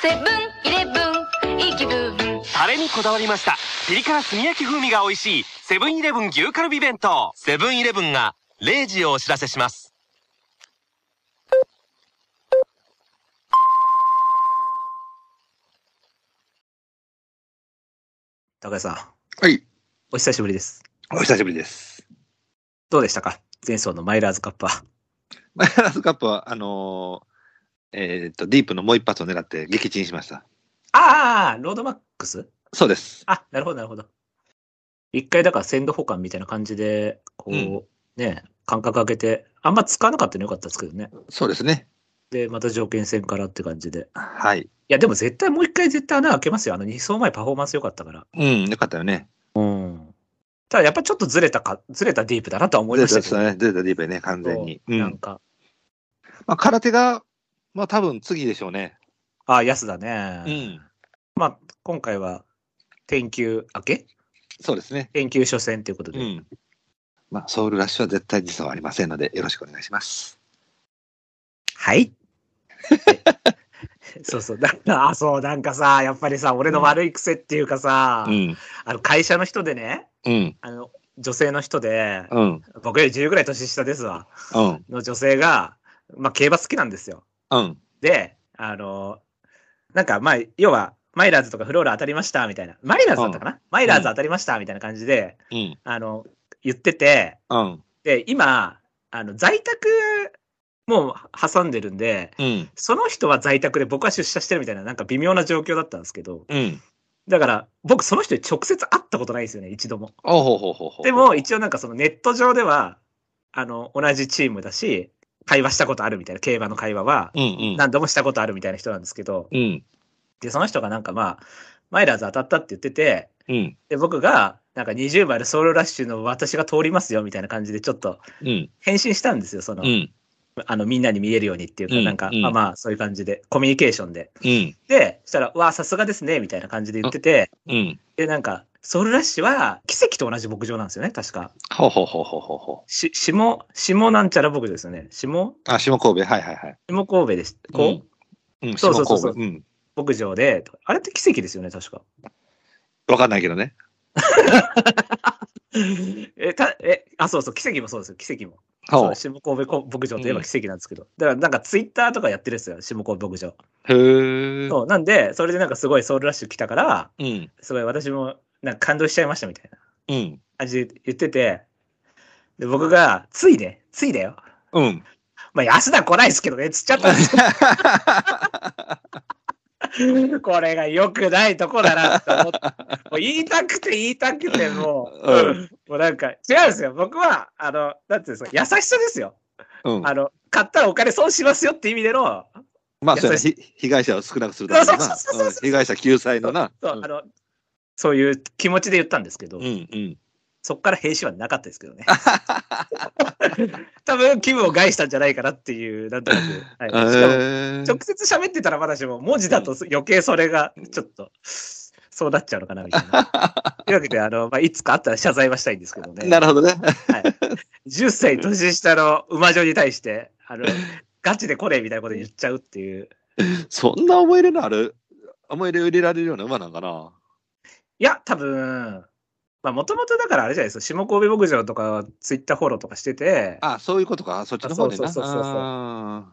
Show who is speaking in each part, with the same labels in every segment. Speaker 1: セブンイレブンいい気分
Speaker 2: タレにこだわりましたピリ辛炭焼き風味が美味しいセブンイレブン牛カルビ弁当セブンイレブンが0時をお知らせします
Speaker 3: 高橋さん、
Speaker 4: はい。
Speaker 3: お久しぶりです。
Speaker 4: お久しぶりです。
Speaker 3: どうでしたか前走のマイラーズカッパー。
Speaker 4: マイナスカップは、あのーえーっと、ディープのもう一発を狙って撃沈しました。
Speaker 3: ああ、ロードマックス
Speaker 4: そうです。
Speaker 3: あ、なるほど、なるほど。一回だから鮮度保管みたいな感じで、こう、
Speaker 4: うん
Speaker 3: ね、間隔空けて、あんま使わなかったのよかったですけどね。
Speaker 4: そうですね。
Speaker 3: で、また条件戦からって感じで。
Speaker 4: はい。
Speaker 3: いや、でも絶対もう一回絶対穴開けますよ。あの2走前パフォーマンス良かったから。
Speaker 4: うん、よかったよね。
Speaker 3: うん。ただやっぱちょっとずれたか、ずれたディープだなとは思いましたけど。
Speaker 4: ね。出たディープやね、完全に。
Speaker 3: そう
Speaker 4: う
Speaker 3: なん
Speaker 4: ん。
Speaker 3: か、
Speaker 4: まあ、空手が、まあ、多分次でしょうね。
Speaker 3: ああ、安だね。
Speaker 4: うん。
Speaker 3: まあ、今回は、天球明け
Speaker 4: そうですね。
Speaker 3: 天球初戦ということで。
Speaker 4: うん。まあ、ソウルラッシュは絶対時差はありませんので、よろしくお願いします。
Speaker 3: はい。そうそう。なんか、あ、そう、なんかさ、やっぱりさ、俺の悪い癖っていうかさ、
Speaker 4: うん。
Speaker 3: あの会社の人でね、
Speaker 4: うん。
Speaker 3: あの、女性の人で、
Speaker 4: うん。
Speaker 3: 僕より10ぐらい年下ですわ、
Speaker 4: うん。
Speaker 3: の女性が、まあ、競馬好きなんですよ。
Speaker 4: うん。
Speaker 3: で、あの、なんか、まあ、要は、マイラーズとかフローラ当たりました、みたいな。マイラーズだったかな、マイラーズ当たりました、みたいな感じで、
Speaker 4: うん。
Speaker 3: あの、言ってて、
Speaker 4: うん。
Speaker 3: で、今、あの、在宅も挟んでるんで、
Speaker 4: うん。
Speaker 3: その人は在宅で僕は出社してるみたいな、なんか微妙な状況だったんですけど、
Speaker 4: うん。
Speaker 3: だから僕その人に直接会ったことないんですよね、一度も。
Speaker 4: おほうほうほうほう。
Speaker 3: でも一応なんかそのネット上では、あの、同じチームだし、会話したことあるみたいな、競馬の会話は、
Speaker 4: うんうん。
Speaker 3: 何度もしたことあるみたいな人なんですけど、
Speaker 4: うん。
Speaker 3: で、その人がなんかまあ、マイラーズ当たったって言ってて、
Speaker 4: うん。
Speaker 3: で、僕が、なんか20枚でソウルラッシュの私が通りますよみたいな感じでちょっと
Speaker 4: うん。
Speaker 3: 返信したんですよ、その、
Speaker 4: うん。
Speaker 3: あの、みんなに見えるようにっていうか、
Speaker 4: うん
Speaker 3: なんか、
Speaker 4: うん
Speaker 3: まあまあ、そういう感じで、コミュニケーションで。
Speaker 4: うん。
Speaker 3: で、そしたら、うわあ、さすがですね、みたいな感じで言ってて、
Speaker 4: うん。
Speaker 3: で、なんか、ソウルラッシュは、奇跡と同じ牧場なんですよね、確か。
Speaker 4: ほうほうほうほうほうほ
Speaker 3: し、下、下なんちゃら牧場ですよね。下
Speaker 4: う。あ、下神戸、はいはいはい。
Speaker 3: 下神戸です。こ
Speaker 4: うん、
Speaker 3: そ
Speaker 4: 下
Speaker 3: うそう
Speaker 4: 神
Speaker 3: そう
Speaker 4: 戸。
Speaker 3: そう
Speaker 4: うん。
Speaker 3: う、牧場で、あれって奇跡ですよね、確か。
Speaker 4: わかんないけどね。
Speaker 3: え、た、え、あ、そうそう、奇跡もそうですよ、奇跡も。
Speaker 4: ほう。
Speaker 3: そう下神戸こ牧場といえば奇跡なんですけど。だから、なんか、ツイッターとかやってるんですよ、下神戸牧場。
Speaker 4: へー
Speaker 3: そう、なんで、それでなんかすごいソウルラッシュ来たから、
Speaker 4: うん。
Speaker 3: すごい私も、なんか感動しちゃいましたみたいな。
Speaker 4: うん。
Speaker 3: 感じで言ってて、で、僕が、ついね、ついだよ。
Speaker 4: うん。
Speaker 3: まあ、安田来ないですけどね、つっちゃったんですよ。これが良くないとこだなって 思って、もう言いたくて言いたくて、もう、
Speaker 4: うん
Speaker 3: もうなんか、違うんですよ。僕は、あの、なんていうんですか、優しさですよ。
Speaker 4: うん。
Speaker 3: あの、買ったらお金損しますよって意味での、
Speaker 4: まあ、そう
Speaker 3: 優
Speaker 4: やね
Speaker 3: し
Speaker 4: ひ被害者を少なくするために
Speaker 3: そう
Speaker 4: な。
Speaker 3: そうそうそう
Speaker 4: うん被害者救済のな。
Speaker 3: そう、あの、そういう気持ちで言ったんですけど、
Speaker 4: うん。うん。うん。
Speaker 3: そっから返信はなかったですけど ね。多分、気分を害したんじゃないかなっていう、なんとなく。はい、しかも
Speaker 4: へー
Speaker 3: 直接喋ってたらまだしも、文字だと余計それが、ちょっと、そうなっちゃうのかな、みたい な。というわけで、あの、まあ、いつかあったら謝罪はしたいんですけどね。
Speaker 4: なるほどね。
Speaker 3: 10歳年下の馬女に対して、あの、ガチで来れみたいなこと言っちゃうっていう。
Speaker 4: そんな思い入れのある、思い入れを入れられるような馬なんかな。
Speaker 3: いや、多分、まあ、もともとだからあれじゃないですか、下神戸牧場とか、ツイッターフォローとかしてて、
Speaker 4: あ、そういうことか。そっちの方でな。
Speaker 3: そうそうそうそうそう
Speaker 4: あーま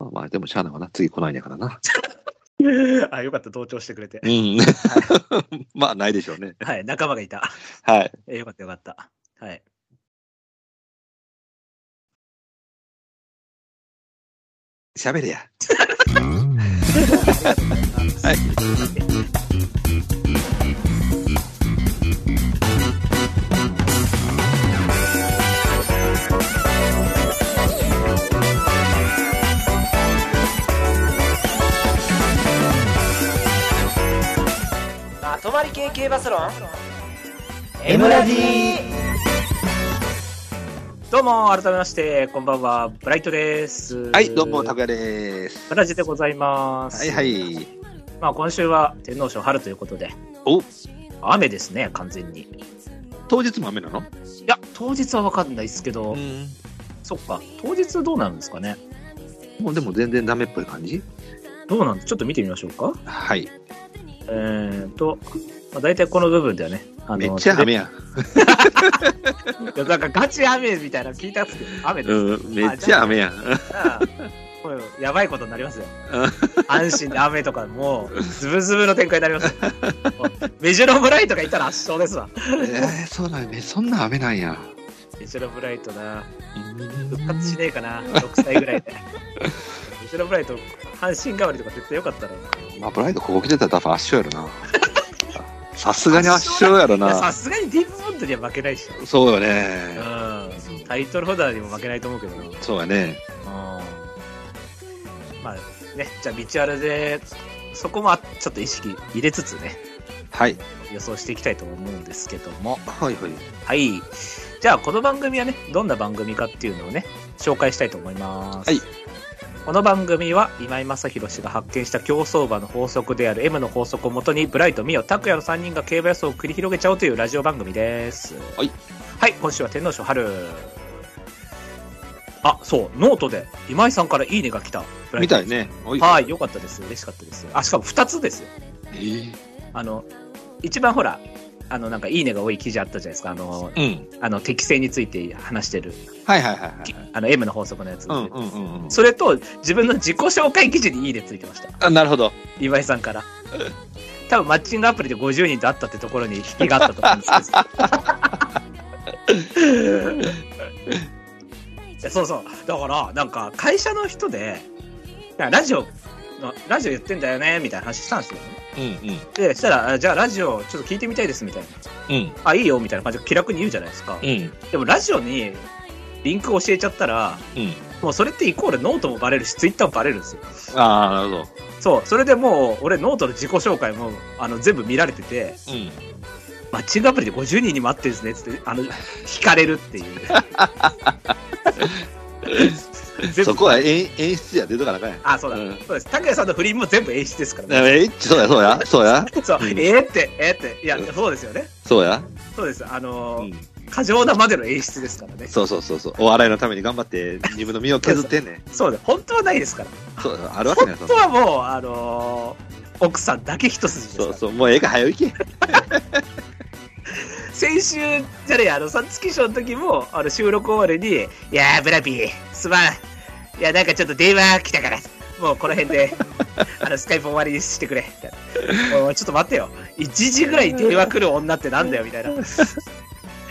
Speaker 4: あまあ、でもしゃあないわな。次来ないんやからな。
Speaker 3: あ、よかった、同調してくれて
Speaker 4: う。ん。 まあ、ないでしょうね。
Speaker 3: はい、仲間がいた。
Speaker 4: はい。
Speaker 3: えよかった、よかった。はい。
Speaker 4: 喋れや。
Speaker 5: まとまり系系バスロン
Speaker 3: エムラジどうも、改めまして、こんばんは、ブライトです。
Speaker 4: はい、どうも、
Speaker 3: たく
Speaker 4: たくやです。
Speaker 3: ブラジでございます。
Speaker 4: はいはい。
Speaker 3: まあ、今週は天皇賞春ということで、
Speaker 4: お
Speaker 3: 雨ですね、完全に。い
Speaker 4: 当日も雨なの
Speaker 3: や、当日はわかんないですけど、
Speaker 4: ん。
Speaker 3: そっか、当日どうなるんですかね。
Speaker 4: もうでも全然ダメっぽい感じ
Speaker 3: どうなんだちょっと見てみましょうか。
Speaker 4: はい。
Speaker 3: えー、と、まあ、大体この部分ではね、あ
Speaker 4: めっちゃ雨やん。
Speaker 3: いやなんかガチ雨みたいなの聞いたんですけど、雨です。
Speaker 4: うん、めっちゃ雨やん。
Speaker 3: ああこれやばいことになりますよ
Speaker 4: うん。
Speaker 3: 安心で雨とかもう、ズブズブの展開になりますよ。もうメジロブライトがいたら圧勝ですわ。
Speaker 4: えー、そうなんやね。そんな雨なんや。
Speaker 3: メジロブライトな、
Speaker 4: 復
Speaker 3: 復活しねえかな、6歳ぐらいで。メジロブライト、阪神代わりとか絶対よかったら。
Speaker 4: まあ、ブライトここ来てたら多分圧勝やろな。 さすがに圧勝やろ
Speaker 3: いやさ
Speaker 4: な。
Speaker 3: すがにディープボンドには負けないでしょ。
Speaker 4: そうよね。
Speaker 3: うん。タイトルホルダーにも負けないと思うけどな。うん。
Speaker 4: そうやね。
Speaker 3: まあね、じゃあ、ビチュアルで、そこもあちょっと意識入れつつね。
Speaker 4: はい。
Speaker 3: 予想していきたいと思うんですけども。
Speaker 4: はいはい。
Speaker 3: はい。じゃあ、この番組はね、どんな番組かっていうのをね、紹介したいと思います。
Speaker 4: はい。
Speaker 3: この番組は、今井正弘氏が発見した競走馬の法則である M の法則をもとに、ブライト、ミオ、拓也の3人が競馬予想を繰り広げちゃおうというラジオ番組です。
Speaker 4: はい。
Speaker 3: はい、今週は天皇賞春。あ、そう、ノートで、今井さんからいいねが来た。ブライ
Speaker 4: み
Speaker 3: ト
Speaker 4: たい。ね。はい
Speaker 3: はい、よかったです。嬉しかったです。あ、しかも2つですよ。
Speaker 4: えー
Speaker 3: あの、一番ほら、あの、なんか、いいねが多い記事あったじゃないですか。あの、
Speaker 4: うん。
Speaker 3: あの適性について話してる、
Speaker 4: はいはいはいはい。
Speaker 3: あの、M の法則のやつ。
Speaker 4: うんうんうんうん。
Speaker 3: それと、自分の自己紹介記事にいいねついてました。
Speaker 4: あ、なるほど。
Speaker 3: 岩井さん から。多分、マッチングアプリで50人と会ったってところに引きがあったと思うん ですけど。そうそう。だから、なんか、会社の人で、なんかラジオの、ラジオ言ってんだよね、みたいな話したんですよ、ね。
Speaker 4: うんうん。
Speaker 3: で、したら、あじゃあラジオちょっと聞いてみたいです、みたいな。
Speaker 4: うん
Speaker 3: あ、いいよ、みたいな感じで気楽に言うじゃないですか。
Speaker 4: うん
Speaker 3: でもラジオにリンク教えちゃったら、
Speaker 4: うん。
Speaker 3: もうそれってイコールノートもバレるし、ツイッターもバレるんですよ。
Speaker 4: ああ、なるほ
Speaker 3: そう、それでもう、俺ノートの自己紹介も、あの、全部見られてて、
Speaker 4: ど。うん。
Speaker 3: マッチングアプリで50人にも会ってるんですね、つって、あの、引かれるって いう。全
Speaker 4: そ
Speaker 3: 部
Speaker 4: こは演演出や出とかなあかんやん。
Speaker 3: あ、そうだ、
Speaker 4: うん
Speaker 3: そうです。拓也さんの不倫も全部演出ですからね。
Speaker 4: えーそうやそうやそうや
Speaker 3: そう、
Speaker 4: うん
Speaker 3: えーって、えーって、いや
Speaker 4: う、ん
Speaker 3: そうですよね。
Speaker 4: そうや。
Speaker 3: そうです。あの
Speaker 4: う
Speaker 3: ー
Speaker 4: ん。
Speaker 3: 過剰なまでの演出ですからね。
Speaker 4: そうそうそうそう。お笑いのために頑張って自分の身を削ってんねん。
Speaker 3: そうだ、本当はないですから。
Speaker 4: そうあるわけない
Speaker 3: 本
Speaker 4: そん
Speaker 3: 当
Speaker 4: な
Speaker 3: はもう、あのー奥さんだけ一筋ですか
Speaker 4: そ
Speaker 3: ら
Speaker 4: うそうもうええか早いけ。
Speaker 3: 先週じゃねえやあのさ月賞の時もあの収録終わりに「いやーブラピーすまんいやなんかちょっと電話来たからもうこの辺 であのスカイプ終わりにしてくれ」みたいなおいちょっと待ってよ1時ぐらいに電話来る女ってなんだよ」みたい な。い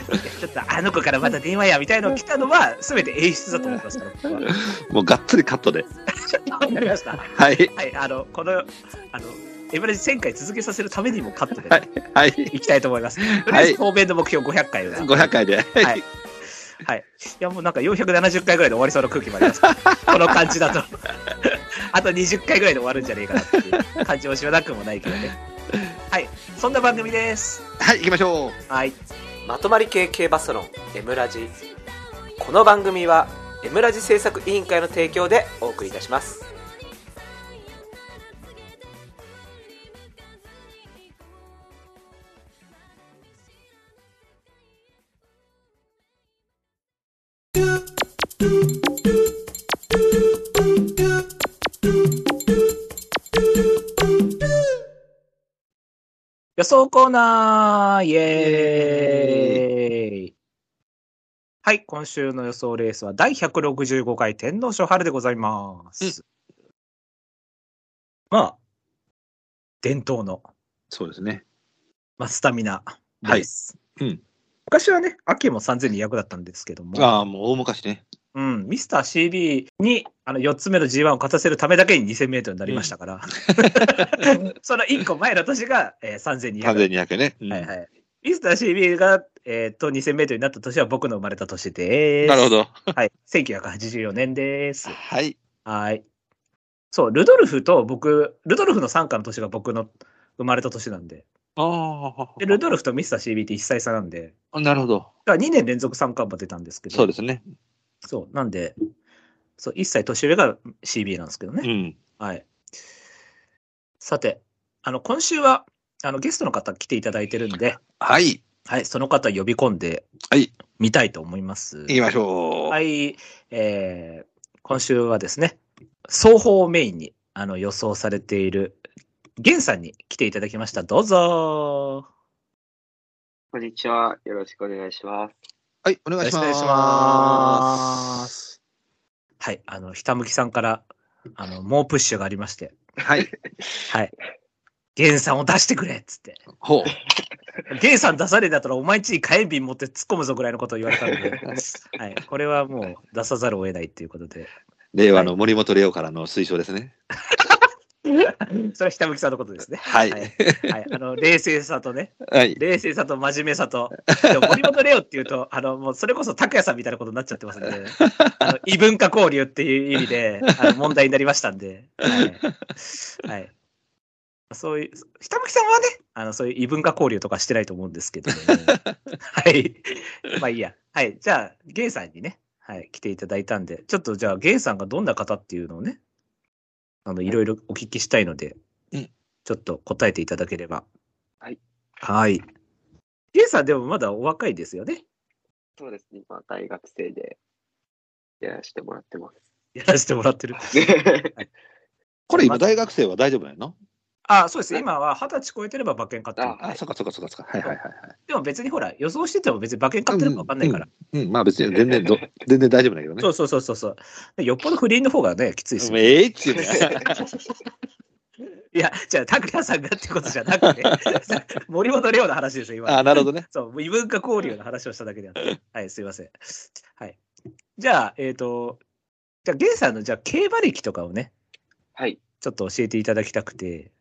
Speaker 3: やちょっとあの子からまた電話やみたいの来たのは全て演出だと思いますから 僕は
Speaker 4: もうがっつりカットで。
Speaker 3: わかりました
Speaker 4: はい
Speaker 3: はいあのこのあのエバレージ1000回続けさせるためにもカットで、
Speaker 4: はいはい
Speaker 3: いきたいと思いますとりあえず当面の目標500回をね
Speaker 4: 500回で。
Speaker 3: はい。はい。いや、もうなんか470回ぐらいで終わりそうな空気もありますけどこの感じだ と。あと20回ぐらいで終わるんじゃねえかなっていう感じもしなくもないけどね。はい。そんな番組です。
Speaker 4: はい行きましょう。
Speaker 3: はい。
Speaker 5: まとまり系系バスロン M ラジこの番組は M ラジ制作委員会の提供でお送りいたします
Speaker 3: 予想コーナーイエーイはい。今週の予想レースは第165回天皇賞春でございます。まあ、伝統の、
Speaker 4: そうですね。
Speaker 3: まあ、スタミナです。
Speaker 4: はいうん
Speaker 3: 昔はね、秋も3200だったんですけども。
Speaker 4: ああもう大昔ね。
Speaker 3: うん、ミスター CB にあの4つ目の G1 を勝たせるためだけに2000メートルになりましたから、 その1個前の年が、えー、3200。
Speaker 4: 3200ね。
Speaker 3: はいはい。ミスター CB が、えー、と2000メートルになった年は僕の生まれた年
Speaker 4: う
Speaker 3: です。
Speaker 4: んなるほ。ど。
Speaker 3: はい。1984年です。
Speaker 4: はい。
Speaker 3: はい。そう、ルドルフと僕、ルドルフの参加の年が僕の生まれた年なんで、
Speaker 4: あ
Speaker 3: でルドルフとミスター CB って1歳差なんで、
Speaker 4: あ。なるほど。
Speaker 3: だから2年連続参加馬出たんですけど、
Speaker 4: そうですね。
Speaker 3: そう、なんで、そう、1歳年上が CB なんですけどね。
Speaker 4: うん。
Speaker 3: はい。さて、あの、今週は、あの、ゲストの方来ていただいてるんで、
Speaker 4: はい
Speaker 3: はい、その方呼び込んで、
Speaker 4: はい
Speaker 3: 見たいと思います。
Speaker 4: 行きましょう。
Speaker 3: はい、えー今週はですね、双方をメインに、あの、予想されている、ゲンさんに来ていただきました。どうぞ
Speaker 6: こんにちは。よろしくお願いします。
Speaker 4: はい、お願いします。
Speaker 3: よろしくお願いしまはい、あの、ひたむきさんから、あの、猛プッシュがありまして、
Speaker 4: はい。
Speaker 3: はい。ゲンさんを出してくれっつって。
Speaker 4: ほう。
Speaker 3: ゲイさん出されたらお前んちに火炎瓶持って突っ込むぞぐらいのことを言われたん で、はい、これはもう出さざるを得ないっていうことで、
Speaker 4: 令和の森本レオからの推奨ですね。
Speaker 3: それはひたむきさんのことですね。
Speaker 4: はい。
Speaker 3: は
Speaker 4: はいい。
Speaker 3: はい、あの冷静さとね、
Speaker 4: はい。
Speaker 3: 冷静さと真面目さと、でも森本レオっていう と、あのもうそれこそ拓也さんみたいなことになっちゃってますんで、あの異文化交流っていう意味であの問題になりましたんで、はい。はいそういう、ひたむきさんはね、あの、そういう異文化交流とかしてないと思うんですけ ども、はい。まあいいや。はい。じゃあ、ゲイさんにね、はい、来ていただいたんで、ちょっとじゃあ、ゲイさんがどんな方っていうのをね、あの、いろいろお聞きしたいので、
Speaker 4: うん
Speaker 3: ちょっと答えていただければ。
Speaker 6: はい。
Speaker 3: はい。ゲイさん、でもまだお若いですよね。
Speaker 6: そうですね。今、大学生でやらせてもらってます。
Speaker 3: やらせてもらって る。
Speaker 4: これ今大学生は大丈夫なの
Speaker 3: あ、そうです。今は二十歳超えてれば馬券買ってる。
Speaker 4: あ、そっかそっかそっかそっか。はいはいはいはい。
Speaker 3: でも別にほら、予想してても別に馬券買ってるか分かんないから。
Speaker 4: うん、まあ別に全然 ど、全然大丈夫だけどね。
Speaker 3: そうそうそうそうそう。でよっぽど不倫の方がね、きついですよ
Speaker 4: もうええっちゅうね。
Speaker 3: いや、じゃあ、拓也さんがってことじゃなく て、 森本レオの話ですよ、今。
Speaker 4: あ、なるほどね。
Speaker 3: そう、異文化交流の話をしただけであって。はい、すいません。はい。じゃあ、えっ、と、じゃあ、ゲンさんの、じゃあ、競馬歴とかをね、
Speaker 6: はい。
Speaker 3: ちょっと教えていただきたくて、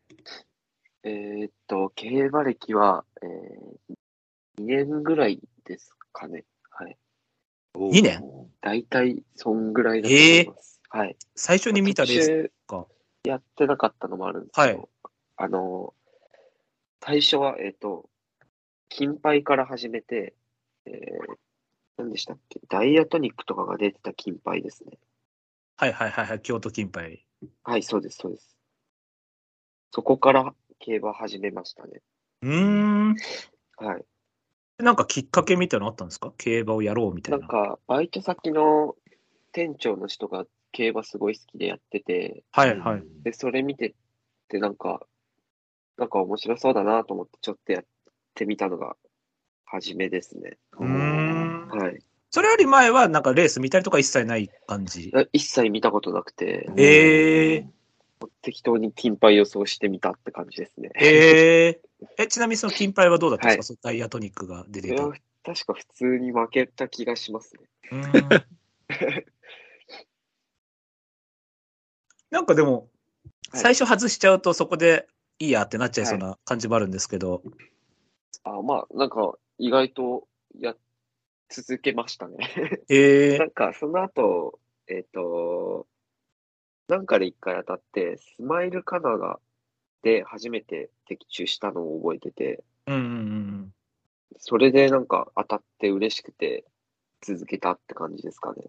Speaker 6: えーっと、競馬歴は、えー、2年ぐらいですかね。はい。
Speaker 3: 2年
Speaker 6: 大体、そんぐらいだと思います。はい。
Speaker 3: 最初に見たレース。
Speaker 6: 途
Speaker 3: か
Speaker 6: 中やってなかったのもあるんですけど、
Speaker 3: は
Speaker 6: あの、最初は、えーっと、金牌から始めて、えー、何でしたっけダイアトニックとかが出てた金牌ですね。
Speaker 3: はいはいはいはい、京都金杯。
Speaker 6: はい、そうです、そうです。そこから競馬始めましたね。
Speaker 3: うーん。
Speaker 6: はい。
Speaker 3: なんかきっかけみたいなのあったんですか競馬をやろうみた
Speaker 6: ないん
Speaker 3: な。
Speaker 6: か、バイト先の店長の人が競馬すごい好きでやってて、
Speaker 3: はいはい。
Speaker 6: で、それ見てて、なんか、なんか面白そうだなと思って、ちょっとやってみたのが、初めですね。
Speaker 3: うーん。
Speaker 6: はい。
Speaker 3: それより前は、なんかレース見たりとか一切ない感じ。
Speaker 6: 一切見たことなくて、
Speaker 3: ええ
Speaker 6: 適当に金牌予想してみたって感じですね。
Speaker 3: え ええ、ちなみにその金牌はどうだったんですか、
Speaker 6: はい
Speaker 3: そのダイアトニックが出
Speaker 6: い
Speaker 3: て
Speaker 6: や
Speaker 3: た。
Speaker 6: 確か普通に負けた気がしますね。
Speaker 3: うーん なんかでも、
Speaker 6: はい
Speaker 3: 最初外しちゃうとそこでいいやってなっちゃいそうな感じもあるんですけど、
Speaker 6: あ、まあ、なんか、意外とや、続けましたね。
Speaker 3: ええ
Speaker 6: なんか、その後、えっ、と、なんかで一回当たって、スマイルカナダで初めて的中したのを覚えてて、
Speaker 3: うんうんうん
Speaker 6: それでなんか当たって嬉しくて、続けたって感じですかね。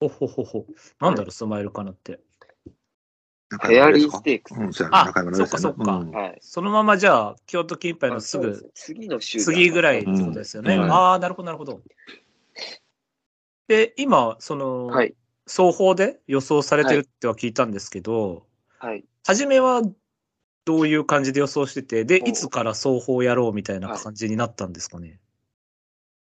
Speaker 3: うん。ほほほほ。なんだろう、スマイルかなって。
Speaker 4: 仲
Speaker 6: フェ
Speaker 4: 良く
Speaker 6: ア
Speaker 4: ないです
Speaker 6: リー
Speaker 4: か
Speaker 6: ステークス。
Speaker 4: うん、そうや
Speaker 3: あ
Speaker 4: な仲良くないです
Speaker 3: そ
Speaker 4: よね
Speaker 3: っかそっか
Speaker 4: うん
Speaker 6: はい。
Speaker 3: そのままじゃあ、京都金杯のす
Speaker 6: そうです
Speaker 3: ぐ
Speaker 6: ね次の週
Speaker 3: 次ぐらいって
Speaker 4: に
Speaker 3: ことですよね。
Speaker 4: うんうん
Speaker 3: ああ、なるほど、なるほど。で、今、その、
Speaker 6: はい。
Speaker 3: 双方で予想されてるっては聞いたんですけど、
Speaker 6: はい。
Speaker 3: 初めはどういう感じで予想してて、で、
Speaker 6: そう
Speaker 3: いつから双方やろうみたいな感じになったんですかね。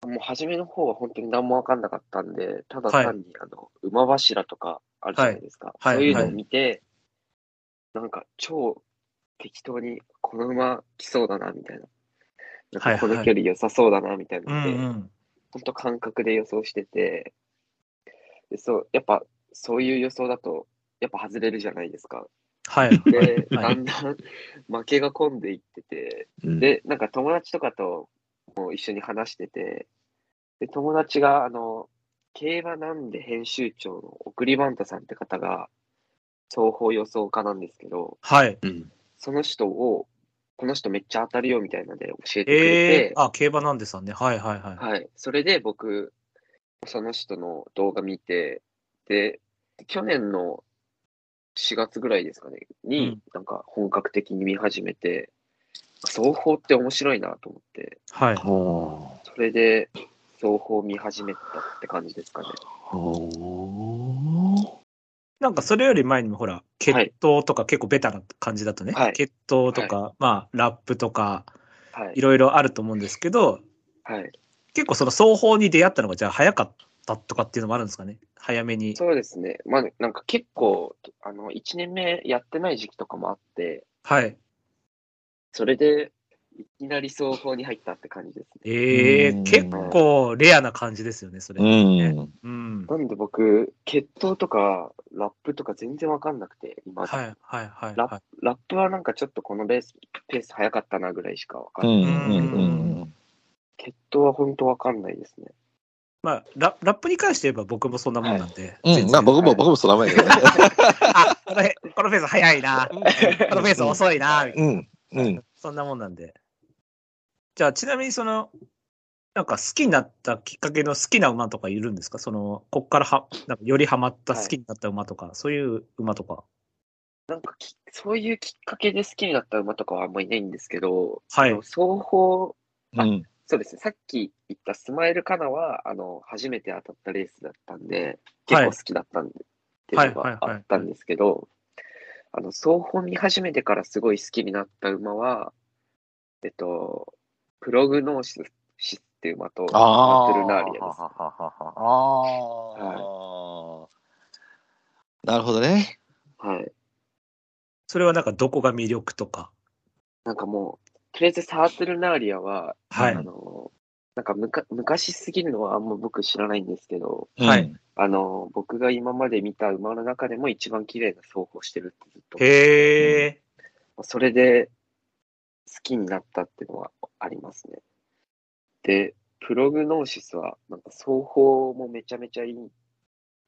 Speaker 6: もう初めの方は本当に何も分かんなかったんで、ただ
Speaker 3: はい
Speaker 6: 単にあの馬柱とかあるじゃないですか。
Speaker 3: はい
Speaker 6: そういうの
Speaker 4: は
Speaker 6: を
Speaker 4: い
Speaker 6: 見て、なんか超適当にこの馬来そうだなみたいな。なん
Speaker 3: はい
Speaker 6: か
Speaker 3: は
Speaker 6: こ
Speaker 3: い
Speaker 6: の距離良さそうだなみたいなので、
Speaker 3: うん
Speaker 6: 本当感覚で予想してて、でそうやっぱそういう予想だと、やっぱ外れるじゃないですか。
Speaker 3: はい。
Speaker 6: で、
Speaker 3: は
Speaker 6: だ
Speaker 3: い
Speaker 6: んだん 負けが込んでいってて、
Speaker 4: うん
Speaker 6: で、なんか友達とかともう一緒に話してて、で、友達が、あの、競馬なんで編集長の送りバンタさんって方が、双方予想家 なんですけど、
Speaker 3: はい。
Speaker 4: うん
Speaker 6: その人を、この人めっちゃ当たるよみたいなので教えてくれ
Speaker 3: え
Speaker 6: て、
Speaker 3: ー、あ、競馬なんですよね。はいはいはい。
Speaker 6: はい。それで僕、その人の動画見て、で、去年の4月ぐらいですかね、に、
Speaker 3: うん
Speaker 6: なんか本格的に見始めて、双方って面白いなと思って、
Speaker 3: はい。
Speaker 4: ほう
Speaker 6: それで、双方見始めたって感じですかね。
Speaker 4: ほ
Speaker 3: なんかそれより前にもほら、血統とか結構ベタな感じだとね、
Speaker 6: はい
Speaker 3: 血統とか、まあ、ラップとか、
Speaker 6: はいい。
Speaker 3: ろいろあると思うんですけど、
Speaker 6: はい。
Speaker 3: 結構その双方に出会ったのが、じゃあ早かったとかっていうのもあるんですかね。早めに。
Speaker 6: そうですね。まあ、なんか結構、あの、1年目やってない時期とかもあって、
Speaker 3: はい。
Speaker 6: それで、いきなり双方に入ったって感じですね。
Speaker 3: ええ
Speaker 4: うん
Speaker 3: 結構レアな感じですよね、それ。
Speaker 4: うん。
Speaker 3: うん。
Speaker 6: なんで僕、血統とか、ラップとか全然わかんなくて、今、
Speaker 3: はい、はい、はい。
Speaker 6: ラ
Speaker 3: は
Speaker 6: ラップはなんかちょっとこのベース、ペース早かったなぐらいしかわかん
Speaker 4: う
Speaker 6: ない。
Speaker 4: ん。うん。
Speaker 6: 血統は本当わかんないですね。
Speaker 3: まあラ、ラップに関して言えば僕もそんなもんなんで。
Speaker 4: うん。まあ僕も、僕もそらまやけ どね。
Speaker 3: あ、このへこのフェース早いな。このフェース遅いな。みたいな
Speaker 4: うん。うん。
Speaker 3: そんなもんなんで。じゃあ、ちなみにその、なんか好きになったきっかけの好きな馬とかいるんですかその、こっからは、なんかよりハマった
Speaker 6: はい
Speaker 3: 好きになった馬とか、そういう馬とか。
Speaker 6: なんかき、そういうきっかけで好きになった馬とかはあんまりいないんですけど、
Speaker 3: はい
Speaker 6: あの双方、
Speaker 4: うん。
Speaker 6: そうですね、さっき言ったスマイルカナは、あの、初めて当たったレースだったんで、
Speaker 3: はい
Speaker 6: 結構好きだったんで、っていうの
Speaker 3: はいは
Speaker 6: が
Speaker 3: い
Speaker 6: あ
Speaker 3: はい
Speaker 6: ったんですけど、あの、双方見始めてからすごい好きになった馬は、えっと、プログノーシスっていう馬と、
Speaker 4: ああ。
Speaker 6: マトルナーリアです。
Speaker 4: ああ。なるほどね。
Speaker 6: はい。
Speaker 3: それはなんかどこが魅力とか。
Speaker 6: なんかもう、とりあえずサートルナーリアは、
Speaker 3: はい
Speaker 6: あの、なんかむか昔すぎるのはあんま僕知らないんですけど、
Speaker 3: はい。
Speaker 6: あの、僕が今まで見た馬の中でも一番綺麗な走行してるってずっと。
Speaker 3: へえ。
Speaker 6: それで好きになったっていうのはありますね。で、プログノーシスは、なんか走法もめちゃめちゃいい、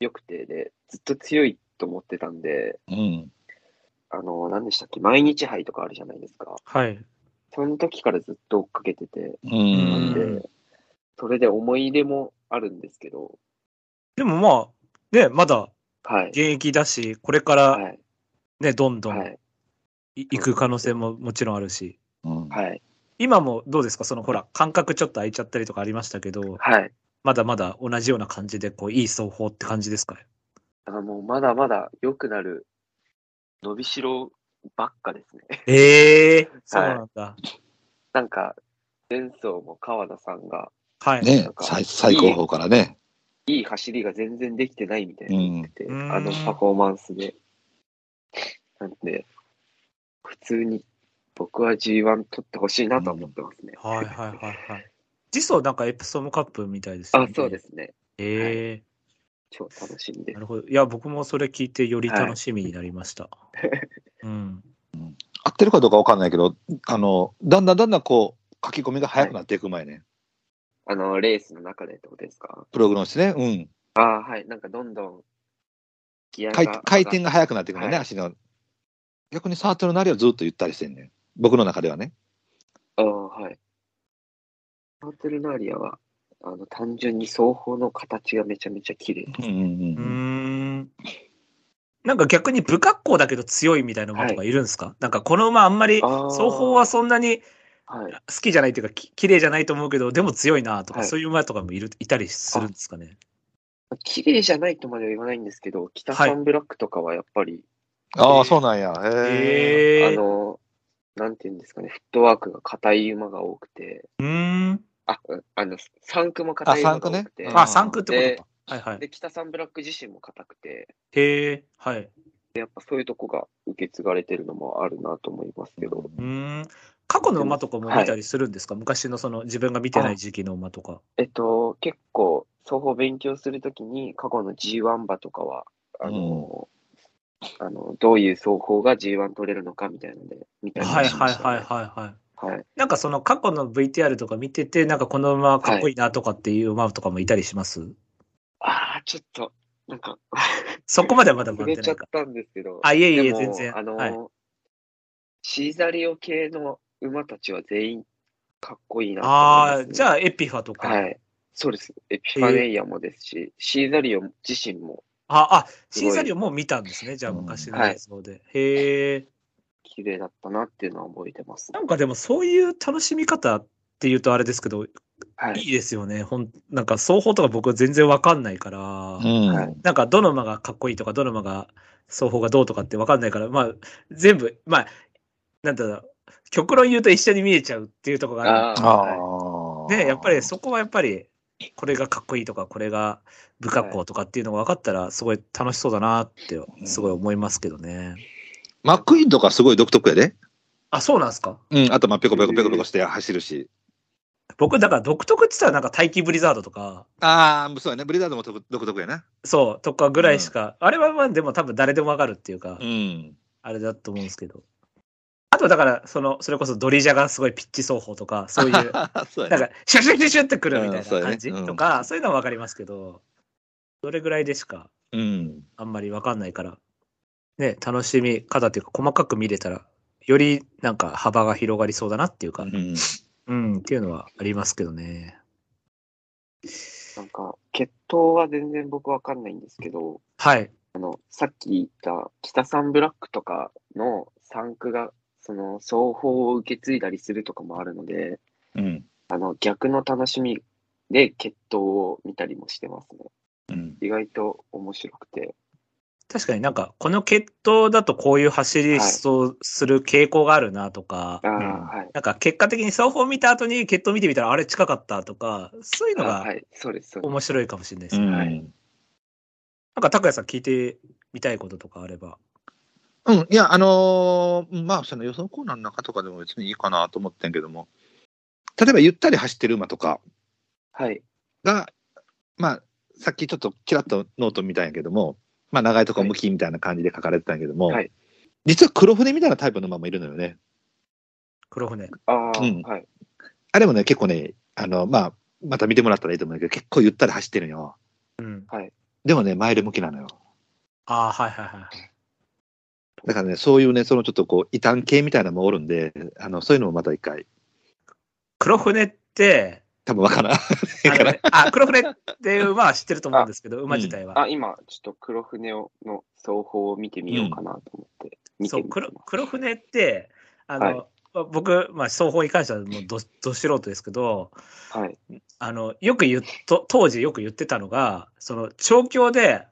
Speaker 6: 良くてで、ずっと強いと思ってたんで、
Speaker 4: うん。
Speaker 6: あの、何でしたっけ、毎日杯とかあるじゃないですか。
Speaker 3: はい。
Speaker 6: その時からずっと追っかけてて、
Speaker 4: う
Speaker 6: なん
Speaker 4: ん。
Speaker 3: うん
Speaker 6: で、それで思い入れもあるんですけど、
Speaker 3: でもまあ、ね、まだ
Speaker 6: はい。
Speaker 3: 現役だし、これから
Speaker 6: はい。
Speaker 3: ね、どんど
Speaker 6: は
Speaker 3: ん
Speaker 6: い。
Speaker 3: い行く可能性ももちろんあるし。
Speaker 4: うん。
Speaker 6: はい。
Speaker 3: 今もどうですかそのほら、感覚ちょっと空いちゃったりとかありましたけど、
Speaker 6: はい。
Speaker 3: まだまだ同じような感じで、こう、いい奏法って感じですかね
Speaker 6: あもうまだまだ良くなる伸びしろばっかですね。
Speaker 3: ええそうなんだ。
Speaker 6: なんか、前走も川田さんが、
Speaker 3: はい。
Speaker 4: ね最最高峰からね。
Speaker 6: いい走りが全然できてないみたいな言ってて、
Speaker 3: うん
Speaker 6: あのパフォーマンスで。なんで、普通に僕は G1 取ってほしいなと思ってますね。
Speaker 3: はいはいはいはい。次走なんかエプソムカップみたいです。
Speaker 6: あ、そうですすね。
Speaker 3: ええ
Speaker 6: 超楽しみです
Speaker 3: な。るほど。いや、僕もそれ聞いてより楽しみになりま した。うん。
Speaker 4: 合ってるかどうかわかんないけど、あの、だんだんだんだんこう、書き込みが早くなっていく前ね。
Speaker 6: あの、レースの中でってことですか
Speaker 4: プログノーシスね。うん。
Speaker 6: あはい。なんかどんどん、ギアが
Speaker 4: 回
Speaker 6: 上がっ
Speaker 4: 回転が速くなっていくのね、
Speaker 6: はい
Speaker 4: 足の。逆にサートルなりはずっとゆったりしてんねん。僕の中ではね。
Speaker 6: ああ、はい。サーテルナーリアは、あの、単純に双方の形がめちゃめちゃ綺麗。
Speaker 4: うんうん
Speaker 3: うー
Speaker 4: うん。
Speaker 3: ん。なんか逆に不格好だけど強いみたいな馬とかいるんですか、なんかこの馬あんまり、
Speaker 6: あー
Speaker 3: 双方はそんなに
Speaker 6: はい。
Speaker 3: 好きじゃないというか、き綺麗じゃないと思うけど、でも強いなとか、
Speaker 6: はい
Speaker 3: そういう馬とかもいるいたりするんですかね。
Speaker 6: 綺麗じゃないとまでは言わないんですけど、北サンブラックとかはやっぱり、
Speaker 4: ああ、そうなんや。へえ。
Speaker 3: ええ
Speaker 6: あの、なんていうんですかね、フットワークが硬い馬が多くて、
Speaker 3: うーん。
Speaker 6: あ、あの、3区も硬い馬が多くて、
Speaker 4: あ三区
Speaker 3: あ、
Speaker 4: ね
Speaker 3: 3区ってことか。はいはい。
Speaker 6: で、北サンブラック自身も硬くて、
Speaker 3: へえ、はい。
Speaker 6: やっぱそういうとこが受け継がれてるのもあるなと思いますけど、
Speaker 3: うーん。過去の馬とかも見たりするんですか、昔のその自分が見てない時期の馬とか。
Speaker 6: えっと、結構、双方勉強するときに、過去の G1 馬とかは、あの、あのどういう双方が G1 取れるのかみたいなので、見たり
Speaker 3: はい
Speaker 6: しま
Speaker 3: はい
Speaker 6: した、
Speaker 3: はい
Speaker 6: ね。
Speaker 3: はいはい。
Speaker 6: はいはい。
Speaker 3: なんかその過去の VTR とか見てて、なんかこの馬かっこいいなとかっていう馬とかもいたりします、
Speaker 6: ああ、ちょっと、なんか、
Speaker 3: そこまではまだ
Speaker 6: 触
Speaker 3: 回って
Speaker 6: れち
Speaker 3: な
Speaker 6: ゃっ
Speaker 3: いか。
Speaker 6: たんですけど、
Speaker 3: あ、いえい
Speaker 6: で
Speaker 3: え、
Speaker 6: も
Speaker 3: 全然。
Speaker 6: あの、
Speaker 3: はい、
Speaker 6: シーザリオ系の馬たちは全員かっこいいな
Speaker 3: ああ、
Speaker 6: って思いますね
Speaker 3: じゃあエピファとか。
Speaker 6: はい。そうです。エピファネイアもですし、シーザリオ自身も
Speaker 3: あ、あ、
Speaker 6: す
Speaker 3: シ
Speaker 6: ごい
Speaker 3: ーザリオもう見たんですね。じゃあ
Speaker 4: うん
Speaker 3: 昔の映像で。へえ。
Speaker 6: 綺麗だったなっていうのは覚えてますね
Speaker 3: なんかでもそういう楽しみ方っていうとあれですけど、
Speaker 6: はい。
Speaker 3: いいですよね。ほん、なんか、双方とか僕全然わかんないから、
Speaker 6: は
Speaker 4: ん
Speaker 6: い。
Speaker 3: なんか、どの馬がかっこいいとか、どの馬が、双方がどうとかってわかんないから、まあ、全部、まあ、なんだろう、極論言うと一緒に見えちゃうっていうところがある
Speaker 6: ああ、はい
Speaker 4: ああ。
Speaker 3: で、やっぱりそこはやっぱり、これがかっこいいとか、これが不格好とかっていうのが分かったら、すごい楽しそうだなって、すごい思いますけどね。
Speaker 4: マックイーンとかすごい独特やで。
Speaker 3: あ、そうなんですか
Speaker 4: うん。あと、まあ、ペコペコペコペコして走るし。
Speaker 3: 僕、だから独特って言ったらなんか大気ブリザードとか、
Speaker 4: ああ、そうやね。ブリザードも独独特やな。
Speaker 3: そう、とかぐらいしか、あれはまあでも多分誰でも分かるっていうか、
Speaker 4: うん。
Speaker 3: あれだと思うんですけど。あとだから、その、それこそドリジャがすごいピッチ走法とか、そう いう、なんか、
Speaker 4: そうやね。
Speaker 3: シュシュシュシュってくるみた
Speaker 4: うん
Speaker 3: い
Speaker 4: そう
Speaker 3: な
Speaker 4: やね
Speaker 3: 感じ
Speaker 4: うん
Speaker 3: とか、そういうのは分かりますけど、どれぐらいでしか
Speaker 4: うん。
Speaker 3: あんまりわかんないから、ね、楽しみ方っていうか、細かく見れたら、よりなんか幅が広がりそうだなっていうか、
Speaker 4: うん。
Speaker 3: うん、っていうのはありますけどね。
Speaker 6: なんか、血統は全然僕わかんないんですけど、
Speaker 3: はい。
Speaker 6: あの、さっき言った北三ブラックとかの産区が、その、双方を受け継いだりするとかもあるので、
Speaker 4: うん。
Speaker 6: あの、逆の楽しみで血統を見たりもしてますね。
Speaker 4: うん。
Speaker 6: 意外と面白くて。
Speaker 3: 確かになんか、この決闘だとこういう走りそうする傾向があるなとか、
Speaker 6: ああ、
Speaker 4: うん
Speaker 6: はい。
Speaker 3: なんか結果的に双方見た後に決闘見てみたら、あれ近かったとか、そういう
Speaker 6: あ
Speaker 3: のが
Speaker 6: はい、そうです、そうです。
Speaker 3: 面白いかもしれないで
Speaker 4: う
Speaker 3: すね。
Speaker 6: は
Speaker 4: ん
Speaker 6: い。
Speaker 3: なんか、拓也さん聞いてみたいこととかあれば。
Speaker 4: うん、いや、あのーまあ、その予想コーナーの中とかでも別にいいかなと思ってんけども、例えばゆったり走ってる馬とか
Speaker 6: はい、
Speaker 4: が、まあ、さっきちょっとちらっとノート見たんやけども、まあ、長いとこ向きみたいな感じで書かれてたんやけども、
Speaker 6: はい
Speaker 4: 実は黒船みたいなタイプの馬もいるのよね。
Speaker 3: 黒船。
Speaker 6: ああ、
Speaker 4: うん
Speaker 6: はい、
Speaker 4: あれもね、結構ね、あの、まあ、また見てもらったらいいと思うんだけど、結構ゆったり走ってるんよ。
Speaker 3: うん。
Speaker 4: でもね、マイル向きなのよ。
Speaker 3: ああ、はいはいはい。
Speaker 4: だからね、そういうね、そのちょっとこう、異端系みたいなのもおるんで、あの、そういうのもまた一回、
Speaker 3: 黒船って、
Speaker 4: 多分わからん。
Speaker 3: あのね あ、黒船っていう馬は知ってると思うんですけど、馬自体は。
Speaker 6: あ、今、ちょっと黒船をの双方を見てみようかなと思って、見て
Speaker 3: そう
Speaker 6: みて
Speaker 3: 黒
Speaker 6: ます。
Speaker 3: 黒船って、あの、
Speaker 6: はい
Speaker 3: まあ僕、まあ、双方に関してはもうどど素人ですけど、
Speaker 6: はい、
Speaker 3: あの、よく言っと、当時よく言ってたのが、その、調教で、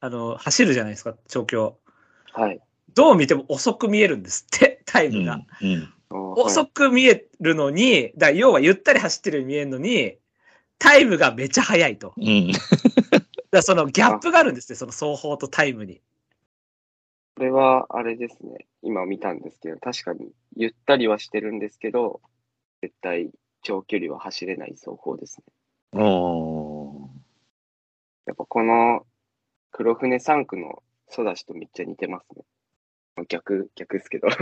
Speaker 3: あの、走るじゃないですか、調教。
Speaker 6: はい。
Speaker 3: どう見ても遅く見えるんですって、 タイ
Speaker 4: う
Speaker 3: ムが。
Speaker 4: ん。うん
Speaker 6: 遅
Speaker 3: 遅く見えるのに、だから要はゆったり走ってるように見えるのに、タイムがめちゃ速いと。だか
Speaker 4: うん。
Speaker 3: らそのギャップがあるんですね、その双方とタイムに。
Speaker 6: これは、あれですね。今見たんですけど、確かに、ゆったりはしてるんですけど、絶対、長距離は走れない走法ですね。
Speaker 4: お
Speaker 6: やっぱこの、黒船3区のソダシとめっちゃ似てますね。逆、逆ですけ ど。
Speaker 3: や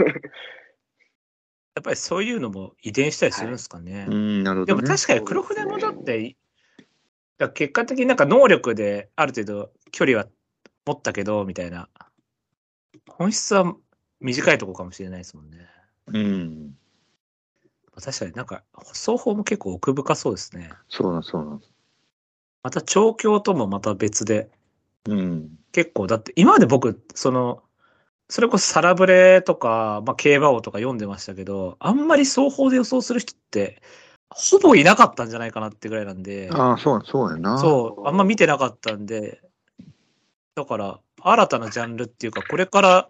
Speaker 3: っぱりそういうのも遺伝したりするんですかね。
Speaker 4: うん、なるほ
Speaker 3: で
Speaker 4: ど、
Speaker 3: も
Speaker 4: ね。
Speaker 3: 確かに黒船もだって、だから結果的になんか能力である程度距離は持ったけど、みたいな。本質は短いとこかもしれないですもんね。
Speaker 4: うん。
Speaker 3: 確かになんか、双方も結構奥深そうですね。
Speaker 4: そうなん、そうなん。
Speaker 3: また調教ともまた別で、
Speaker 4: うん。
Speaker 3: 結構だって今まで僕、その、それこそサラブレとか、まあ、競馬王とか読んでましたけど、あんまり双方で予想する人って、ほぼいなかったんじゃないかなってぐらいなんで、
Speaker 4: ああ、そう、そうやな。
Speaker 3: そう、あんま見てなかったんで、だから、新たなジャンルっていうか、これから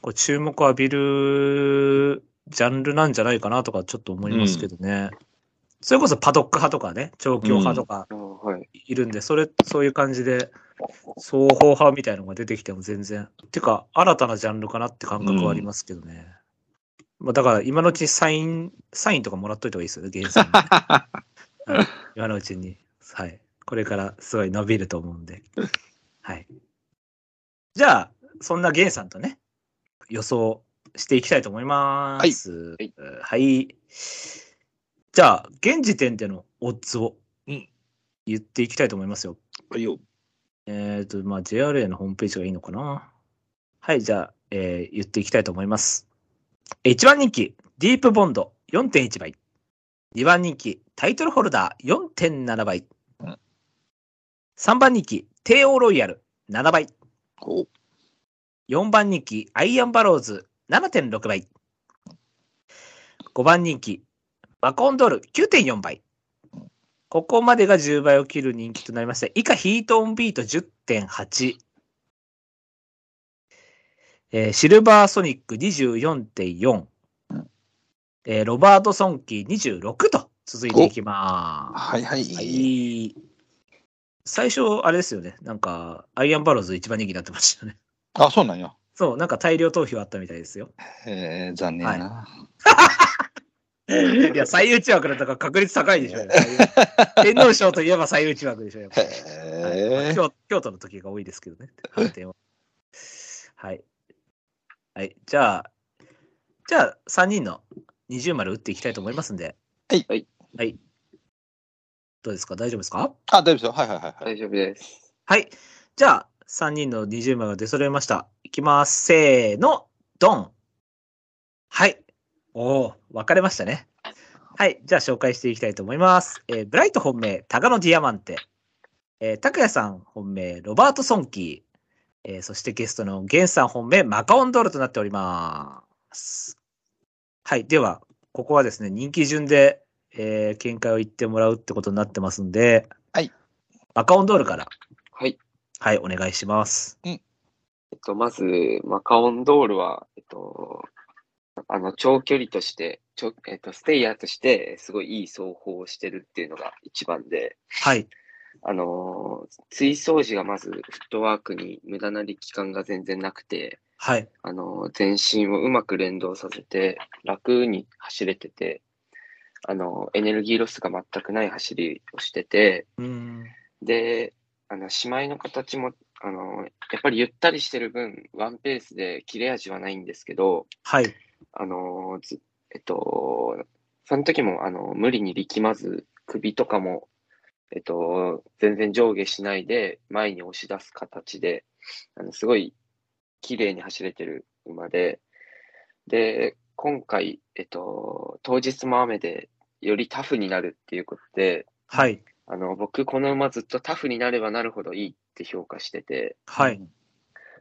Speaker 3: こう注目を浴びるジャンルなんじゃないかなとか、ちょっと思いますけどね。それこそパドック派とかね、調教派とか
Speaker 6: あはい。
Speaker 3: いるんで、それ、そういう感じで、双方派みたいなのが出てきても全然、てか、新たなジャンルかなって感覚はありますけどね。まあ、だから、今のうちにサイン、サインとかもらっといた方がいいですよね、ゲーム さんに。はい今のうちに、はい。これからすごい伸びると思うんで。はい。じゃあ、そんなゲンさんとね、予想していきたいと思います。
Speaker 6: はい。
Speaker 3: はい。じゃあ、現時点でのオッズを
Speaker 4: うん
Speaker 3: 言っていきたいと思いますよ。
Speaker 4: はいよ。
Speaker 3: えっ、と、まあ、JRA のホームページがいいのかな。はい、じゃあ、えー言っていきたいと思います。えー1番人気、ディープボンド4.1倍。2番人気、タイトルホルダー4.7倍
Speaker 4: うん。
Speaker 3: 3番人気、帝王ロイヤル7倍。
Speaker 4: お
Speaker 3: 4番人気、アイアンバローズ7.6倍。5番人気、バコンドール9.4倍。ここまでが10倍を切る人気となりました。以下、ヒートオンビート10.8。えーシルバーソニック24.4。えーロバート・ソンキー26と続いていきます。
Speaker 4: はいはい。
Speaker 3: はい。最初、あれですよね。なんか、アイアンバローズ一番人気になってましたよね。
Speaker 4: あ、そうなんや。
Speaker 3: そう、なんか大量投票あったみたいです よ。
Speaker 4: えー、残念やな。
Speaker 3: いや、最優中枠だったから確率高いでしょ。 天皇賞といえば最優中枠でしょ。やっぱりはい
Speaker 4: へえ。
Speaker 3: 京京都の時が多いですけどね、判定は。はい。はい、じゃあ、じゃあ3人の20丸打っていきたいと思いますんで。
Speaker 4: はい
Speaker 6: はい。
Speaker 3: はい。どうですか大丈夫ですか
Speaker 4: あ、大丈夫ですよ。はいはいはい。はい、
Speaker 6: 大丈夫です。
Speaker 3: はい。じゃあ、3人の20枚が出揃えました。いきます。せーの、ドン。はい。おー、分かれましたね。はい。じゃあ、紹介していきたいと思います。えーブライト本命、タガノディアマンテ。えー、タクヤさん本命、ロバート・ソンキー。えーそしてゲストのゲンさん本命、マカオンドールとなっております。はい。では、ここはですね、人気順で、えー見解を言ってもらうってことになってますんで、
Speaker 4: はい。
Speaker 3: マカオンドールから。
Speaker 6: はい。
Speaker 3: はい、お願いします。
Speaker 6: えっと、まず、マカオンドールは、えっと、あの、長距離として、ちょえっと、ステイヤーとして、すごいいい走法をしてるっていうのが一番で、
Speaker 3: はい。
Speaker 6: あのー、追走時がまずフットワークに無駄な力感が全然なくて、
Speaker 3: はい。
Speaker 6: あのー、全身をうまく連動させて、楽に走れてて、あのー、エネルギーロスが全くない走りをしてて、
Speaker 3: うーん。
Speaker 6: で、あの、しまいの形も、あの、やっぱりゆったりしてる分、ワンペースで切れ味はないんですけど、
Speaker 3: はい。
Speaker 6: あの、ずえっと、その時も、あの、無理に力まず、首とかも、えっと、全然上下しないで、前に押し出す形で、あの、すごい、綺麗に走れてる馬で、で、今回、えっと、当日も雨で、よりタフになるっていうことで、
Speaker 3: はい。
Speaker 6: あの、僕、この馬ずっとタフになればなるほどいいって評価してて、
Speaker 3: はい。。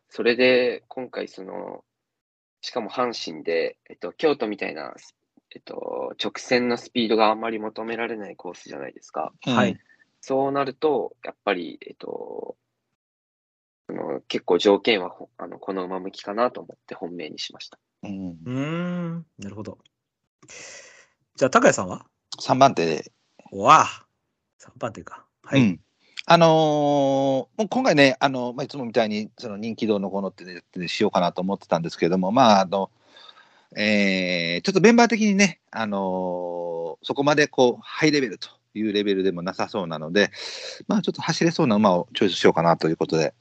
Speaker 6: それで、今回、その、しかも阪神で、えっと、京都みたいな、えっと、直線のスピードがあんまり求められないコースじゃないですか。
Speaker 3: はい。
Speaker 6: そうなると、やっぱり、えっと、その結構条件はほ、あの、この馬向きかなと思って本命にしました。
Speaker 4: うん。
Speaker 3: うーん。なるほど。じゃあ、高谷さんは
Speaker 4: 3番手で。
Speaker 3: わあ。3番手か。は
Speaker 4: う
Speaker 3: い。
Speaker 4: ん。あのーもう今回ね、あのまあ、いつもみたいにその人気どうのこうのって、ね、しようかなと思ってたんですけれども、まああのえーちょっとメンバー的にね、あのーそこまでこうハイレベルというレベルでもなさそうなので、まあ、ちょっと走れそうな馬をチョイスしようかなということで、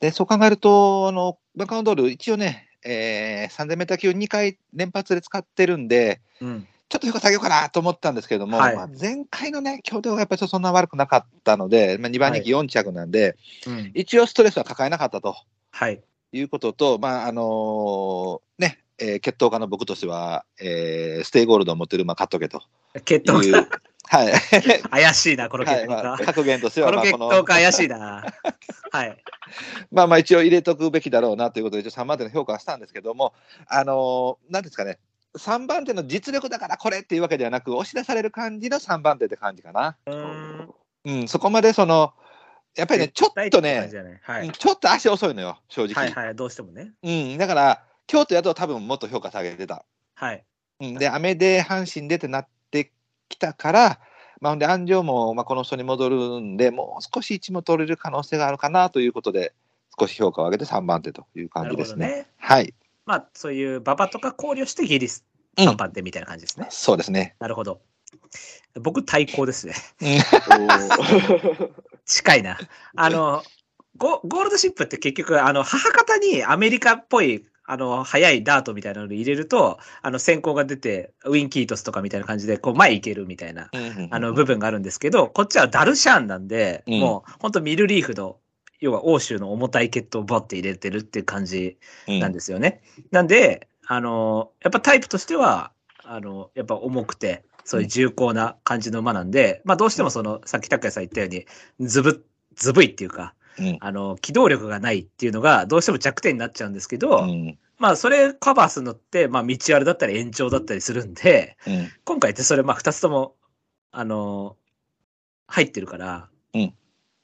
Speaker 4: でそう考えると、あのバカウンドール、一応ね、えー、3000メーター級2回連発で使ってるんで、
Speaker 3: うん。
Speaker 4: ちょっと評価下げようかなと思ったんですけども、
Speaker 3: はい
Speaker 4: まあ、前回のね、強調がやっぱりちょっとそんな悪くなかったので、まあ、2番人気4着なんで、
Speaker 3: うん。
Speaker 4: 一応ストレスは抱えなかったと
Speaker 3: はい。
Speaker 4: いうことと、まああのーね、えー決闘家の僕としては、えーステイゴールドを持ってる、まあ、買っとけと
Speaker 3: 決
Speaker 4: い
Speaker 3: 闘
Speaker 4: う、はい、
Speaker 3: 怪しい な、この
Speaker 4: は
Speaker 3: 決
Speaker 4: い
Speaker 3: 闘
Speaker 4: まあ、
Speaker 3: か。
Speaker 4: 格言としては、
Speaker 3: こ
Speaker 4: ま
Speaker 3: の
Speaker 4: あ
Speaker 3: 決
Speaker 4: この
Speaker 3: 闘か怪しいな。はい。
Speaker 4: まあまあ一応入れとくべきだろうなということで、一応3番手の評価はしたんですけども、あのーなんですかね、3番手の実力だからこれっていうわけではなく、押し出される感じの3番手って感じかな。
Speaker 3: うーん。
Speaker 4: うん、そこまでその、やっぱりね、ちょっとね、
Speaker 3: は
Speaker 4: うん
Speaker 3: い。
Speaker 4: ちょっと足遅いのよ、正直。
Speaker 3: はいはい。どうしてもね。
Speaker 4: うん、だから、京都やと多分もっと評価下げてた。
Speaker 3: はい。
Speaker 4: うん、で、雨で阪神でってなってきたから、まあ、ほんで、安城も、まあ、この人に戻るんで、もう少し位置も取れる可能性があるかなということで、少し評価を上げて3番手という
Speaker 3: な
Speaker 4: 感
Speaker 3: るほ
Speaker 4: じで
Speaker 3: ど
Speaker 4: すね。
Speaker 3: ね。
Speaker 4: はい、
Speaker 3: まあ、そういう馬場とか考慮してギリス
Speaker 4: うん
Speaker 3: 3番手みたいな感じですね。
Speaker 4: そうですね。
Speaker 3: なるほど。僕、対抗ですね。
Speaker 6: お
Speaker 3: 近いな。あの、ゴゴールドシップって結局、あの、母方にアメリカっぽい、あの、速いダートみたいなのを入れると、あの、先行が出て、ウィン・キートスとかみたいな感じで、こう、前行けるみたいな、あの、部分があるんですけど、こっちはダルシャーンなんで、
Speaker 4: うん
Speaker 3: もう、ほんとミルリーフの、要は欧州の重たい血統をバッて入れてるっていう感じ
Speaker 4: 分
Speaker 3: なんですよね。なんで、あの、やっぱタイプとしては、あの、やっぱ重くて、そういう重厚な感じの馬なんで、まあどうしてもその、さっき拓也さん言ったように、ずぶ、ずぶいっていうか、
Speaker 4: うん
Speaker 3: あの、機動力がないっていうのが、どうしても弱点になっちゃうんですけど、
Speaker 4: うん
Speaker 3: まあそれカバーするのって、まあ道あるだったり延長だったりするんで、
Speaker 4: うん
Speaker 3: 今回ってそれ、まあ二つとも、あの、入ってるから、
Speaker 4: うん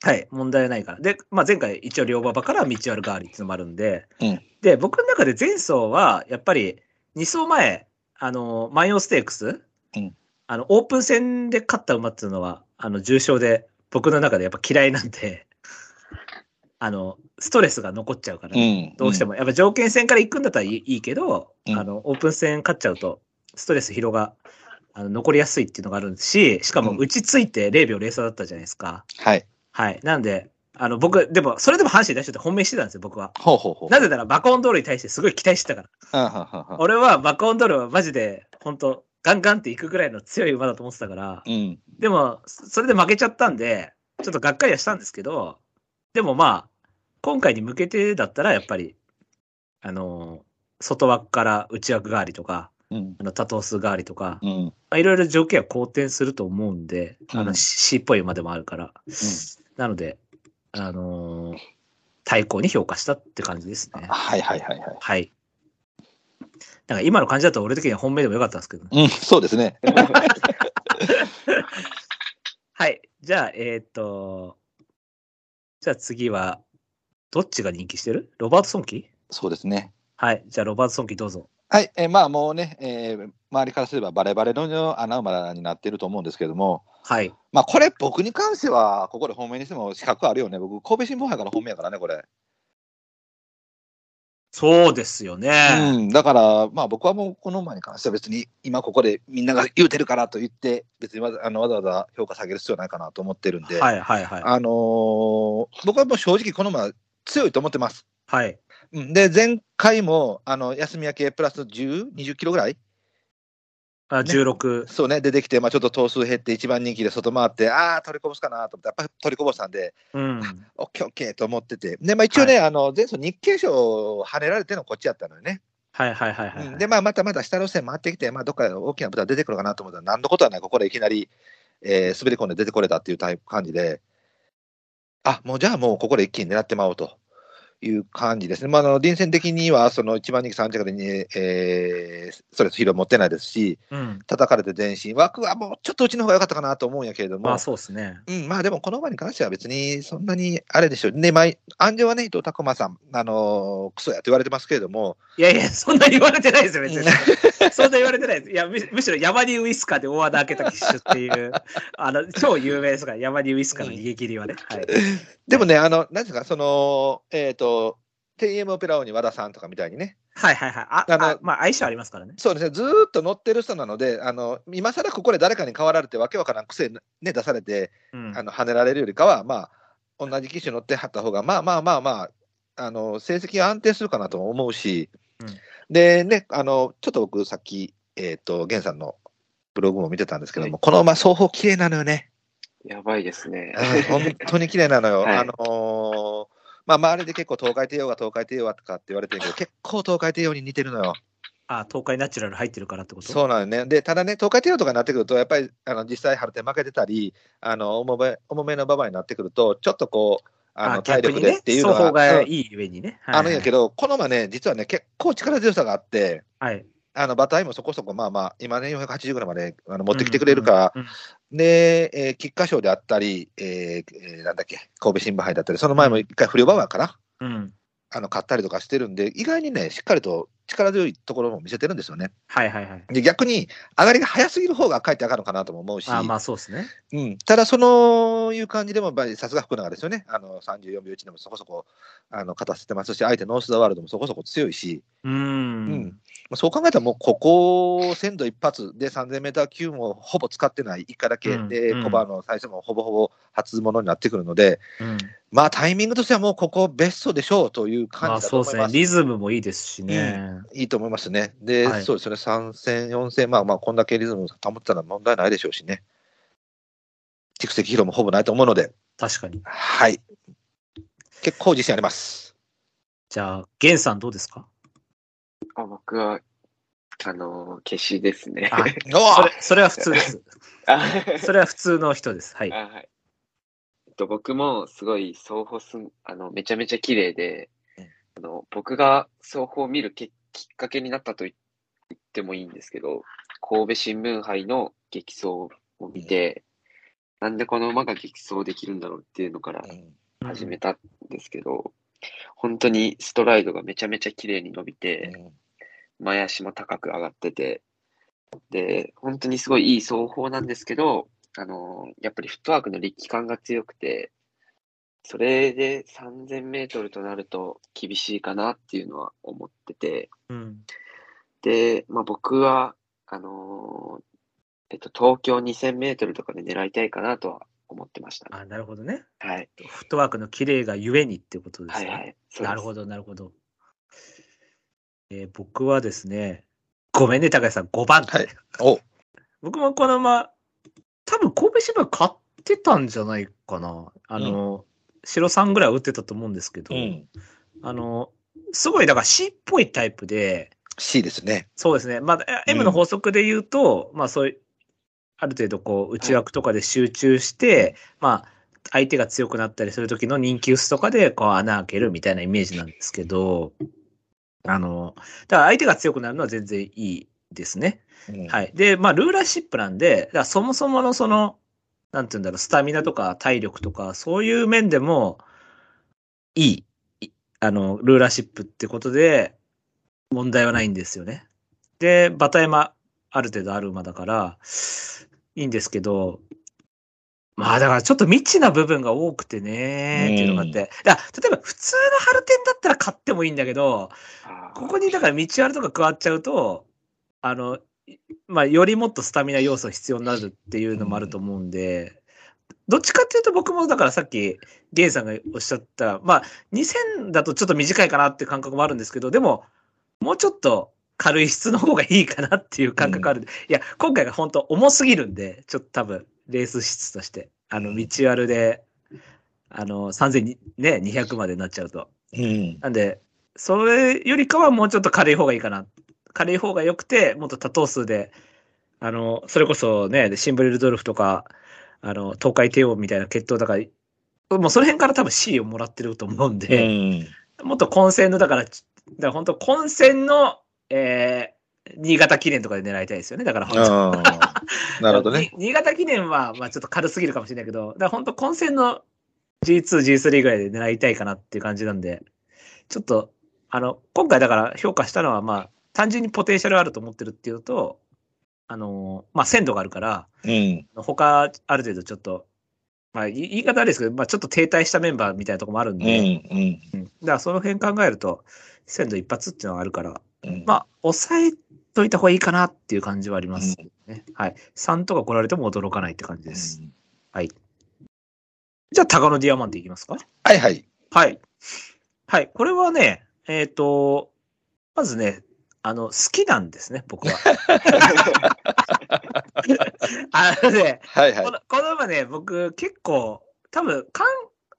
Speaker 3: はい、問題ないから。で、まあ、前回一応両馬場から道ある代わりっていうのもあるんで、
Speaker 4: うん
Speaker 3: で、僕の中で前走は、やっぱり2走前、あの、万葉ステークス、
Speaker 4: うん
Speaker 3: あの、オープン戦で勝った馬っていうのは、あの、重傷で、僕の中でやっぱ嫌いなんで、あの、ストレスが残っちゃうから、
Speaker 4: ん
Speaker 3: どうして
Speaker 4: も。
Speaker 3: も、やっぱ条件戦から行くんだったらいいいいけど、
Speaker 4: うん
Speaker 3: あの、オープン戦勝っちゃうと、ストレス疲労が、あの、残りやすいっていうのがあるし、しかも
Speaker 4: うん
Speaker 3: 打ちついて0秒0差だったじゃないですか。
Speaker 4: はい。
Speaker 3: はい。なんで、あの、僕、でも、それでも阪神大賞って本命してたんですよ、僕は。
Speaker 4: ほうほうほう。
Speaker 3: なぜなら、バコンドールに対してすごい期待してたから。
Speaker 4: うんはんはんはん
Speaker 3: 俺は、バコンドールはマジで、本当ガンガンっていくぐらいの強い馬だと思ってたから、
Speaker 4: うん。
Speaker 3: でも、そそれで負けちゃったんで、ちょっとがっかりはしたんですけど、でもまあ、今回に向けてだったら、やっぱり、あのー外枠から内枠代わりとか、
Speaker 4: うん。
Speaker 3: あの多頭数代わりとか、ま
Speaker 4: うん。
Speaker 3: あ、いろいろ条件は好転すると思うんで、あ
Speaker 4: う
Speaker 3: の、
Speaker 4: ん
Speaker 3: C っぽい馬でもあるから、なので、あのー対抗に評価したって感じですね。
Speaker 4: はいはいはいはい。
Speaker 3: はい。なんか今の感じだと俺的には本命でもよかったんですけどね、
Speaker 4: うん、そうですね。
Speaker 3: はい。じゃあ、えーっと、じゃあ次は、どっちが人気してるロバートソンキ
Speaker 4: そうですね。
Speaker 3: はい。じゃあ、ロバートソンキどうぞ。
Speaker 4: はい、えーまあもうね、えー周りからすればバレバレの穴馬になってると思うんですけども、
Speaker 3: はい。
Speaker 4: まあこれ僕に関しては、ここで本命にしても資格あるよね。僕、神戸新聞杯から本命やからね、これ。
Speaker 3: そうですよね。
Speaker 4: うん、だから、まあ僕はもうこの馬に関しては別に今ここでみんなが言うてるからと言って、別にわざあのわざわざ評価下げる必要ないかなと思ってるんで、
Speaker 3: はいはいはい。
Speaker 4: あのー僕はもう正直この馬強いと思ってます。
Speaker 3: はい。
Speaker 4: うんで、前回も、あの、休み明けプラス10、20キロぐらい
Speaker 3: あ16。
Speaker 4: そうね、出てきて、まあ、ちょっと頭数減って、一番人気で外回って、ああ、取りこぼすかなと思って、やっぱり取りこぼしたんで、
Speaker 3: うん。
Speaker 4: オッケーオッケーと思ってて、でまあ、一応ね、あの前走日経賞を跳ねられてのこっちやったのよね。
Speaker 3: はいはいはいはい。
Speaker 4: うんで、まあ、またまた下路線回ってきて、まあ、どっか大きな舞台出てくるかなと思ったら、なんのことはない、ここでいきなり、えー滑り込んで出てこれたっていうタイプ感じで、あもうじゃあもうここで一気に狙ってまおうと。いう感じですね。まあ、あの、臨戦的には、その、一番人気3着でに、えー、それ、ヒーロー持ってないですし、
Speaker 3: うん。
Speaker 4: 叩かれて前進、枠はもうちょっとうちの方が良かったかなと思うんやけれども、
Speaker 3: まあ、そうですね。
Speaker 4: うん、まあでもこの馬に関しては別にそんなにあれでしょう、ね、まあ、安城はね、伊藤拓馬さん、あのークソやって言われてますけれども、
Speaker 3: いやいや、そんな言われてないですよ、別
Speaker 4: う
Speaker 3: に
Speaker 4: ん。
Speaker 3: そんな言われてないです。いや、むむしろ山にウイスカーで大穴開けた騎手っていう、あの、超有名ですから、山にウイスカーの逃げ切りはね。はい。
Speaker 4: でもね、あの、なんていうか、その、えっ、と、10M オペラ王に和田さんとかみたいにね、
Speaker 3: はいはいはい。あ、
Speaker 4: あの
Speaker 3: あまあ、相性ありますからね。
Speaker 4: そうですね、ずーっと乗ってる人なので、あの今更ここで誰かに変わられて、わけわからん癖、ね、出されて、
Speaker 3: うん
Speaker 4: あ。の跳ねられるよりかは、まあ、同じ機種乗ってはった方が、まあまあまあまあ、あの成績が安定するかなとも思うし、
Speaker 3: うん
Speaker 4: でね、あのちょっと僕、さっき、えっ、と、源さんのブログも見てたんですけども、
Speaker 6: は
Speaker 4: この馬、双方綺麗なのよね。
Speaker 6: やばいですね。
Speaker 4: 本当に綺麗なのよ。
Speaker 6: はい
Speaker 4: あのーまあ、周りで結構東海帝王が東海帝王がとかって言われてるけど、結構東海帝王に似てるのよ。
Speaker 3: あ、東海ナチュラル入ってるからってこと
Speaker 4: そうなのよね。で、ただね、東海帝王とかになってくると、やっぱりあの実際、春手負けてたり、あの重め重めの馬場になってくると、ちょっとこう、あの体
Speaker 3: 逆
Speaker 4: 力
Speaker 3: に
Speaker 4: でっていうの
Speaker 3: ね、双方が
Speaker 4: が、
Speaker 3: い
Speaker 4: うん
Speaker 3: い上にね。はい
Speaker 4: あるんやけど、この馬ね、実はね、結構力強さがあって、
Speaker 3: はい。
Speaker 4: あの馬体もそこそこ、まあまあ、今ね、480ぐらいまであの持ってきてくれるから、
Speaker 3: うんうんうん
Speaker 4: で、えー、菊花賞であったり、えーえーなんだっけ、神戸新聞杯だったり、その前も一回不良馬場かな、
Speaker 3: うん。うん
Speaker 4: あの買ったりとかしてるんで、意外にね、しっかりと力強いところも見せてるんですよね。
Speaker 3: はいはいはい。
Speaker 4: で逆に上がりが早すぎる方がかえって上がるのかなとも思うし、
Speaker 3: あまあそうですね。
Speaker 4: うん、ただ、そのいう感じでも、やっぱりさすが福永ですよね、あの34秒1でもそこそこあの勝たせてますし、相手ノース・ザ・ワールドもそこそこ強いし、
Speaker 3: うーん。
Speaker 4: まあそう考えたら、もうここ、鮮度一発で3000メーター級もほぼ使ってない、1回だけ、
Speaker 3: うん
Speaker 4: で、
Speaker 3: うん
Speaker 4: コバの最初もほぼほぼ初物になってくるので、
Speaker 3: うん
Speaker 4: まあ、タイミングとしてはもうここ、ベストでしょうという
Speaker 3: ま
Speaker 4: 感
Speaker 3: あ
Speaker 4: じだ
Speaker 3: そ
Speaker 4: と
Speaker 3: うで
Speaker 4: 思い
Speaker 3: す
Speaker 4: ま
Speaker 3: ね。
Speaker 4: す。
Speaker 3: リズムもいいですしね。
Speaker 4: いいと思いますね。で、
Speaker 3: はい
Speaker 4: そうですね、3戦、4戦、まあまあ、こんだけリズム保ってたら問題ないでしょうしね。蓄積疲労もほぼないと思うので、
Speaker 3: 確かに。
Speaker 4: はい。結構自信あります。
Speaker 3: じゃあ、ゲンさんどうですか
Speaker 6: あ僕は、あの、消しですね。
Speaker 3: あ
Speaker 4: お
Speaker 3: それ
Speaker 4: ー、
Speaker 3: それは普通 です。
Speaker 6: あ
Speaker 3: それは普通の人です。はい。
Speaker 6: あはい。えっと、僕もすごい双方すん、あの、めちゃめちゃ綺麗で
Speaker 4: うん、
Speaker 6: あの、僕が双方を見るききっかけになったと言ってもいいんですけど、神戸新聞杯の激走を見て、なんでこの馬が激走できるんだろうっていうのから
Speaker 4: うん
Speaker 6: 始めたんですけど、本当にストライドがめちゃめちゃ綺麗に伸びて、前足も高く上がってて、で、本当にすごいいい走法なんですけど、あのーやっぱりフットワークの力感が強くて、それで3000メートルとなると厳しいかなっていうのは思ってて、
Speaker 3: うん。
Speaker 6: で、まあ、僕は、あのーえっと、東京2000メートルとかで狙いたいかなとは思ってましたね。
Speaker 3: あ、なるほどね。
Speaker 6: はい。
Speaker 3: フットワークの綺麗がゆえにっていうことです
Speaker 6: はい
Speaker 3: ね。
Speaker 6: はい。そうです
Speaker 3: なるほど、なるほど。えー僕はですね、ごめんね、高橋さん、5番手。
Speaker 4: はいお
Speaker 3: 僕もこのまま、多分神戸芝居買ってたんじゃないかな。あの、白3ぐらいは打ってたと思うんですけど、
Speaker 4: うん
Speaker 3: あの、すごい、だから C っぽいタイプで、
Speaker 4: C ですね。
Speaker 3: そうですね。まあ、え M の法則で言うと、まあそういう、ある程度こう、内枠とかで集中して、まあ、相手が強くなったりする時の人気薄とかで、こう穴開けるみたいなイメージなんですけど、あの、だから相手が強くなるのは全然いいですね。
Speaker 4: い。
Speaker 3: はい。で、まあ、ルーラーシップなんで、だからそもそものその、なんて言うんだろう、スタミナとか体力とか、そういう面でも、いい、いあの、ルーラーシップってことで、問題はないんですよね。で、バタ馬、ある程度ある馬だから、いいんですけど、まあだからちょっと未知な部分が多くてね、っていうのがあって。だから例えば普通の春天だったら買ってもいいんだけど、
Speaker 6: あー
Speaker 3: ここにだから道あるとか加わっちゃうと、あの、いまあ、よりもっとスタミナ要素が必要になるっていうのもあると思うんで、どっちかっていうと僕もだからさっき、ゲイさんがおっしゃった、まあ、2000だとちょっと短いかなって感覚もあるんですけど、でも、もうちょっと軽い質の方がいいかなっていう感覚あるんで、いや、今回が本当重すぎるんで、ちょっと多分、レース質として、あの、道あるで、あの、3200、ね、200までなっちゃうと。
Speaker 4: うん。
Speaker 3: なんで、それよりかはもうちょっと軽い方がいいかな。軽い方が良くて、もっと多頭数で、あの、それこそね、シンブレルドルフとか、あの、東海帝王みたいな決闘だから、もうその辺から多分 C をもらってると思うん
Speaker 4: う
Speaker 3: で、
Speaker 4: ん。
Speaker 3: もっと混戦の、だから、ちだから本当混戦の、えー、新潟記念とかで狙いたいですよね。だから本当
Speaker 4: あ ーなるほどね。
Speaker 3: に新潟記念は、まあちょっと軽すぎるかもしれないけど、だから本当混戦の G2、G3 ぐらいで狙いたいかなっていう感じなんで、ちょっと、あの、今回だから評価したのは、まあ単純にポテンシャルあると思ってるっていうのと、あのーまあ鮮度があるから、
Speaker 4: うん。
Speaker 3: 他、ある程度ちょっと、まあい言い方あれですけど、まあちょっと停滞したメンバーみたいなところもあるん
Speaker 4: う
Speaker 3: で、
Speaker 4: ん。
Speaker 3: うんだからその辺考えると、鮮度一発っていうのがあるから、
Speaker 4: うん。
Speaker 3: まあ、抑えといた方がいいかなっていう感じはありますけどね。はい。3とか来られても驚かないって感じです。
Speaker 4: うん
Speaker 3: じゃあ、タガノディアマンテいきますか
Speaker 4: はいはい。
Speaker 3: はい。はい。これはね、えっ、と、まずね、あの、好きなんですね、 僕は。あのね、
Speaker 4: はいはい
Speaker 3: こ。のこの馬ね、僕結構、多分、かん、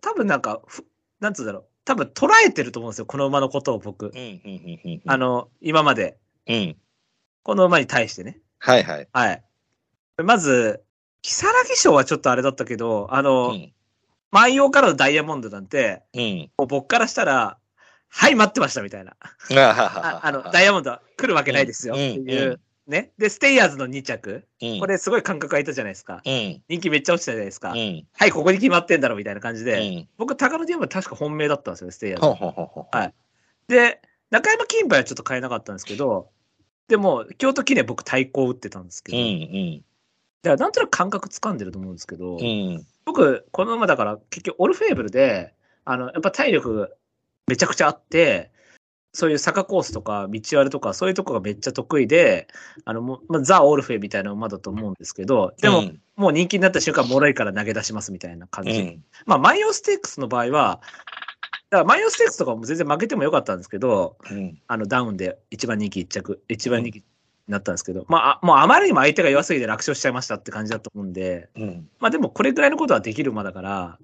Speaker 3: 多分なんか、ふなんつうんだろう。多分捉えてると思うんですよ、この馬のことを僕
Speaker 4: う。んうんうんうん
Speaker 3: あの、今まで、
Speaker 4: うん。
Speaker 3: この馬に対してね。
Speaker 4: はいはい。
Speaker 3: はい。まず、木更木賞はちょっとあれだったけど、あ
Speaker 4: う
Speaker 3: の、
Speaker 4: ん。
Speaker 3: 万葉からのダイヤモンドなんて、
Speaker 4: うん。
Speaker 3: もう僕からしたら、はい、待ってましたみたいな。あ
Speaker 4: あ
Speaker 3: あの、ダイヤモンドは来るわけないですよ。
Speaker 4: う
Speaker 3: っ
Speaker 4: ん
Speaker 3: ていうう。ね。で、ステイヤーズの2着。
Speaker 4: うん
Speaker 3: これすごい感覚がいたじゃないですか。
Speaker 4: うん。
Speaker 3: 人気めっちゃ落ちたじゃないですか
Speaker 4: う。ん。
Speaker 3: はい、ここに決まってんだろうみたいな感じ
Speaker 4: う
Speaker 3: で。
Speaker 4: ん。
Speaker 3: 僕、高野ディアムは確か本命だったんですよね、ステイヤーズ
Speaker 4: ほ。うほうほうほう。
Speaker 3: で、中山金杯はちょっと買えなかったんですけど、でも、京都記念僕対抗打ってたんですけ
Speaker 4: う
Speaker 3: ど、
Speaker 4: ん
Speaker 3: だからなんとなく感覚掴んでると思うんですけど、
Speaker 4: うん。うん。
Speaker 3: 僕、この馬だから結局オルフェーブルで、あの、やっぱ体力めちゃくちゃあって、そういう坂コースとか道割れとかそういうとこがめっちゃ得意で、あの、もうまあ、ザ・オルフェみたいな馬だと思うんですけど、でも、
Speaker 4: うん
Speaker 3: もう人気になった瞬間、もろいから投げ出しますみたいな感
Speaker 4: う
Speaker 3: じ。
Speaker 4: ん。
Speaker 3: まあ、万葉ステークスの場合は、だから万葉ステークスとかも全然負けてもよかったんですけど、
Speaker 4: うん。
Speaker 3: あの、ダウンで一番人気一着、一番人気になったんですけど、まあ、あもうあまりにも相手が弱すぎて楽勝しちゃいましたって感じだと思うんで、
Speaker 4: うん。
Speaker 3: まあでもこれぐらいのことはできる馬だから、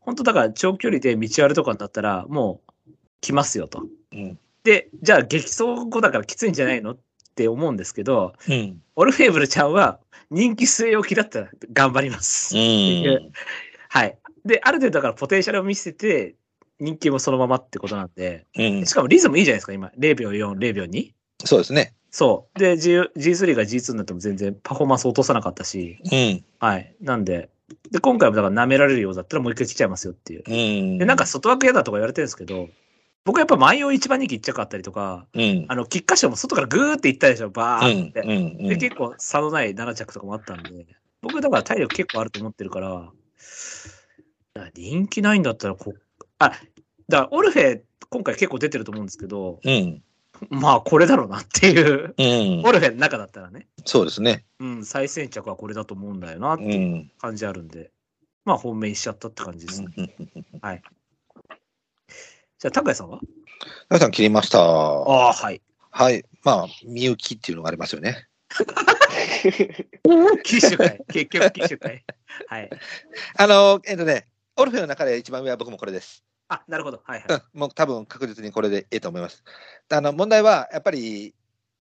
Speaker 3: 本当だから長距離で道あるとかになったら、もう来ますよと。
Speaker 4: うん
Speaker 3: で、じゃあ激走後だからきついんじゃないのって思うんですけど、
Speaker 4: うん。
Speaker 3: オルフェーブルちゃんは人気据え置きだったら頑張ります。
Speaker 4: うん。
Speaker 3: はい。で、ある程度だからポテンシャルを見せて、人気もそのままってことなんで、
Speaker 4: うん
Speaker 3: し。かもリズムいいじゃないですか、今。0秒4、0秒 2?
Speaker 4: そうですね。
Speaker 3: そう。で、G、G3 が G2 になっても全然パフォーマンス落とさなかったし、
Speaker 4: うん。
Speaker 3: はい。なんで、で、今回もだから舐められるようだったらもう一回来ちゃいますよっていう。
Speaker 4: うん
Speaker 3: で、なんか、外枠嫌だとか言われてるんですけど、僕はやっぱ万葉一番人気一着あったりとか、
Speaker 4: うん。
Speaker 3: あの、菊花賞も外からグーって行ったでしょ、バ
Speaker 4: う
Speaker 3: ーっ
Speaker 4: ん
Speaker 3: て。
Speaker 4: うんうん
Speaker 3: で、結構差のない7着とかもあったんで、僕だから体力結構あると思ってるから、だから人気ないんだったらこ、あ、だからオルフェ、今回結構出てると思うんですけど、
Speaker 4: うん。
Speaker 3: まあこれだろうなっていう、
Speaker 4: うん
Speaker 3: オ。ルフェの中だったらね、
Speaker 4: そうですね。
Speaker 3: うん、最先着はこれだと思うんだよなっ
Speaker 4: う。
Speaker 3: ていうん感じあるんで、まあ本命にしちゃったって感じですね。じゃあ、高谷さんは
Speaker 4: 皆さん切りました。
Speaker 3: ああ、はい。
Speaker 4: はい。まあ、みゆきっていうのがありますよね。
Speaker 3: 機種 かい。結局機種かい。はい。
Speaker 4: あの、えっとね、オルフェの中で一番上は僕もこれです。
Speaker 3: あ、なるほど。はいは
Speaker 4: う
Speaker 3: い
Speaker 4: ん。、もう多分確実にこれでいいと思います。あの問題はやっぱり、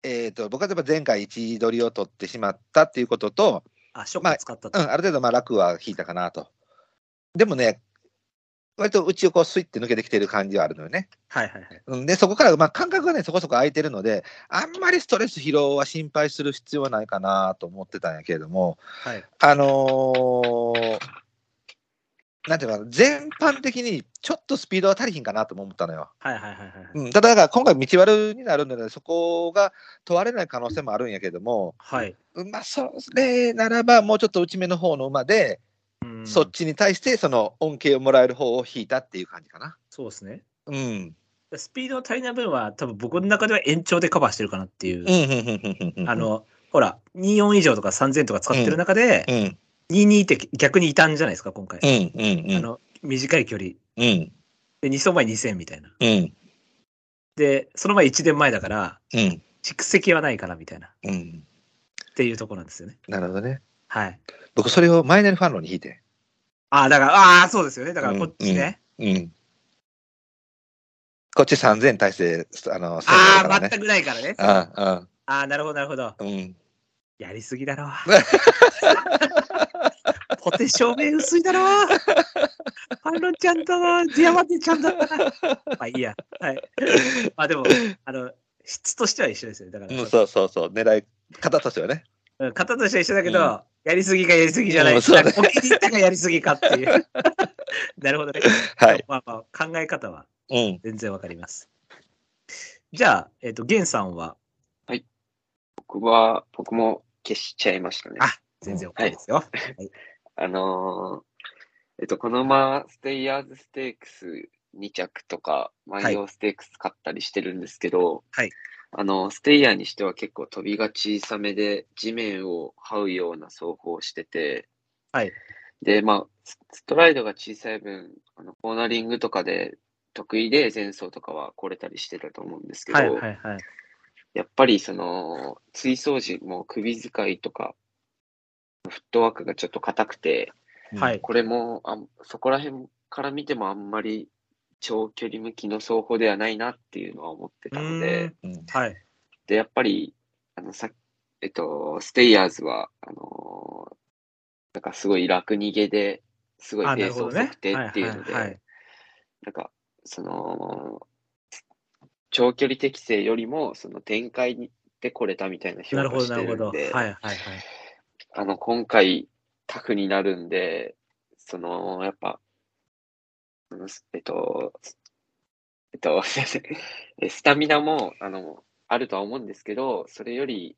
Speaker 4: えー、と僕はやっぱ前回1位取りを取ってしまったっていうことと、
Speaker 3: あ、ショックを使った
Speaker 4: う
Speaker 3: と。
Speaker 4: ん、ある程度まあ楽は引いたかなと。でもね、割とうちをこうスイッて抜けてきてる感じはあるのよね。
Speaker 3: はいはいはい。
Speaker 4: うん、で、そこから、まあ、感覚がね、そこそこ空いてるので、あんまりストレス疲労は心配する必要はないかなと思ってたんやけれども、
Speaker 3: はい。
Speaker 4: あのーなんていうのかな、全般的にちょっとスピードが足りひんかなとも思ったのよ。
Speaker 3: はいはいはいはい。
Speaker 4: うん、ただ、だから今回、道悪になるので、そこが問われない可能性もあるんやけども、
Speaker 3: はい。
Speaker 4: まあ、それならば、もうちょっと内目の方の馬で、
Speaker 3: うん
Speaker 4: そっちに対して、その恩恵をもらえる方を引いたっていう感じかな。
Speaker 3: そうですね。
Speaker 4: うん。
Speaker 3: スピードの足りない分は、多分僕の中では延長でカバーしてるかなっていう。
Speaker 4: うん、うん、うん、うん。
Speaker 3: あ、の、ほら、24以上とか3000とか使ってる中で
Speaker 4: う、ん、
Speaker 3: 22って逆にいたんじゃないですか、今回。
Speaker 4: うん、うん、う
Speaker 3: あ
Speaker 4: ん、
Speaker 3: の、短い距離。
Speaker 4: うん、
Speaker 3: で、2走前2000みたいな。
Speaker 4: うん、
Speaker 3: で、その前1年前だから、
Speaker 4: うん、
Speaker 3: 蓄積はないからみたいな。っ
Speaker 4: うん。
Speaker 3: ていうところなんですよね。
Speaker 4: なるほどね。
Speaker 3: はい。
Speaker 4: 僕、それをマイナルファンローに引いて。
Speaker 3: ああ、だから、ああ、そうですよね。だからこっちね。
Speaker 4: うん。こっち3000対して、あの、1000
Speaker 3: あ
Speaker 4: だ
Speaker 3: あー、
Speaker 4: から
Speaker 3: 全
Speaker 4: ね。
Speaker 3: くないからね。
Speaker 4: あ
Speaker 3: ああ、なるほど、なるほど。
Speaker 4: あ、うん。
Speaker 3: やりすぎだ ろ。ポテ照明薄いだろ。パンロンちゃんとディアマテちゃんだったな。まあいいや。はい。まあでも、あの、質としては一緒ですよね。だから、
Speaker 4: うん、そうそうそう。狙い方としてはね。
Speaker 3: うん型としては一緒だけど、
Speaker 4: うん
Speaker 3: やりすぎかやりすぎじゃない。
Speaker 4: う
Speaker 3: お
Speaker 4: んそうだね
Speaker 3: 気に入ったかやりすぎかって いう。なるほどね。
Speaker 4: はい。
Speaker 3: まあまあ、考え方は
Speaker 4: うん。
Speaker 3: 全然わかります。じゃあ、えっ、と、ゲンさんは、
Speaker 6: 僕は、 僕も消しちゃいましたね。
Speaker 3: あ全然 OK ですよ。
Speaker 6: あのーえっと、このままステイヤーズステークス2着とか、
Speaker 3: い
Speaker 6: 万葉ステークス買ったりしてるんですけど、
Speaker 3: はい
Speaker 6: あのーステイヤーにしては結構飛びが小さめで、地面を這うような走法をしてて、
Speaker 3: はい
Speaker 6: で、まあ、スストライドが小さい分、あのコーナリングとかで得意で前走とかは来れたりしてたと思うんですけど、
Speaker 3: はいはいはい。
Speaker 6: やっぱりその追走時も首使いとか、フットワークがちょっと硬くて、
Speaker 3: はい。
Speaker 6: これもあんそこら辺から見てもあんまり長距離向きの走法ではないなっていうのは思って
Speaker 3: う
Speaker 6: たの
Speaker 3: ー
Speaker 6: で
Speaker 3: ん、はい。
Speaker 6: でやっぱりあのさ、えっと、ステイヤーズはあのーなんかすごい楽逃げですごい
Speaker 3: あ
Speaker 6: ペ
Speaker 3: な
Speaker 6: ー
Speaker 3: る
Speaker 6: ス
Speaker 3: ほ
Speaker 6: を
Speaker 3: どね
Speaker 6: 測定っていうので、
Speaker 3: はいはいはい
Speaker 6: なんかその長距離適正よりもその展開にでこれたみたいな評
Speaker 3: なるほ
Speaker 6: 価
Speaker 3: ど、
Speaker 6: し
Speaker 3: な
Speaker 6: て
Speaker 3: るほ
Speaker 6: るん
Speaker 3: ど。はい
Speaker 6: で、
Speaker 3: はいはい。
Speaker 6: あの、今回、タフになるんで、その、やっぱ、うんすえっと、すえっと、 すいません。えスタミナも、あの、あるとは思うんですけど、それより、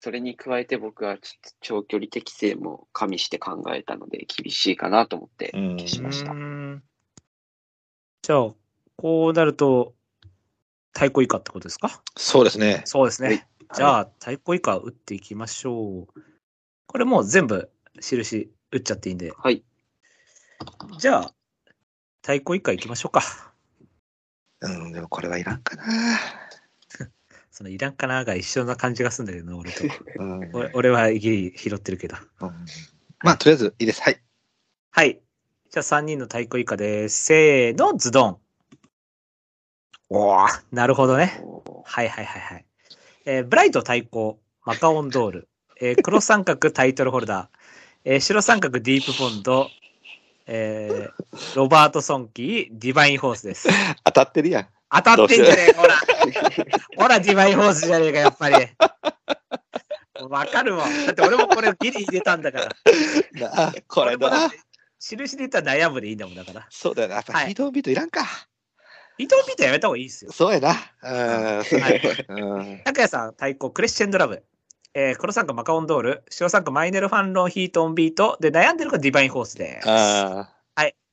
Speaker 6: それに加えて僕はちょっと長距離適性も加味して考えたので、厳しいかなと思って
Speaker 4: うん
Speaker 6: 消しました
Speaker 3: うー。んじゃあ、こうなると、太鼓以下ってことですか
Speaker 4: そうですね。
Speaker 3: そうですね。
Speaker 6: はい
Speaker 3: じゃあ、太鼓以下打っていきましょう。これもう全部印打っちゃっていいんで。
Speaker 6: はい。
Speaker 3: じゃあ、太鼓以下いきましょうか。
Speaker 4: うん、でもこれはいらんかな。
Speaker 3: そのいらんかなが一緒な感じがするんだけどな、俺と。
Speaker 4: うん。
Speaker 3: 俺俺はギリ拾ってるけど。
Speaker 4: うんまあ、とりあえずいいです。はい。
Speaker 3: はい。じゃあ3人の太鼓以下です。せーの、ズドン。おおなるほどね。
Speaker 6: お
Speaker 3: はいはいはいはい。えーブライト対抗、マカオンドール、えー黒三角タイトルホルダー、えー白三角ディープボンド、えーロバート・ソンキー、ディバイン・ホースです。
Speaker 4: 当たってるやん。
Speaker 3: 当たってんじゃねえか、ほら。ほら、ディバイン・ホースじゃねえか、やっぱり。わかるわ。だって俺もこれギリ入れたんだから。
Speaker 4: なあこれだな。
Speaker 3: 印で言ったら悩むでいいんだもんだから。
Speaker 4: そうだよな。やっぱ
Speaker 3: はい
Speaker 4: ヒートンビートいらんか。
Speaker 3: 伊藤ピートやめた方がいいですよ。
Speaker 4: そうやな。うん、そう
Speaker 3: はい
Speaker 4: やうん。
Speaker 3: 高谷さん対抗クレッシェンドラブ。えー、黒三区マカオンドール、白三区マイネルファンロンヒートオンビートで悩んでるのがディバインホースです。
Speaker 4: あ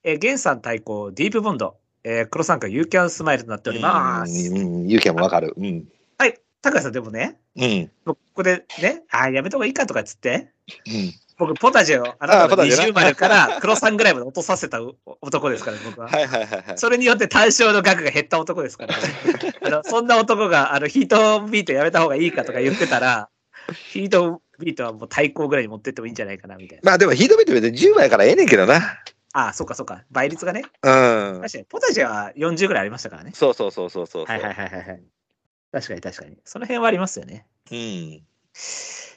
Speaker 3: えー、ゲンさん対抗ディープボンド、えー、黒三角ユーキャンスマイルとなっており
Speaker 4: あ。
Speaker 3: ま
Speaker 4: う
Speaker 3: す。
Speaker 4: ん、うん勇気もわかる。うん。
Speaker 3: はい、高橋さんでもね、
Speaker 4: うん。
Speaker 3: 僕ここでね、あーやめた方がいいかとかっつって、
Speaker 4: うん。
Speaker 3: 僕ポタジェをあな
Speaker 4: あー
Speaker 3: た
Speaker 4: ポ
Speaker 3: の
Speaker 4: タジェな
Speaker 3: 20丸から黒さんぐらいまで落とさせたう男ですから、僕は。
Speaker 4: はいはいはいは い。
Speaker 3: それによって単勝の額が減った男です から、あのそんな男があのヒートビートやめた方がいいかとか言ってたら、ヒートビートはもう対抗ぐらいに持ってってもいいんじゃないかなみたいな。
Speaker 4: まあでもヒートビート別に10枚やからええねんけどな。
Speaker 3: ああ、そうかそうか、倍率がね。
Speaker 4: うん。
Speaker 3: 確かに、ポタジェは40ぐらいありましたからね。
Speaker 4: そうそうそうそうそう。
Speaker 3: はいはいはいはいはい。確かに確かに。その辺はありますよね。
Speaker 4: うん。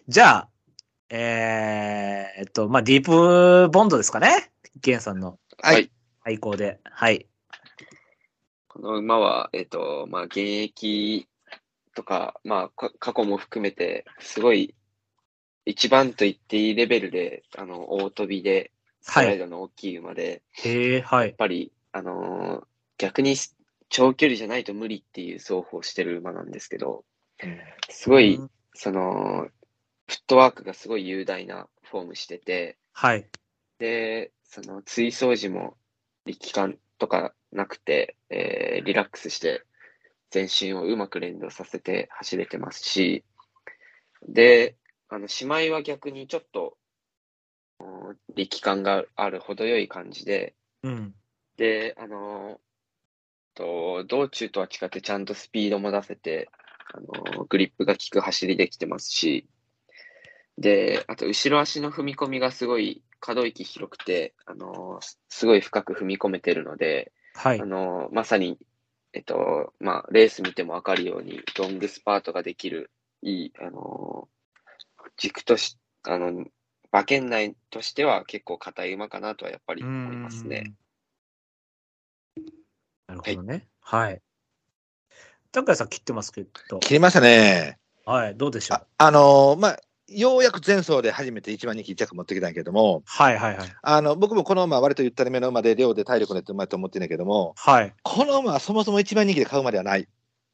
Speaker 3: じゃあ、えー、えっと、まあ、ディープボンドですかね。ゲンさんの
Speaker 4: はい。
Speaker 3: 愛好で。はい。
Speaker 6: この馬は、えっと、まあ、現役とか、まあ、か過去も含めて、すごい、一番と言っていいレベルで、あの、大飛びで、ストライドの大きい馬で、や
Speaker 3: へえ、はい
Speaker 6: っ。ぱり、あのー逆にす長距離じゃないと無理っていう走法をしてる馬なんですけど、すごい
Speaker 3: うん、
Speaker 6: その、フットワークがすごい雄大なフォームしてて、
Speaker 3: はい。
Speaker 6: で、その追走時も力感とかなくて、えーリラックスして全身をうまく連動させて走れてますし、で、あの、姉妹は逆にちょっと、うん力感がある程よい感じで、
Speaker 3: うん。
Speaker 6: で、あのと、道中とは違ってちゃんとスピードも出せて、あのグリップが効く走りできてますし、で、あと、後ろ足の踏み込みがすごい、可動域広くて、あのすすごい深く踏み込めてるので、
Speaker 3: はい
Speaker 6: あ。のまさに、えっと、まあ、レース見てもわかるように、ロングスパートができる、いい、あの軸とし、あの、馬券内としては結構硬い馬かなとはやっぱり思いますね。
Speaker 3: うん。なるほどね。はい。高谷さん切ってますけど、
Speaker 4: 切りましたね。
Speaker 3: はい、どうでしょ
Speaker 4: あ
Speaker 3: う。
Speaker 4: あのーまあ、ようやく前走で初めて1番人気1着持ってきたんやけども、
Speaker 3: はいはいはい。
Speaker 4: あの僕もこの馬、割とゆったりめの馬で、量で体力のやって馬やと思ってんやけども、
Speaker 3: はい。
Speaker 4: この馬はそもそも1番人気で買う馬ではない、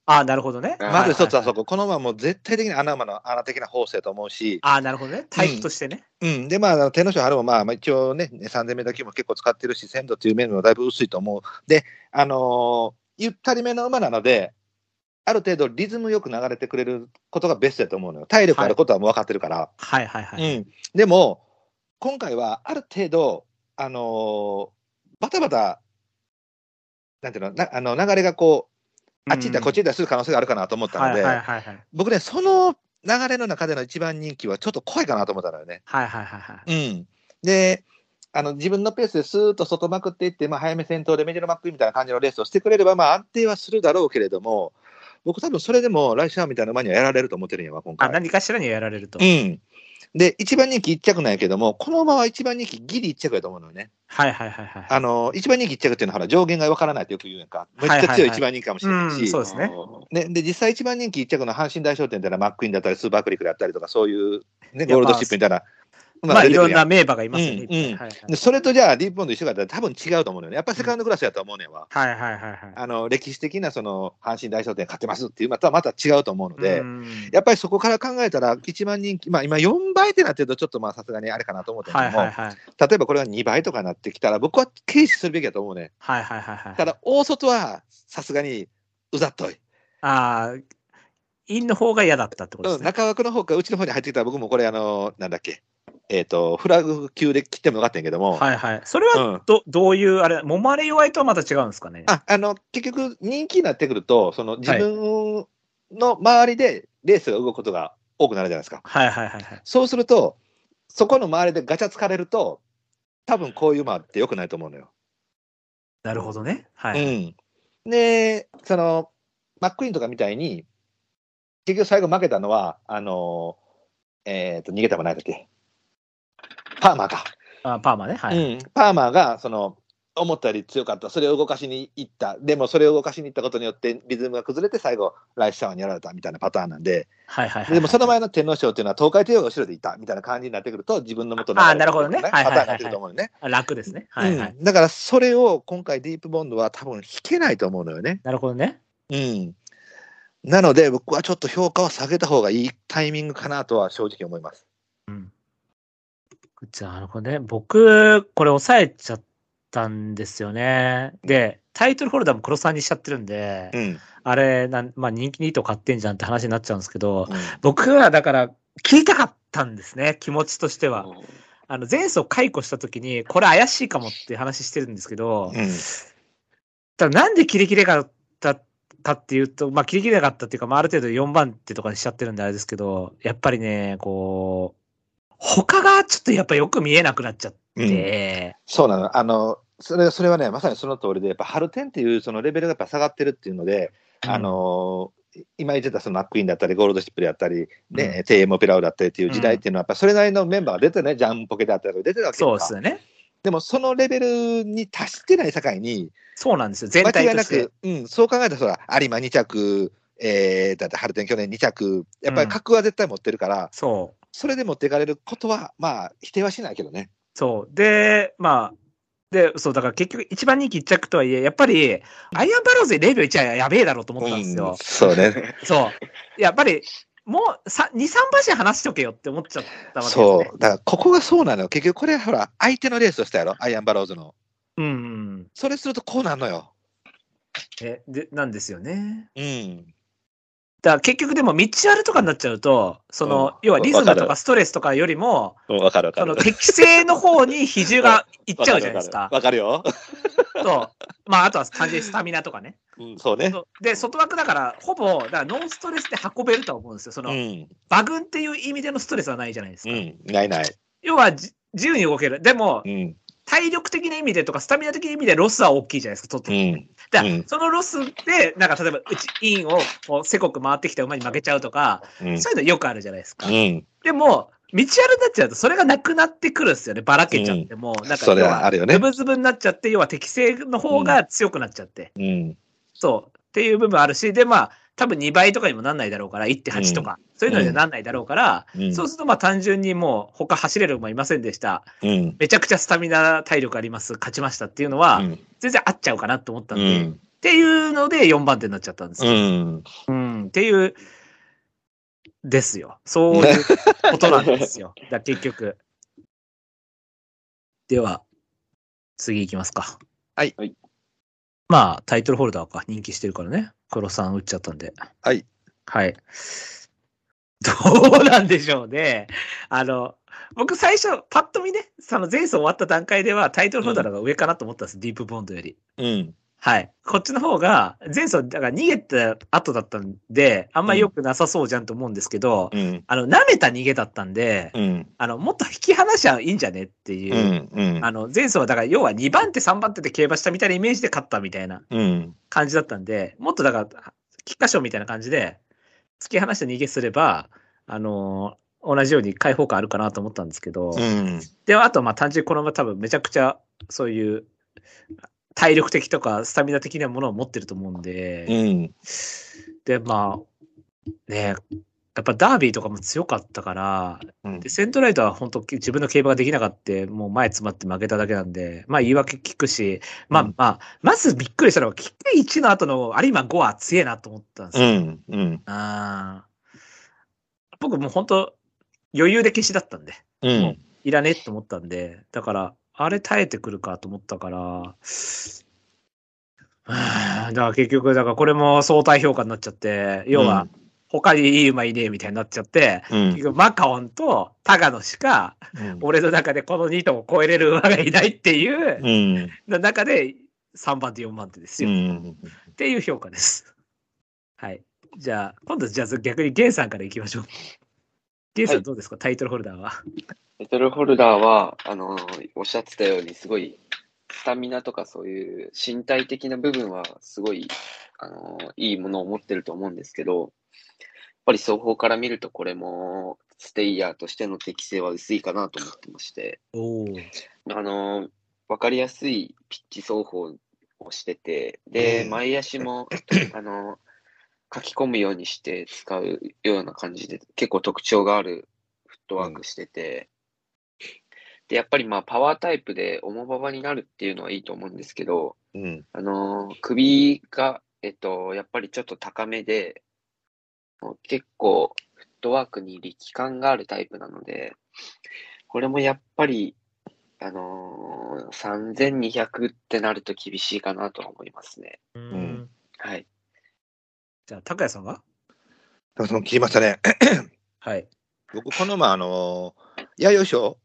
Speaker 3: ああ、なるほどね。
Speaker 6: ま
Speaker 4: まず一つはそ
Speaker 3: こ。
Speaker 4: こ、この馬はもう絶対的に穴馬の穴的な方正と思うし、
Speaker 3: ああ、なるほどね。タイプとしてね。
Speaker 4: うん、で、まああの、天皇賞春も、まあ、まあ一応ね、3000メートル級も結構使ってるし、鮮度という面でもだいぶ薄いと思う。で、あのーゆったりめの馬なので、ある程度リズムよく流れてくれることがベストだと思うのよ。体力あることはもう分かってるから。
Speaker 3: はいはいはい。
Speaker 4: うん、でも、今回はある程度、あのーバタバタ、なんていうの、なあの流れがこう、あっち行ったりこっち行ったりする可能性があるかなと思ったので、
Speaker 3: はいはいはいはい。
Speaker 4: 僕ね、その流れの中での一番人気はちょっと怖いかなと思ったのよね。
Speaker 3: はいはいはいはい。
Speaker 4: うん、であの自分のペースですーっと外まくっていって、まあ、早め先頭でメジロマックイーンみたいな感じのレースをしてくれれば、まあ、安定はするだろうけれども、僕、多分それでもライシャーみたいな馬にはやられると思ってるんやわ、今
Speaker 3: あ、
Speaker 4: 回。
Speaker 3: 何かしらにやられると。
Speaker 4: うん、で、1番人気1着なんやけども、この馬は1番人気ギリ1着やと思うのよね。
Speaker 3: はいはいはいはい。
Speaker 4: あの1番人気1着っていうのはほら上限がわからないとよく言うやんか、めっち
Speaker 3: はいはい
Speaker 4: ゃ
Speaker 3: はい
Speaker 4: 強い1番人気かもしれないし、
Speaker 3: うんそうですね
Speaker 4: ね、で実際1番人気1着の阪神大賞典みたいなマックイーンだったり、スーパークリックだったりとか、そういう、ね、
Speaker 3: いや
Speaker 4: ゴールドシップみたいな、
Speaker 3: まあ、いろん
Speaker 4: やん
Speaker 3: な名馬がいますよね。
Speaker 4: うんうん
Speaker 3: はい
Speaker 4: でそれとじゃあ、ディープボンド一緒かって言ったら多分違うと思うのよね。やっぱりセカンドクラスやと思うねんわ。
Speaker 3: はいはいはいはい。
Speaker 4: あの、歴史的なその、阪神大商店勝ってますっていう、またまた違うと思うので、
Speaker 3: うん
Speaker 4: やっぱりそこから考えたら、一番人気、まあ今4倍ってなってると、ちょっとまあさすがにあれかなと思ってん
Speaker 3: は
Speaker 4: け
Speaker 3: い
Speaker 4: ども、
Speaker 3: はいはい。
Speaker 4: 例えばこれが2倍とかになってきたら、僕は軽視するべきだと思うね。
Speaker 3: はいはいはいはい。
Speaker 4: ただ、大外はさすがにうざっとい。
Speaker 3: ああ、陰の方が嫌だったってことで
Speaker 4: う
Speaker 3: す
Speaker 4: ん、
Speaker 3: ね。
Speaker 4: 中枠の方からうちの方に入ってきたら、僕もこれ、あの、なんだっけ、えっ、と、フラグ級で切ってもよかったんやけども、
Speaker 3: はいはい。それは
Speaker 4: うん
Speaker 3: どどういう、あれ、揉まれ弱いとはまた違うんですかね。
Speaker 4: ああの結局、人気になってくると、その自分の周りでレースが動くことが多くなるじゃないですか。
Speaker 3: はいはいはいはい。
Speaker 4: そうすると、そこの周りでガチャつかれると、多分こういう馬って良くないと思うのよ。
Speaker 3: なるほどね。はい。
Speaker 4: うん、で、そのマックイーンとかみたいに、結局最後負けたのは、あのえっと逃げたもないだっけ、パーマーか。
Speaker 3: あパーマね。はい。
Speaker 4: うん、パーマーがその思ったより強かった。それを動かしに行った。でもそれを動かしに行ったことによってリズムが崩れて最後、ライスシャワーにやられたみたいなパターンなんで、
Speaker 3: はいはいはい。
Speaker 4: でもその前の天皇賞っていうのは東海帝王が後ろでいたみたいな感じになってくると自分の元の
Speaker 3: ああなるほどね
Speaker 4: パタ
Speaker 3: はい
Speaker 4: ー
Speaker 3: はい
Speaker 4: ン
Speaker 3: はいはい
Speaker 4: になってくると思うよね。
Speaker 3: あ楽ですね。はいはい。
Speaker 4: うんだからそれを今回ディープボンドは多分引けないと思うのよね。
Speaker 3: なるほどね。
Speaker 4: うん。なので僕はちょっと評価を下げた方がいいタイミングかなとは正直思います。
Speaker 3: うん。じゃあ、なるほどね。僕、これ抑えちゃったんですよね。で、タイトルホルダーも黒さんにしちゃってるんで、
Speaker 4: うん。うん
Speaker 3: あれなん、まあ人気に糸買ってんじゃんって話になっちゃうんですけど、僕はだから、聞いたかったんですね、気持ちとしては。あの、前走解雇した時に、これ怪しいかもって話してるんですけど、
Speaker 4: うん
Speaker 3: ただなんで切り切れなかったかっていうと、まあ、切り切れなかったっていうか、まあ、ある程度4番手とかにしちゃってるんであれですけど、やっぱりね、こう、他がちょっとやっぱよく見えなくなっちゃって、
Speaker 4: そうなの。あの、それそれはね、まさにその通りで、やっぱ、ハルテンっていうそのレベルがやっぱ下がってるっていうので、あの今言ってたそのナックインだったり、ゴールドシップであったり、ね、テイエモペラウだったりっていう時代っていうのは、やっぱそれなりのメンバーが出てね、ジャンポケであったりとか出てたわけ
Speaker 3: そう
Speaker 4: よ
Speaker 3: ですよね。
Speaker 4: でも、そのレベルに達してない境に、
Speaker 3: そうなんですよ、全
Speaker 4: 間違
Speaker 3: 体
Speaker 4: い
Speaker 3: と
Speaker 4: な
Speaker 3: して
Speaker 4: く。、うん、そう考えたら、そら、有馬2着、えー、だってハルテン去年2着、やっぱり格は絶対持ってるから、
Speaker 3: そう。
Speaker 4: それで持っていかれることは、まあ、否定はしないけどね。
Speaker 3: そう。で、まあ、で、そう、だから結局一番人気一着とはいえ、やっぱり、アイアンバローズで0秒1はやべえだろうと思ったんですよ。
Speaker 4: うんそうね。
Speaker 3: そう。やっぱり、もうさ2、3馬身離しとけよって思っちゃったわけですね。
Speaker 4: そう、だからここがそうなのよ、結局これ、ほら、相手のレースをしたやろ、アイアンバローズの。
Speaker 3: うんうん。
Speaker 4: それするとこうなのよ。
Speaker 3: え、で、なんですよね。
Speaker 4: うん。
Speaker 3: だから結局でも、道あるとかになっちゃうと、その、
Speaker 4: うん
Speaker 3: 要はリズム
Speaker 4: わ
Speaker 3: と
Speaker 4: か
Speaker 3: か
Speaker 4: る
Speaker 3: ストレスとかよりも、
Speaker 4: わかるわ
Speaker 3: その適正の方に比重がいっちゃうじゃないですか。
Speaker 4: わかるよ。
Speaker 3: と、まあ、あとは単純にスタミナとかね。
Speaker 4: うん、そうね。
Speaker 3: そうで、外枠だから、ほぼ、だからノンストレスで運べるとは思うんですよ。そうの、
Speaker 4: ん。
Speaker 3: 馬群っていう意味でのストレスはないじゃないです
Speaker 4: う
Speaker 3: か。
Speaker 4: ん。ないない。
Speaker 3: 要はじ、自由に動ける。でも
Speaker 4: う、ん。
Speaker 3: 体力的な意味でとか、スタミナ的な意味でロスは大きいじゃないですか、とっ
Speaker 4: う
Speaker 3: て
Speaker 4: ん。
Speaker 3: だから
Speaker 4: うん
Speaker 3: そのロスで、なんか例えば、うち、インを、こう、せこく回ってきた馬に負けちゃうとか、
Speaker 4: うん。
Speaker 3: そういうのよくあるじゃないですか
Speaker 4: う。ん。
Speaker 3: でも、道あるになっちゃうと、それがなくなってくるんですよね。ばらけちゃって、もう、なんか
Speaker 4: そ
Speaker 3: 要
Speaker 4: れはあ
Speaker 3: は、
Speaker 4: るよね
Speaker 3: ズ。ブズブになっちゃって、要は適正の方が強くなっちゃって、
Speaker 4: うん。
Speaker 3: そう、っていう部分あるし、で、まあ、多分2倍とかにもなんないだろうから、1.8とか、そういうのにはなんないだろうから、
Speaker 4: うん
Speaker 3: そうすると、まあ、単純にもう、他走れる馬いませんでした。
Speaker 4: うん。
Speaker 3: めちゃくちゃスタミナ、体力あります。勝ちましたっていうのは、
Speaker 4: うん
Speaker 3: 全然合っちゃうかなと思ったん
Speaker 4: う
Speaker 3: で、
Speaker 4: ん。
Speaker 3: っていうので4番手になっちゃったんです
Speaker 4: う
Speaker 3: よ。
Speaker 4: ん。
Speaker 3: うん、っていう、ですよ。そういうことなんです よ。だから結局。では、次行きますか。
Speaker 4: はい
Speaker 6: はい。
Speaker 3: まあ、タイトルホルダーか。人気してるからね。黒さん打っちゃったんで。
Speaker 4: はい。
Speaker 3: はい。どうなんでしょうね。あの、僕最初、パッと見ね、その前走終わった段階ではタイトルホルダーの方が上かなと思ったんです。ディープボンドより。
Speaker 4: うん。
Speaker 3: はい。こっちの方が、前走、だから逃げた後だったんで、あんまり良くなさそうじゃんと思うんですけど、
Speaker 4: うん。
Speaker 3: あの、舐めた逃げだったんで、
Speaker 4: うん。
Speaker 3: あの、もっと引き離しちゃいいんじゃねっていうう、
Speaker 4: ん。うん。
Speaker 3: あの、前走はだから、要は2番手、3番手で競馬したみたいなイメージで勝ったみたいな
Speaker 4: うん。
Speaker 3: 感じだったんで、もっとだから、菊花賞みたいな感じで、突き放して逃げすれば、あのー同じように開放感あるかなと思ったんですけど、
Speaker 4: うん。
Speaker 3: で、あとはまあ単純にこのまま多分めちゃくちゃそういう体力的とかスタミナ的なものを持ってると思うんで、
Speaker 4: うん。
Speaker 3: で、まあ、ね、やっぱダービーとかも強かったから、
Speaker 4: うん
Speaker 3: でセントライトは本当自分の競馬ができなかった、もう前詰まって負けただけなんで、まあ言い訳聞くし、まあ
Speaker 4: うん
Speaker 3: まあ、まずびっくりしたのは、キック1の後の有馬5は強えなと思ったんです
Speaker 4: う
Speaker 3: よ。
Speaker 4: ん。うん。
Speaker 3: あー僕もう本当余裕で消しだったんで。
Speaker 4: うん。
Speaker 3: いらねえと思ったんで、だから、あれ耐えてくるかと思ったから、 はあだから結局、だからこれも相対評価になっちゃって、要は、他にいい馬いねえみたいになっちゃって、
Speaker 4: うん
Speaker 3: 結。局マカオンとタガノしか、俺の中でこの2頭を超えれる馬がいないっていう、
Speaker 4: うん。
Speaker 3: 中で3番手、4番手です
Speaker 4: う
Speaker 3: よ、
Speaker 4: ん。
Speaker 3: っていう評価です。はい。じゃあ、今度、じゃあ逆にゲンさんからいきましょう。ゲンさ
Speaker 6: は
Speaker 3: ん
Speaker 6: い
Speaker 3: どうですか、タイトルホルダーは。
Speaker 6: メトルホルダーは、あの、おっしゃってたように、すごい、スタミナとかそういう身体的な部分は、すごい、あの、いいものを持ってると思うんですけど、やっぱり双方から見ると、これも、ステイヤーとしての適性は薄いかなと思ってまして、
Speaker 3: おお。
Speaker 6: あの、わかりやすいピッチ走法をしてて、で、前足も、あの、書き込むようにして使うような感じで、結構特徴があるフットワークしてて、で、やっぱりまあ、パワータイプで重馬場になるっていうのはいいと思うんですけど、
Speaker 4: うん。
Speaker 6: あのー首が、えっと、やっぱりちょっと高めで、結構フットワークに力感があるタイプなので、これもやっぱり、あのー3200ってなると厳しいかなとは思いますね。
Speaker 4: ん
Speaker 6: はい。
Speaker 3: じゃあ、高谷さんは
Speaker 4: 高田さん聞きましたね。
Speaker 3: はい。
Speaker 4: 僕、このまあのー、弥生賞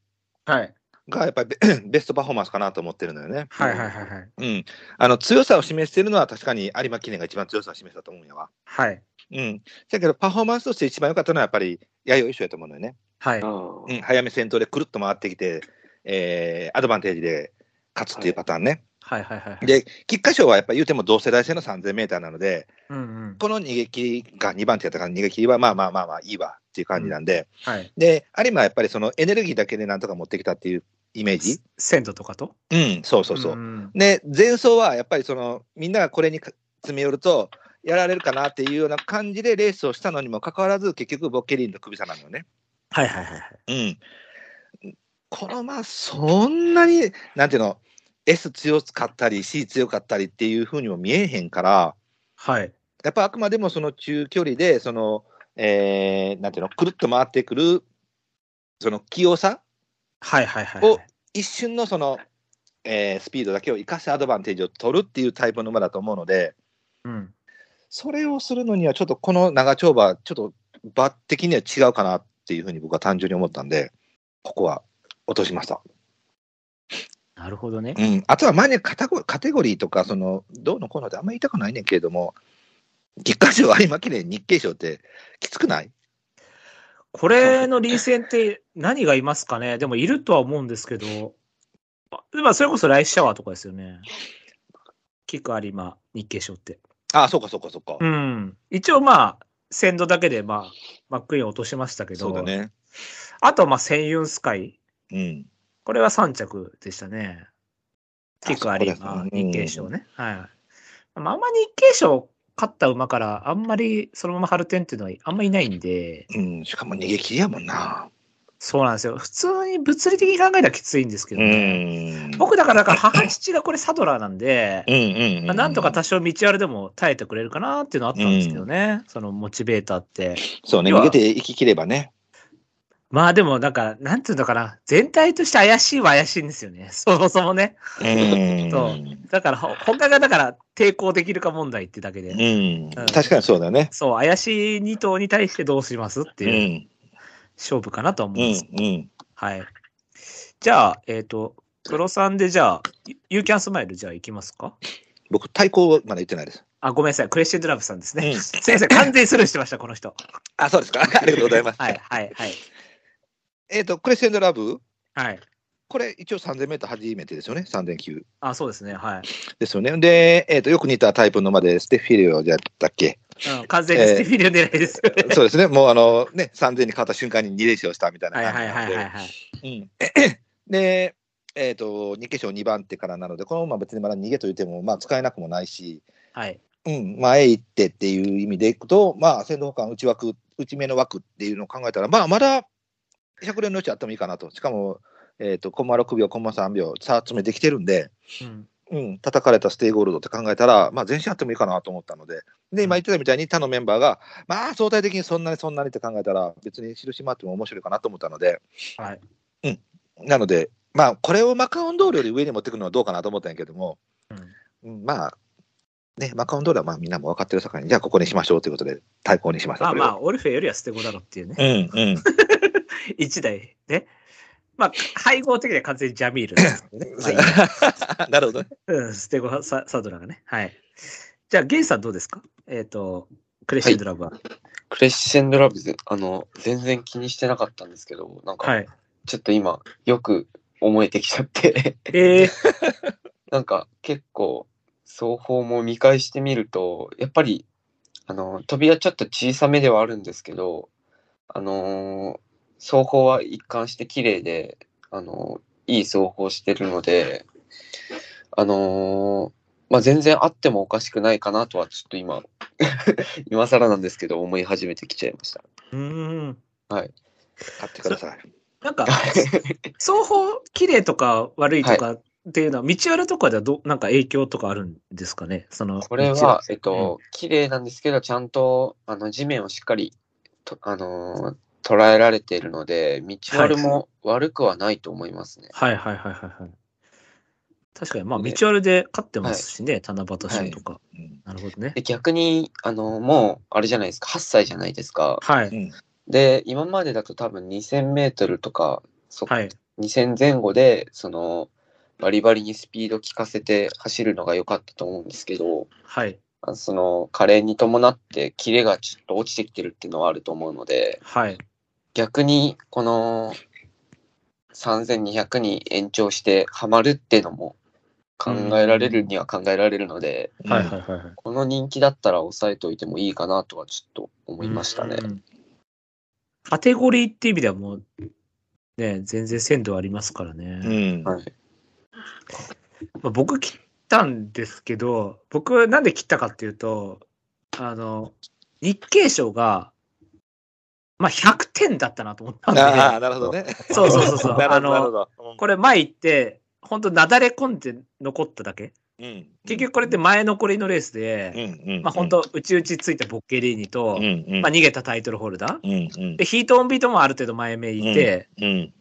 Speaker 3: はい。
Speaker 4: がやっぱりベベストパフォーマンスかなと思ってるのよね。
Speaker 3: はいはいはいはい。
Speaker 4: うん。あの、強さを示しているのは確かに有馬記念が一番強さを示したと思うんやわ。
Speaker 3: はい。
Speaker 4: うん。だけど、パフォーマンスとして一番良かったのはやっぱり弥生賞やと思うのよね。
Speaker 3: はい。
Speaker 6: うん
Speaker 4: うん。早め先頭でくるっと回ってきて、えー、アドバンテージで勝つっていうパターンね。
Speaker 3: はいはいはい。、
Speaker 4: で、菊花賞はやっぱり言うても同世代制の3000メーターなので、
Speaker 3: うんうん。
Speaker 4: この逃げ切りが2番手やったから逃げ切りはまあまあまあまあいいわっていう感じなんで、
Speaker 3: はい。
Speaker 4: で、有馬はやっぱりそのエネルギーだけでなんとか持ってきたっていうイメージ
Speaker 3: 鮮度とかと
Speaker 4: うん、そうそうそう。
Speaker 3: ん
Speaker 4: で、前走はやっぱりそのみんながこれにか詰め寄ると、やられるかなっていうような感じでレースをしたのにもかかわらず、結局、ボッケリーンの首差なのよね。
Speaker 3: はいはいはいはい。
Speaker 4: うん。このまあ、そんなに、なんていうの、S 強かったり、C 強かったりっていうふうにも見えへんから、
Speaker 3: はい。
Speaker 4: やっぱあくまでもその中距離で、その、えー、なんていうの、くるっと回ってくる、その器用さ、
Speaker 3: はいはいはい。
Speaker 4: お一瞬のその、えースピードだけを生かしてアドバンテージを取るっていうタイプの馬だと思うので、
Speaker 3: うん。
Speaker 4: それをするのには、ちょっとこの長丁場、ちょっと場的には違うかなっていうふうに僕は単純に思ったんで、ここは落としました。
Speaker 3: なるほどね
Speaker 4: う。ん、あとは前にカタゴカテゴリーとか、そのどうのこうのってあんまり言いたくないねんけれども、菊花賞、有馬記念、日経賞ってきつくない
Speaker 3: これの臨戦って何がいますかねでもいるとは思うんですけど、ままあ、それこそライスシャワーとかですよね。キクアリマ、日経賞って。
Speaker 4: ああ、そうかそうかそうか。
Speaker 3: うん。一応まあ、鮮度だけでまあ、マックイーンを落としましたけど、
Speaker 4: そうだね。
Speaker 3: あとはまあ、センユンスカイ。
Speaker 4: うん。
Speaker 3: これは3着でしたね。キクアリ
Speaker 4: あ
Speaker 3: マ、
Speaker 4: そうですね
Speaker 3: 日経賞ね。はい。まあ、あんま日経賞勝った馬から、あんまりそのまま春天っていうのはあんまりいないんで、
Speaker 4: うん、しかも逃げ切りやもんな。
Speaker 3: そうなんですよ。普通に物理的に考えたらきついんですけ
Speaker 4: う
Speaker 3: ど、
Speaker 4: ん。うん
Speaker 3: 僕だから、だから母父がこれサドラーなんで、
Speaker 4: うん
Speaker 3: まあ、なんとか多少道あれでも耐えてくれるかなっていうのはあったんですけどね、そのモチベーターって。
Speaker 4: そうね、
Speaker 3: 要は
Speaker 4: 逃げて生き切ればね。
Speaker 3: まあでも、なんか、なんていうのかな、全体として怪しいは怪しいんですよね、そもそもね。
Speaker 4: うん。
Speaker 3: そうだから、ほ他がだから抵抗できるか問題ってだけで、
Speaker 4: うん。確かにそうだね。
Speaker 3: そう、怪しい2頭に対してどうしますって
Speaker 4: う。
Speaker 3: いうん勝負かなとは思
Speaker 4: う
Speaker 3: うんです。
Speaker 4: ん。うん。
Speaker 3: はい。じゃあ、えっ、と、黒さんでじゃあ、ユユーキャンスマイルじゃあ行きますか
Speaker 4: 僕、対抗まだ言ってないです。
Speaker 3: あ、ごめんなさい。クレッシェンドラブさんですね。
Speaker 4: う ん
Speaker 3: すいません。完全にスルーしてました、この人。
Speaker 4: あ、そうですか。 ありがとうございます。
Speaker 3: はい、はい、はい。
Speaker 4: えっと、クレッシェンドラブ、
Speaker 3: はい。
Speaker 4: これ一応3000メートル初めてですよね、3009
Speaker 3: あ、そうですね。はい。
Speaker 4: ですよね。で、えっ、と、よく似たタイプのまで、ステフィレオじゃったっけ。
Speaker 3: うん、完全にステフィリオ狙いですよね。
Speaker 4: そうですね、もうあの、ね、3000に変わった瞬間に2連勝したみたいな
Speaker 3: はい、
Speaker 4: 感じ
Speaker 3: はい、
Speaker 4: な
Speaker 3: はい、
Speaker 4: んで
Speaker 3: はい。はい。
Speaker 4: うん、で、えっ、と、日経賞2番手からなので、このまま別にまだ逃げと言っても、まあ、使えなくもないし、
Speaker 3: はい。
Speaker 4: うん、前行ってっていう意味でいくと、まあ、先導間内枠、内目の枠っていうのを考えたら、まあ、まだ、100連のうちあってもいいかなと。しかも、えっ、と、コンマ6秒、コンマ3秒、差詰めてきてるんで、
Speaker 3: うん。
Speaker 4: うん、叩かれたステイゴールドって考えたら、まあ、前進あってもいいかなと思ったので、で、今言ってたみたいに他のメンバーが、まあ、相対的にそんなにそんなにって考えたら、別に印回っても面白いかなと思ったので、
Speaker 3: はい。
Speaker 4: なので、まあ、これをマカオンドールより上に持ってくるのはどうかなと思ったんやけども、
Speaker 3: うん
Speaker 4: うんまあ、ね、マカオンドールはまあみんなも分かってるさかに、じゃあここにしましょうということで、対抗にしました。
Speaker 3: まあま
Speaker 4: こ
Speaker 3: あ、オルフェよりは捨て子だろっていうね。
Speaker 4: れをうん うん。
Speaker 3: 一台ね。まあ、配合的には完全にジャミールです けどね。まあいいや
Speaker 4: なるほどね。
Speaker 3: うん、捨て子ササドラがね。はい。じゃあ、ゲイさんどうですかえっ、と、クレッシェンドラブは。
Speaker 6: クレッシェンドラブズ、あの、全然気にしてなかったんですけど、な
Speaker 3: は
Speaker 6: んか、
Speaker 3: い。
Speaker 6: ちょっと今、よく思えてきちゃって、
Speaker 3: えー、
Speaker 6: なんか結構双方も見返してみるとやっぱりあの飛びはちょっと小さめではあるんですけどあのー双方は一貫して綺麗であのーいい双方してるのであのーまあ、全然あってもおかしくないかなとは、ちょっと今、 今更なんですけど、思い始めてきちゃいました。
Speaker 3: うん。
Speaker 4: 買ってください。
Speaker 3: なんか、双方綺麗とか悪いとかっていうのは、道あるとかではど、なんか影響とかあるんですかねその、
Speaker 6: これ
Speaker 3: 道
Speaker 6: は
Speaker 3: あ、
Speaker 6: えっと、綺麗なんですけど、ちゃんと、あの、地面をしっかり、とあのー捉えられているので、道
Speaker 3: はい
Speaker 6: 悪も悪くはないと思いますね。
Speaker 3: はいはいはいはいはい。確かに、まあ、
Speaker 6: ね
Speaker 3: 道あるで勝ってますしね、七夕賞とか、
Speaker 4: うん
Speaker 3: なるほどね
Speaker 6: で。逆に、あの、もう、あれじゃないですか、8歳じゃないですか。
Speaker 3: は
Speaker 4: う
Speaker 3: い。
Speaker 4: ん
Speaker 6: で、今までだと多分2000メートルとか、そ
Speaker 3: はい。
Speaker 6: 2000前後で、その、バリバリにスピード効かせて走るのが良かったと思うんですけど、
Speaker 3: はい。
Speaker 6: あその、加齢に伴って、キレがちょっと落ちてきてるっていうのはあると思うので、
Speaker 3: はい。
Speaker 6: 逆に、この、3200に延長してハマるっていうのも考えられるには考えられるので、
Speaker 3: はいはいはいはい。
Speaker 6: この人気だったら抑えておいてもいいかなとはちょっと思いましたね
Speaker 3: う。ん。カテゴリーっていう意味ではもう、ね、全然鮮度ありますからね。
Speaker 4: うん
Speaker 6: はい。
Speaker 3: まあ、僕切ったんですけど、僕なんで切ったかっていうと、あの、日経賞が、まあ、100点だったなと思ったんで、
Speaker 4: ああ、なるほどね。
Speaker 3: そうそうそうそう
Speaker 4: なる
Speaker 3: あ
Speaker 4: ほ
Speaker 3: の
Speaker 4: ど、なるほど。うん
Speaker 3: これ前行って、本当なだれ込んで残っただけ。
Speaker 4: うん
Speaker 3: 結局これって前残りのレースで、
Speaker 4: うん
Speaker 3: まあ、本当、うちうちついたボッケリーニと、
Speaker 4: うんうん
Speaker 3: まあ、逃げたタイトルホルダー。
Speaker 4: うんうん
Speaker 3: で、ヒートオンビートもある程度前目いて、
Speaker 4: うん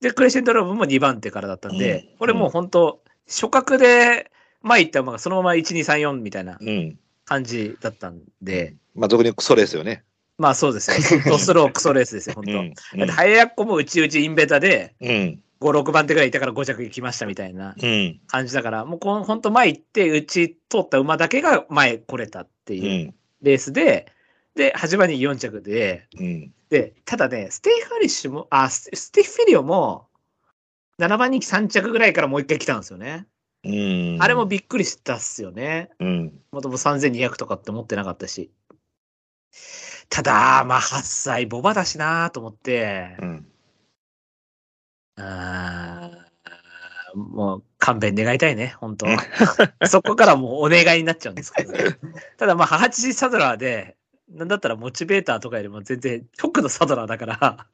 Speaker 3: で、クレッシェンドラブも2番手からだったんで、
Speaker 4: うん
Speaker 3: これもう本当、初角で前行った馬がそのまま1、2、3、4みたいな
Speaker 4: うん
Speaker 3: 感じだったんで、
Speaker 4: まあ俗に言うクソレースよね。
Speaker 3: まあそうですよ。ドスロークソレースですよ、本当。
Speaker 4: うん
Speaker 3: だって早やっこもうちうちインベタで、
Speaker 4: うん
Speaker 3: 5、6番手ぐらいいたから5着行きましたみたいな
Speaker 4: うん
Speaker 3: 感じだから、もうこん本当前行って、うち通った馬だけが前来れたって
Speaker 4: う
Speaker 3: いうんレースで、で、始まりに4着で、
Speaker 4: うん
Speaker 3: で、ただね、ステイファリッシュも、あ、ススティフィリオも、7番人気3着ぐらいからもう一回来たんですよね。
Speaker 4: うん
Speaker 3: あれもびっくりしたっすよね。
Speaker 4: うん
Speaker 3: もともと3200とかって思ってなかったし。ただ、まあ8歳、ボバだしなと思って、
Speaker 4: うん
Speaker 3: あーもう勘弁願いたいね、本 当そこからもうお願いになっちゃうんですけど。ただまあ、ハハチサドラーで、なんだったらモチベーターとかよりも全然、直のサドラーだ から、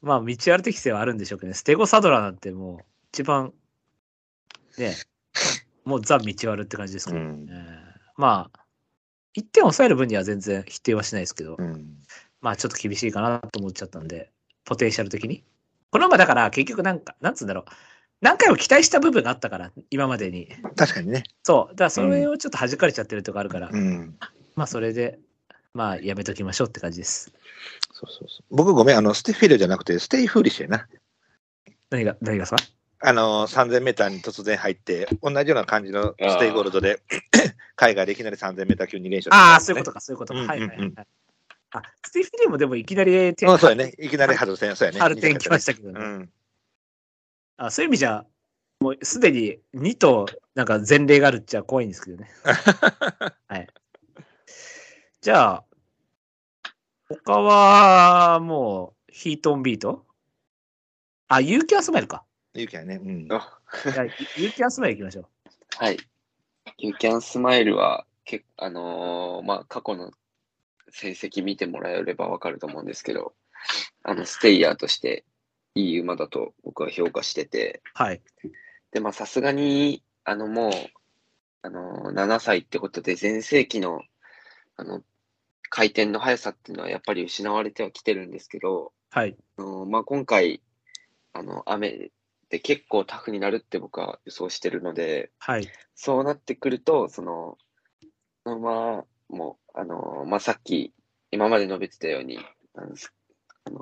Speaker 3: まあ、道歩的性はあるんでしょうけどね。ステゴサドラーなんてもう、一番、ね、もうザ・道歩って感じですけど、ね
Speaker 4: うん
Speaker 3: まあ、1点抑える分には全然否定はしないですけど
Speaker 4: う、ん
Speaker 3: まあちょっと厳しいかなと思っちゃったんで、ポテンシャル的に。この馬だから結局なんか、なんつうんだろう。何回も期待した部分があったから、今までに。
Speaker 4: 確かにね。
Speaker 3: そう。だからそれをちょっと弾かれちゃってるとこあるから、
Speaker 4: うん
Speaker 3: まあそれで、まあやめときましょうって感じです。
Speaker 4: そうそうそう。僕ごめん、あの、ステイフィールじゃなくて、ステイフーリッシュやな。
Speaker 3: 何が、何がさ
Speaker 4: あの、3000メーターに突然入って、同じような感じのステイゴールドで、海外でいきなり3000メーター級に連勝
Speaker 3: ああ、そういうこと
Speaker 4: か。
Speaker 3: か、そういうことか。
Speaker 4: うん
Speaker 3: はいはいはい。
Speaker 4: うん
Speaker 3: あ、スティフィリもでもいきなり点
Speaker 4: うん、そうやね。いきなり外せん、そうやね。
Speaker 3: ある点来ましたけどね。
Speaker 4: うん。
Speaker 3: あそういう意味じゃ、もうすでに2となんか前例があるっちゃ怖いんですけどね。はい。じゃあ、他は、もう、ヒートオンビートあ、有機集めるか。
Speaker 4: 勇気やね。うん。
Speaker 6: あ
Speaker 3: じゃあ有機集め行きましょう。
Speaker 6: はい。You Can Smile は、けあのーまあ、過去の成績見てもらえればわかると思うんですけど、あの、ステイヤーとしていい馬だと僕は評価してて、
Speaker 3: はい。
Speaker 6: で、まあ、さすがに、あの、もう、あのー7歳ってことで、全盛期の、あの、回転の速さっていうのはやっぱり失われてはきてるんですけど、
Speaker 3: はい。
Speaker 6: あのまあ、今回、あの、雨で結構タフになるって僕は予想してるので、
Speaker 3: はい。
Speaker 6: そうなってくると、その、まあ、もう、あのーまあ、さっき、今まで述べてたように、あの、すあのー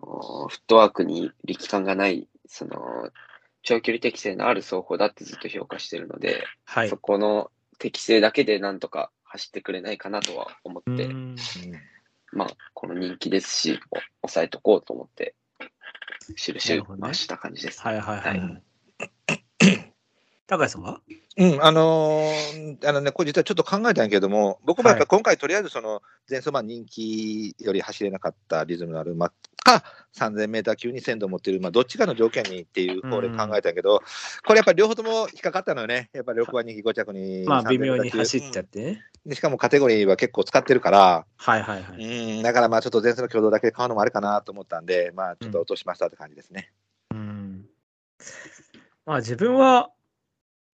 Speaker 6: フットワークに力感がない、その、長距離適性のある走法だってずっと評価してるので、
Speaker 3: はい
Speaker 6: そ。この適性だけでなんとか走ってくれないかなとは思
Speaker 3: う
Speaker 6: って、
Speaker 3: ん
Speaker 6: まあ、この人気ですし、お抑えとこうと思って、
Speaker 3: な
Speaker 6: 印
Speaker 3: る
Speaker 6: を
Speaker 3: ほどね
Speaker 6: 回した感じです。
Speaker 3: はいはいはいは
Speaker 6: はい
Speaker 3: 。高橋さんは
Speaker 4: うん、あのーあのね、これ実はちょっと考えたんやけども、僕もやっぱり今回とりあえずその、前走まあ人気より走れなかったリズムのある馬か、3000メーター級に鮮度を持っている馬、どっちかの条件にっていう方で考えたんやけど、これやっぱり両方とも引っかかったのよね。やっぱり6番人気5着に。
Speaker 3: まあ、微妙に走っちゃ
Speaker 4: っ
Speaker 3: ってね。
Speaker 4: しかもカテゴリーは結構使ってるから、
Speaker 3: はいはいは
Speaker 4: う
Speaker 3: い。
Speaker 4: ん、だからまあちょっと前走の挙動だけで買うのもあれかなと思ったんで、まあちょっと落としましたって感じですね。
Speaker 3: うん。まあ、自分は、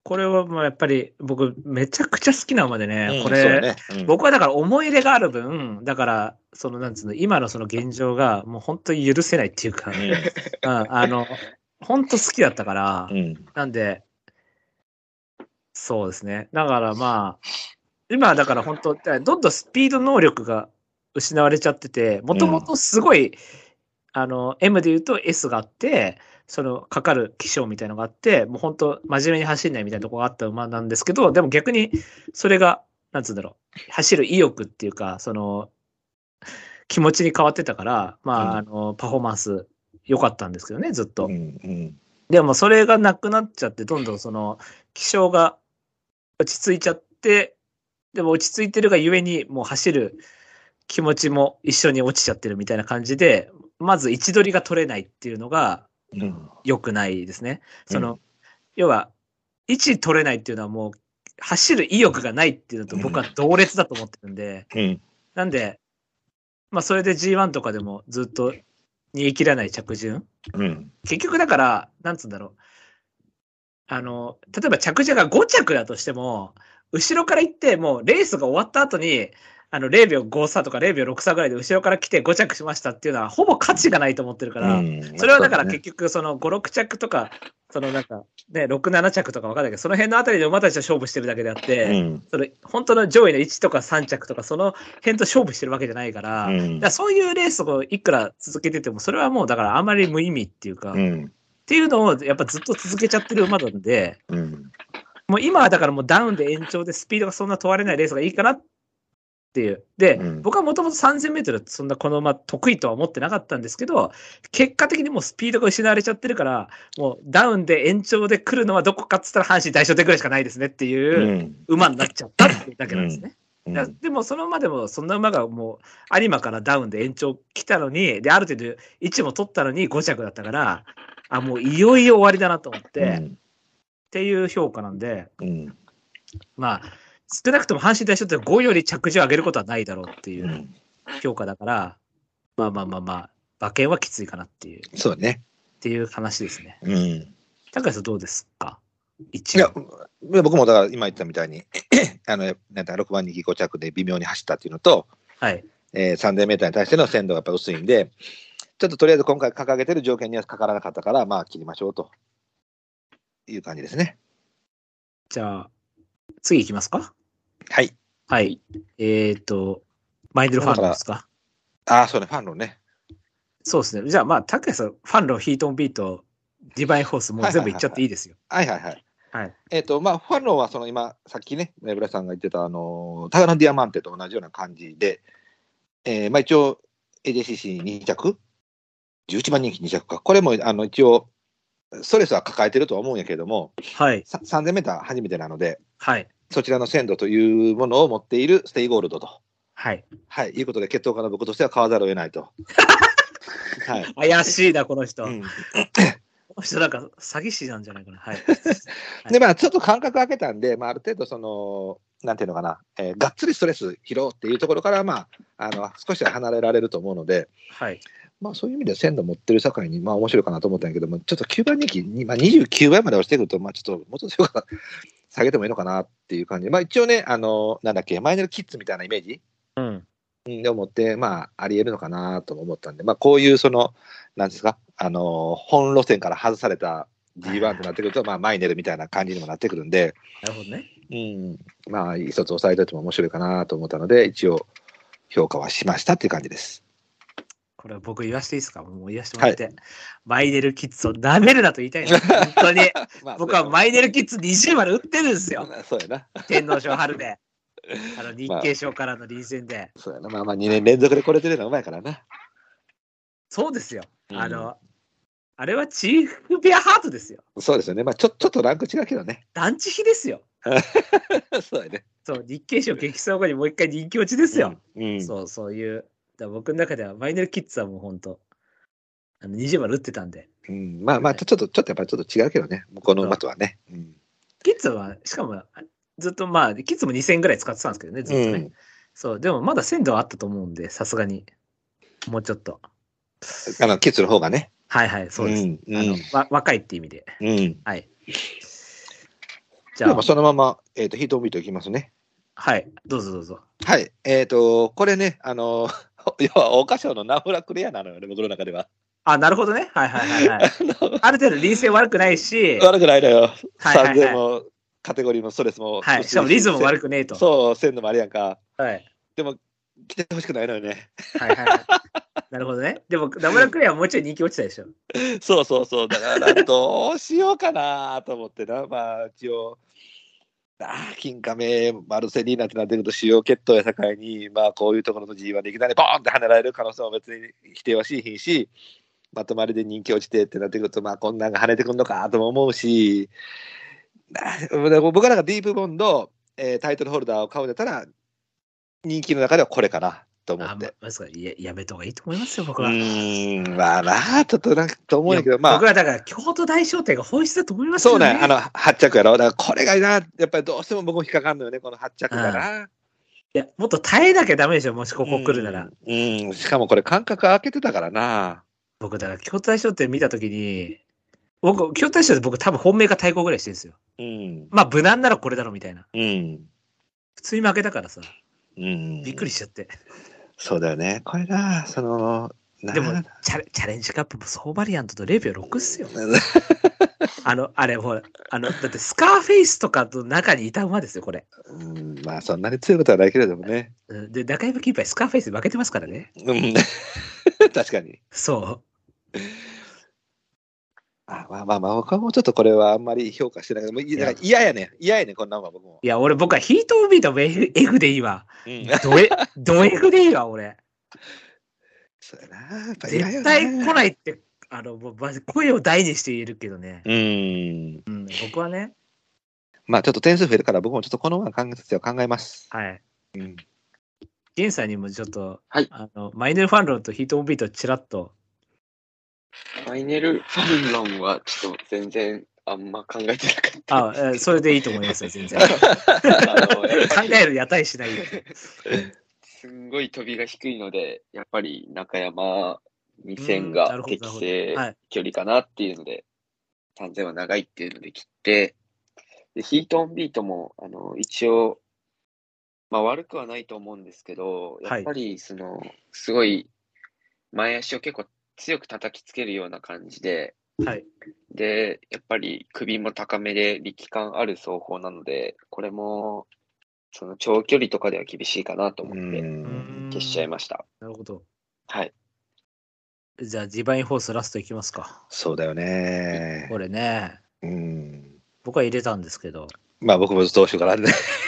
Speaker 3: これはもうやっぱり、僕、めちゃくちゃ好きな馬でね、
Speaker 4: うん
Speaker 3: こ
Speaker 4: そう
Speaker 3: れ、
Speaker 4: ねうん
Speaker 3: 僕はだから思い入れがある分、だから、そのなんつうの、今のその現状が、もう本当に許せないっていうか、うん、あの、本当好きだったから
Speaker 4: う、んうん
Speaker 3: なんで、そうですね。だからまあ、今はだから本当、どんどんスピード能力が失われちゃってて、もともとすごい、あの、M で言うと S があって、そのかかる気象みたいのがあって、もう本当真面目に走んないみたいなとこがあった馬なんですけど、でも逆にそれが、なんつうんだろう、走る意欲っていうか、その、気持ちに変わってたから、ま
Speaker 4: うん
Speaker 3: あ、あの、パフォーマンス良かったんですけどね、ずっと。
Speaker 4: うん
Speaker 3: でもそれがなくなっちゃって、どんどんその気象が落ち着いちゃって、でも落ち着いてるがゆえに、もう走る気持ちも一緒に落ちちゃってるみたいな感じで、まず位置取りが取れないっていうのが
Speaker 4: うん
Speaker 3: 良くないですね。その、
Speaker 4: う
Speaker 3: 要は、位置取れないっていうのはもう、走る意欲がないっていうのと僕は同列だと思ってるんで、
Speaker 4: うん
Speaker 3: なんで、まあそれで G1 とかでもずっと煮え切らない着順
Speaker 4: うん
Speaker 3: 結局だから、なんつうんだろう。あの、例えば着者が5着だとしても、後ろから行って、もうレースが終わった後に、あの0秒5差とか0秒6差ぐらいで後ろから来て5着しましたっていうのは、ほぼ価値がないと思ってるから、
Speaker 4: うん
Speaker 3: それはだから
Speaker 4: そうね
Speaker 3: 結局、その5、6着とか、そのなんか、ね、6、7着とか分かんないけど、その辺のあたりで馬たちと勝負してるだけであって、
Speaker 4: うん
Speaker 3: その本当の上位の1とか3着とか、その辺と勝負してるわけじゃないから、だからそういうレースをいくら続けてても、それはもうだからあまり無意味っていうか、
Speaker 4: うん
Speaker 3: っていうのをやっぱずっと続けちゃってる馬なんで、
Speaker 4: うん
Speaker 3: もう今はだからもうダウンで延長でスピードがそんな問われないレースがいいかなっていう。で、
Speaker 4: うん
Speaker 3: 僕はもともと3000メートルそんなこの馬得意とは思ってなかったんですけど、結果的にもうスピードが失われちゃってるから、もうダウンで延長で来るのはどこかっつったら阪神大賞でぐらいしかないですねって
Speaker 4: う
Speaker 3: いうん馬になっちゃったっていうだけなんですね。
Speaker 4: うん
Speaker 3: だでもその馬でもそんな馬がもう有馬からダウンで延長来たのにである程度位置も取ったのに5着だったからあもういよいよ終わりだなと思って、
Speaker 4: う
Speaker 3: っ
Speaker 4: ん
Speaker 3: ていう評価なんで
Speaker 4: うん
Speaker 3: まあ少なくとも阪神大賞って5より着地を上げることはないだろうっていううん評価だから、まあまあまあまあ馬券はきついかなっていうっ
Speaker 4: そうね。
Speaker 3: ていう話ですね
Speaker 4: うん。い
Speaker 3: 高橋さんどうですか一
Speaker 4: や
Speaker 3: 応、
Speaker 4: 僕もだから今言ったみたいに、 あの、なんだ、6番人気5着で微妙に走ったっていうのと、
Speaker 3: はい
Speaker 4: えー、3000メーターに対しての鮮度がやっぱ薄いんで、ちょっととりあえず今回掲げてる条件にはかからなかったから、まあ切りましょうという感じですね。
Speaker 3: じゃあ次いきますか
Speaker 4: はい。
Speaker 3: はいえっ、とマインドルファンドですか
Speaker 4: ああ、そうね、ファンのね。
Speaker 3: そうですね。じゃあまあ、拓也さん、ファンロン、ヒートンビート、ディバインホース、もう全部いっちゃっていいですよ。
Speaker 4: はいはいはい。
Speaker 3: はい。
Speaker 4: えっ、と、まあ、ファンロンはその今、さっきね、村さんが言ってた、あの、タガナディアマンテと同じような感じで、えーまあ一応、AJCC2 着、11番人気2着か。これも、あの、一応、ストレスは抱えてるとは思うんやけども、
Speaker 3: はい。
Speaker 4: さ3000メーター初めてなので、
Speaker 3: はい。
Speaker 4: そちらの鮮度というものを持っているステイゴールドと。
Speaker 3: はい。
Speaker 4: はい。いうことで、血統家の僕としては買わざるを得ない と。はい。
Speaker 3: 怪しいな、この人。
Speaker 4: うん
Speaker 3: この人なんか詐欺師なんじゃないかな。 はい。
Speaker 4: で、まあ、ちょっと間隔空けたんで、まあ、ある程度、その、なんていうのかな、えーがっつりストレス拾うっていうところから、まあ、あの、少しは離れられると思うので、
Speaker 3: はい。
Speaker 4: まあ、そういう意味で鮮度持ってる境に、まあ、面白いかなと思ったんやけども、ちょっと9番人気に、まあ、29倍まで落ちてくると、まあ、ちょっと、もうちょっと強く下げてもいいのかなっていう感じで、まあ、一応ね、あの、なんだっけ、マイナルキッズみたいなイメージ
Speaker 3: うん。
Speaker 4: うんで思って、まあ、あり得るのかなとも思ったんで、まあ、こういう、その、なんですか、あの、本路線から外された G1 となってくると、まあ、マイネルみたいな感じにもなってくるんで、
Speaker 3: なるほどね。
Speaker 4: うん、まあ、一つ押さえといても面白いかなと思ったので、一応、評価はしましたっていう感じです。
Speaker 3: これは僕言わせていいですかもう言わせてもらって。マイネルキッズを舐めるなと言いたいです。 本当に。
Speaker 4: まあ
Speaker 3: 僕はマイネルキッズ20丸売ってるんですよ。
Speaker 4: そうやな。
Speaker 3: 天皇賞春 で。あの日経賞からの臨戦で。
Speaker 4: そうやな。まあまあ、2年連続でこれ出るのはうまいからな。
Speaker 3: そうですよ。
Speaker 4: うん
Speaker 3: あの、あれはチーフベアハートですよ。
Speaker 4: そうですよね。まあ、ちょちょっとランク違うけどね。
Speaker 3: 団地比ですよ。
Speaker 4: そうやね。
Speaker 3: そう、日経賞激走後にもう一回人気落ちですよ。
Speaker 2: うん。
Speaker 3: そう、そういう。だから僕の中では、マイナルキッズはもう本当、あの20丸打ってたんで。
Speaker 4: うん、まあまあ、ちょちょっと、ちょっとやっぱりちょっと違うけどね、向こうの馬とはね。うん。
Speaker 3: キッズは、しかも、あずっとまあ、キッズも2000ぐらい使ってたんですけどね、ずっとね。
Speaker 4: うん
Speaker 3: そう、でもまだ鮮度はあったと思うんで、さすがに。もうちょっと。
Speaker 4: あの、キッズの方がね。
Speaker 3: はいはい、そうです。あ
Speaker 4: ん
Speaker 3: のわ若いって意味で。
Speaker 4: うん。うん。
Speaker 3: はい。じ
Speaker 4: じ
Speaker 3: ゃ
Speaker 4: ゃ
Speaker 3: あ
Speaker 4: あ、、そのまま、えっ、と、ヒートビートいきますね。
Speaker 3: はい、どうぞどうぞ。
Speaker 4: はい。えっ、と、これね、あの、 要は、桜花賞のナフラクレアなのよね、僕の中では。
Speaker 3: あ、なるほどね。はいはい はい、はい。ある程度、臨戦悪くないし、
Speaker 4: 悪くないのよ。
Speaker 3: はいはいはい
Speaker 4: 3000も、カテゴリーもストレスも。
Speaker 3: はい、しかもリズムも悪
Speaker 4: く
Speaker 3: くねえと。
Speaker 4: そう、鮮度もあれやんか。
Speaker 3: はい。
Speaker 4: 来てほしくないのよね。
Speaker 3: はいはいはい。なるほどね。でも、ダブルクレアはもうちょい人気落ちたでしょ。
Speaker 4: そうそうそう。だから、どうしようかなと思ってな。まあ、一応、ああ、金亀、マルセリーナってなってくると、主要決闘や境に、まあ、こういうところの G1 でいきなりボーンって跳ねられる可能性も別に否定はしひんし、まとまりで人気落ちてってなってくると、まあ、こんなんが跳ねてくるのかとも思うし、な僕はなんかディープボンド、えータイトルホルダーを買うんだったら、人気の中ではこれかなと思
Speaker 3: あ、
Speaker 4: って
Speaker 3: ま。、まさか、いや、やめた方がいいと思いますよ、僕
Speaker 4: う
Speaker 3: は。
Speaker 4: ーん、まあなあ、ちょっとなんかと思うんやけ
Speaker 3: い
Speaker 4: ど、
Speaker 3: や
Speaker 4: まあ
Speaker 3: 僕。はだから、京都大商店が本質だと思います
Speaker 4: そ
Speaker 3: よ、
Speaker 4: う
Speaker 3: ね。
Speaker 4: ね、あの、発着やろ。だから、これがいいな。やっぱりどうしても僕も引っかかんのよね、この発着がな。
Speaker 3: いや、もっと耐えなきゃダメでしょ、もしこ
Speaker 4: こ
Speaker 3: こ来るなら。。
Speaker 4: うん、しかもこれ、間隔空けてたからな。
Speaker 3: 僕、だから、京都大商店見たときに、僕、京都大商店僕多分本命が対抗ぐらいしてるんですよ。
Speaker 4: うん、
Speaker 3: まあ、無難ならこれだろ、みたいな。
Speaker 4: うん、
Speaker 3: 普通に負けたからさ、
Speaker 4: うん。
Speaker 3: びっくりしちゃって。
Speaker 4: そうだよね。これが、その、な
Speaker 3: でも、チャレチャレンジカップもソーバリアントと0秒6っすよ。あの、あれ、ほら、あの、だってスカーフェイスとかの中にいた馬ですよ、これ。
Speaker 4: うん、まあ、そんなに強いことはないけれどもね。
Speaker 3: うんで、中山キーパー、スカーフェイス負けてますからね。
Speaker 4: うん、 確かに。
Speaker 3: そ
Speaker 4: あまあまあまあ、僕はもうちょっとこれはあんまり評価してないけど、もういや嫌やね。嫌やね、こんなんは僕も
Speaker 3: う。。いや、俺、僕はヒートオービートも F, F でいいわ。
Speaker 4: うん、
Speaker 3: ド エ、ド F でいいわ、俺。
Speaker 4: そうやな。やっぱ嫌よ
Speaker 3: 絶
Speaker 4: ね
Speaker 3: 対来ないって、あの、もうまず声を大にして言えるけどね。
Speaker 4: うん。
Speaker 3: うん、僕はね、
Speaker 4: まあ、ちょっと点数増えるから、僕もちょっとこのまま考え考えます。
Speaker 3: はい。
Speaker 4: うん
Speaker 3: ゲンさんにもちょっと、
Speaker 6: はい
Speaker 3: あの、マイネルファンロンとヒートオービートちらっと、
Speaker 6: ファイネルファンロンはちょっと全然あんま考えてなかった。
Speaker 3: あ、えーそれでいいと思いますよ、全然。
Speaker 6: あのやっ
Speaker 3: 考
Speaker 6: ぱり
Speaker 3: えるやたいしないよ。
Speaker 6: すんごい飛びが低いので、やっぱり中山
Speaker 3: うん
Speaker 6: 2000
Speaker 3: な
Speaker 6: が
Speaker 3: るほど
Speaker 6: 適正
Speaker 3: なる
Speaker 6: 距離かなっていうので、3000は長いっていうので切って、でヒートオンビートもあの一応、まあ、悪くはないと思うんですけど、
Speaker 3: はい
Speaker 6: やっぱりその、すごい前足を結構強く叩きつけるような感じで、
Speaker 3: はい。
Speaker 6: で、やっぱり首も高めで力感ある走法なので、これもその長距離とかでは厳しいかなと思って消しちゃいました。
Speaker 3: なるほど。
Speaker 6: はい。
Speaker 3: じゃあ、ディバインフォースラストいきますか。
Speaker 4: そうだよね。
Speaker 3: これね、
Speaker 4: うん。
Speaker 3: 僕は入れたんですけど、
Speaker 4: まあ僕もどうしようかなって。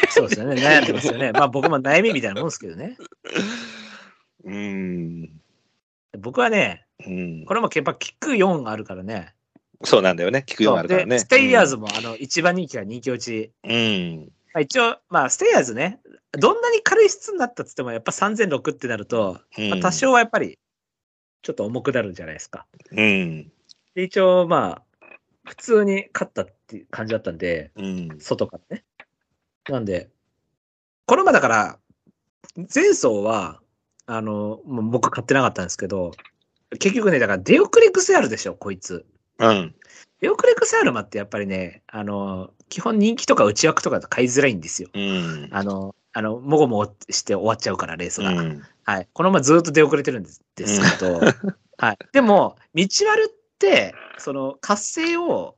Speaker 3: そうですよね、悩んでますよね。まあ僕も悩みみたいなもんですけどね。
Speaker 4: うん。
Speaker 3: 僕はね、
Speaker 4: うん
Speaker 3: こ。れもやっぱキック4あるからね。
Speaker 4: そうなんだよね。聞くようになるからね。
Speaker 3: でステイヤーズもあの一番人気が人気落ち。
Speaker 4: うん。
Speaker 3: まあ、一応、まあステイヤーズね、どんなに軽い質になったっつっても、やっぱ3006ってなると、
Speaker 4: うん。
Speaker 3: まあ、多少はやっぱりちょっと重くなるんじゃないですか。
Speaker 4: うん。
Speaker 3: で、一応まあ、普通に勝ったっていう感じだったんで、
Speaker 4: うん。
Speaker 3: 外からね。なんで、これもだから、前走は、あの、もう僕買ってなかったんですけど、結局ね、だから出遅れ癖あるでしょ、こいつ。
Speaker 4: うん。
Speaker 3: 出遅れ癖ある馬ってやっぱりね、あの、基本人気とか内枠とか買いづらいんですよ。
Speaker 4: うん。
Speaker 3: あの、あの、もごもごして終わっちゃうから、レース
Speaker 4: う
Speaker 3: が。
Speaker 4: ん。
Speaker 3: はい。このままずっと出遅れてるんですですけど、はい。でも、道割るって、その、活性を、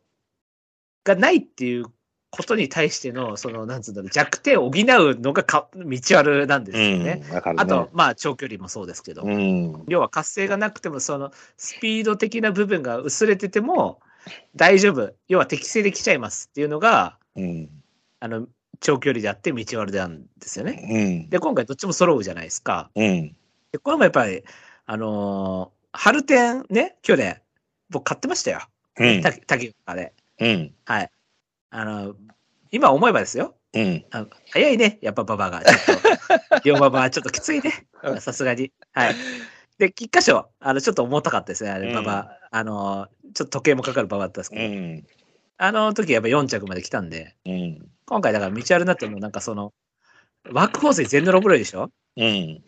Speaker 3: がないっていうことに対しての、その、なんつうんだろう、弱点を補うのがか、道割るなんです
Speaker 4: う
Speaker 3: よ
Speaker 4: ん。
Speaker 3: ね。
Speaker 4: わかるね。
Speaker 3: あと、、まあ、長距離もそうですけど、
Speaker 4: うん。
Speaker 3: 要は活性がなくても、その、スピード的な部分が薄れてても、大丈夫。要は適正できちゃいますっていうのが、
Speaker 4: うん。
Speaker 3: あの、長距離であって、道割るなんですよね。
Speaker 4: うん。
Speaker 3: で、今回どっちも揃うじゃないですか。
Speaker 4: うん。
Speaker 3: で、これもやっぱり、あのー春天ね、去年、僕買ってましたよ。
Speaker 4: うん。
Speaker 3: た竹岡で。
Speaker 4: うん。
Speaker 3: はい。あの、今思えばですよ。
Speaker 4: うん。
Speaker 3: あ早いね、やっぱババアが。ちょ っと両ババアちょっときついね
Speaker 4: う。ん
Speaker 3: さすがに。はい。で、一箇所、あの、ちょっと重たかったですね、あ
Speaker 4: う
Speaker 3: れ、
Speaker 4: ん
Speaker 3: ババア。あの、ちょっと時計もかかるババアだったんですけ
Speaker 4: う
Speaker 3: ど、
Speaker 4: ん。
Speaker 3: あの時やっぱ4着まで来たんで、
Speaker 4: うん。
Speaker 3: 今回だから道あるなってもなんかその、ワークホースに全乗ロブロいでしょ
Speaker 4: うん。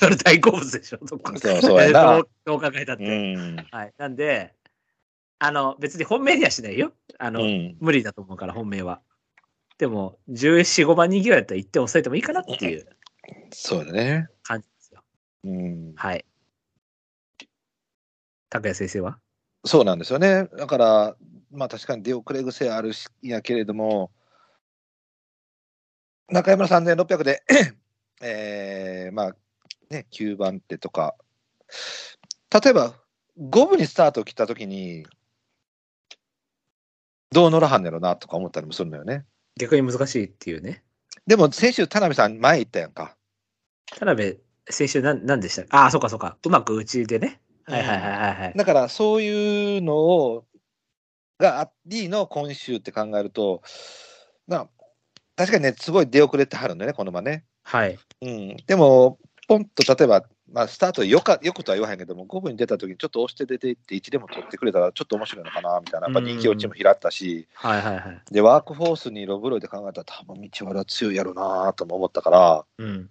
Speaker 3: 道ある大好物でしょどこ
Speaker 4: そうそ うやな
Speaker 3: どうどう考えたって。
Speaker 4: うん。
Speaker 3: はい。なんで、あの、別に本命にはしないよ。あの、
Speaker 4: うん。
Speaker 3: 無理だと思うから、本命は。でも、14、5番人気ぐらいだったら1点抑えてもいいかなっていう
Speaker 4: そうだね。
Speaker 3: 感じですよ。
Speaker 4: うん。
Speaker 3: はい。拓也先生は
Speaker 4: そうなんですよね。だから、まあ確かに出遅れ癖あるし、やけれども、中山の3600で、 えー、まあ、ね、9番手とか、例えば、5分にスタートを切ったときに、どう乗らはんねやろなとか思ったりもするのよね。
Speaker 3: 逆に難しいっていうね。
Speaker 4: でも、先週、田辺さん前行ったやんか。
Speaker 3: 田辺、先週なん何でしたああ、そうかそうか。うまくうちでね。はいはいはいはいはい。
Speaker 4: だからそういうのをがありの今週って考えるとな確かにねすごい出遅れてはるんだよねこの馬ね、
Speaker 3: はい。
Speaker 4: うん、でもポンと例えば、まあ、スタートよかよくとは言わへんけども5分に出た時にちょっと押して出ていって1でも取ってくれたらちょっと面白いのかなみたいなやっぱ人気落ちも開ったし、
Speaker 3: はいはいはい。
Speaker 4: でワークフォースにロブロイで考えたら多分道は強いやろうなとも思ったから。
Speaker 3: うん。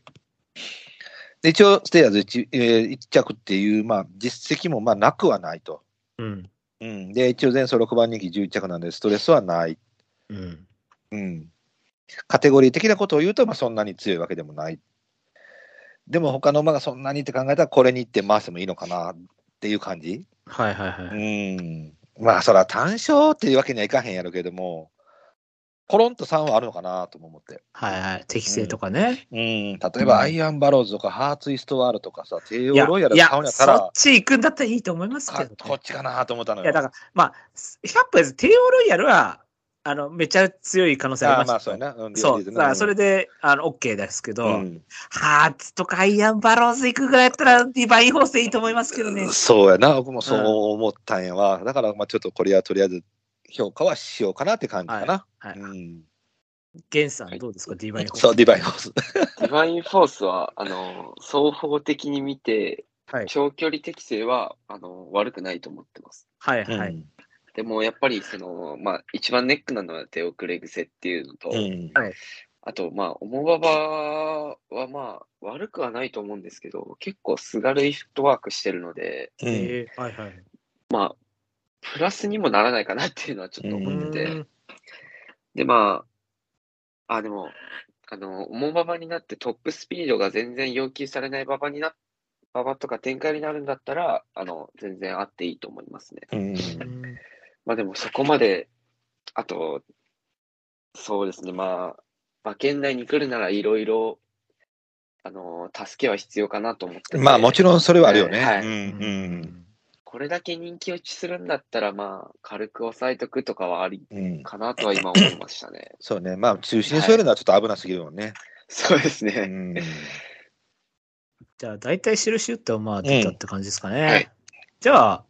Speaker 4: で一応、ステイヤーズ 1,、えー一着っていう、まあ、実績もまあなくはないと。
Speaker 3: うん。
Speaker 4: うん、で、一応前走6番人気11着なんで、ストレスはない。
Speaker 3: うん。
Speaker 4: うん。カテゴリー的なことを言うと、まあ、そんなに強いわけでもない。でも、他の馬がそんなにって考えたら、これに行って回してもいいのかなっていう感じ。
Speaker 3: はいはいは
Speaker 4: う
Speaker 3: い。
Speaker 4: ん。まあ、そら単勝っていうわけにはいかへんやろうけども、コロンと3はあるのかなとも思って。
Speaker 3: はいはい。適正とかね。
Speaker 4: うん。例え
Speaker 3: うん
Speaker 4: ば、アイアンバローズとか、ハーツイストワールとかさ、帝王
Speaker 3: いや、
Speaker 4: ロイヤル
Speaker 3: い
Speaker 4: と
Speaker 3: や
Speaker 4: か買うんやった
Speaker 3: そっ
Speaker 4: ら、
Speaker 3: ち行くんだったらいいと思いますけ
Speaker 4: あ
Speaker 3: どね。
Speaker 4: こっちかなと思ったのよ。
Speaker 3: いや、だから、まあ、100分です。帝王ロイヤルは、あの、めちゃ強い可能性あり
Speaker 4: あ
Speaker 3: ま
Speaker 4: あ
Speaker 3: す
Speaker 4: まあ、そうやな。うん
Speaker 3: そう。だ
Speaker 4: リオディーズ
Speaker 3: か
Speaker 4: な
Speaker 3: ら、それで、あの、OK ですけど、
Speaker 4: うん
Speaker 3: ハーツとかアイアンバローズ行くぐらいだったら、ディバインホースでいいと思いますけどね。
Speaker 4: そうやな、僕もそう思ったんやわ。だから、まあちょっとこれはとりあえず評価はしようかなって感じかな。。
Speaker 3: はいう
Speaker 4: ん、
Speaker 3: ゲンさん、どうですか、ディバインホース。
Speaker 4: そう、ディバイホース。
Speaker 6: ディバインフォースは、あの、双方的に見て、
Speaker 3: はい
Speaker 6: 長距離適性は、あの、悪くないと思ってます。
Speaker 3: はい、
Speaker 4: うん
Speaker 3: はい。
Speaker 6: でも、やっぱり、その、まあ、一番ネックなのは手遅れ癖っていうのと、
Speaker 4: うん
Speaker 6: あと、まあ、オモババは、まあ、悪くはないと思うんですけど、結構、すがるいフットワークしてるので、
Speaker 4: うん
Speaker 3: えーはい、はい。
Speaker 6: プラスにもならないかなっていうのはちょっと
Speaker 3: う
Speaker 6: 思ってて、
Speaker 3: ーん
Speaker 6: で、まあ、あ、でも、あの、重馬場になってトップスピードが全然要求されない馬場にな、馬場とか展開になるんだったら、あの、全然あっていいと思いますね。
Speaker 4: うん
Speaker 6: まあでもそこまで、あと、そうですね、まあ、馬券内に来るならいろいろ、あの、助けは必要かなと思ってて
Speaker 4: まあもちろんそれはあるよね。
Speaker 6: はい
Speaker 4: うんうん
Speaker 6: これだけ人気落ちするんだったら、まあ、軽く抑えとくとかはあり
Speaker 4: うん、
Speaker 6: かなとは今思いましたね。
Speaker 4: そうね、まあ中心に添えるのはちょっと危なすぎるもんね。
Speaker 6: そうですね。
Speaker 4: うん
Speaker 3: じゃあ、大体印打ってはまあ出たって感じですかね。
Speaker 6: はい
Speaker 3: じゃあ、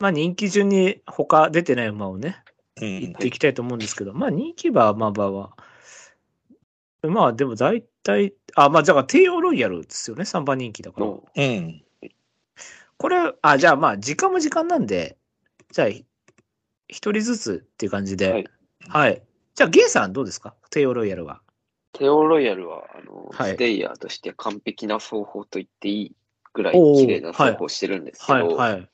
Speaker 3: まあ人気順に他出てない馬をね、
Speaker 4: う
Speaker 3: 行っ
Speaker 4: ん
Speaker 3: ていきたいと思うんですけど、まあ人気馬はまあまあまあ、まあでも大体、あ、まあだから帝王ロイヤルですよね、3番人気だから。
Speaker 6: の
Speaker 4: うん
Speaker 3: これ、あ、じゃあまあ時間も時間なんで、じゃあひ一人ずつっていう感じで、は
Speaker 6: はいい。
Speaker 3: じゃあゲイさんどうですか帝王ロイヤルは。
Speaker 6: テオロイヤルは、あの、
Speaker 3: はい
Speaker 6: ステイヤーとして完璧な奏法と言っていいぐらい
Speaker 3: おー
Speaker 6: 綺麗な奏法してるんですけ
Speaker 3: はい
Speaker 6: ど、
Speaker 3: はい。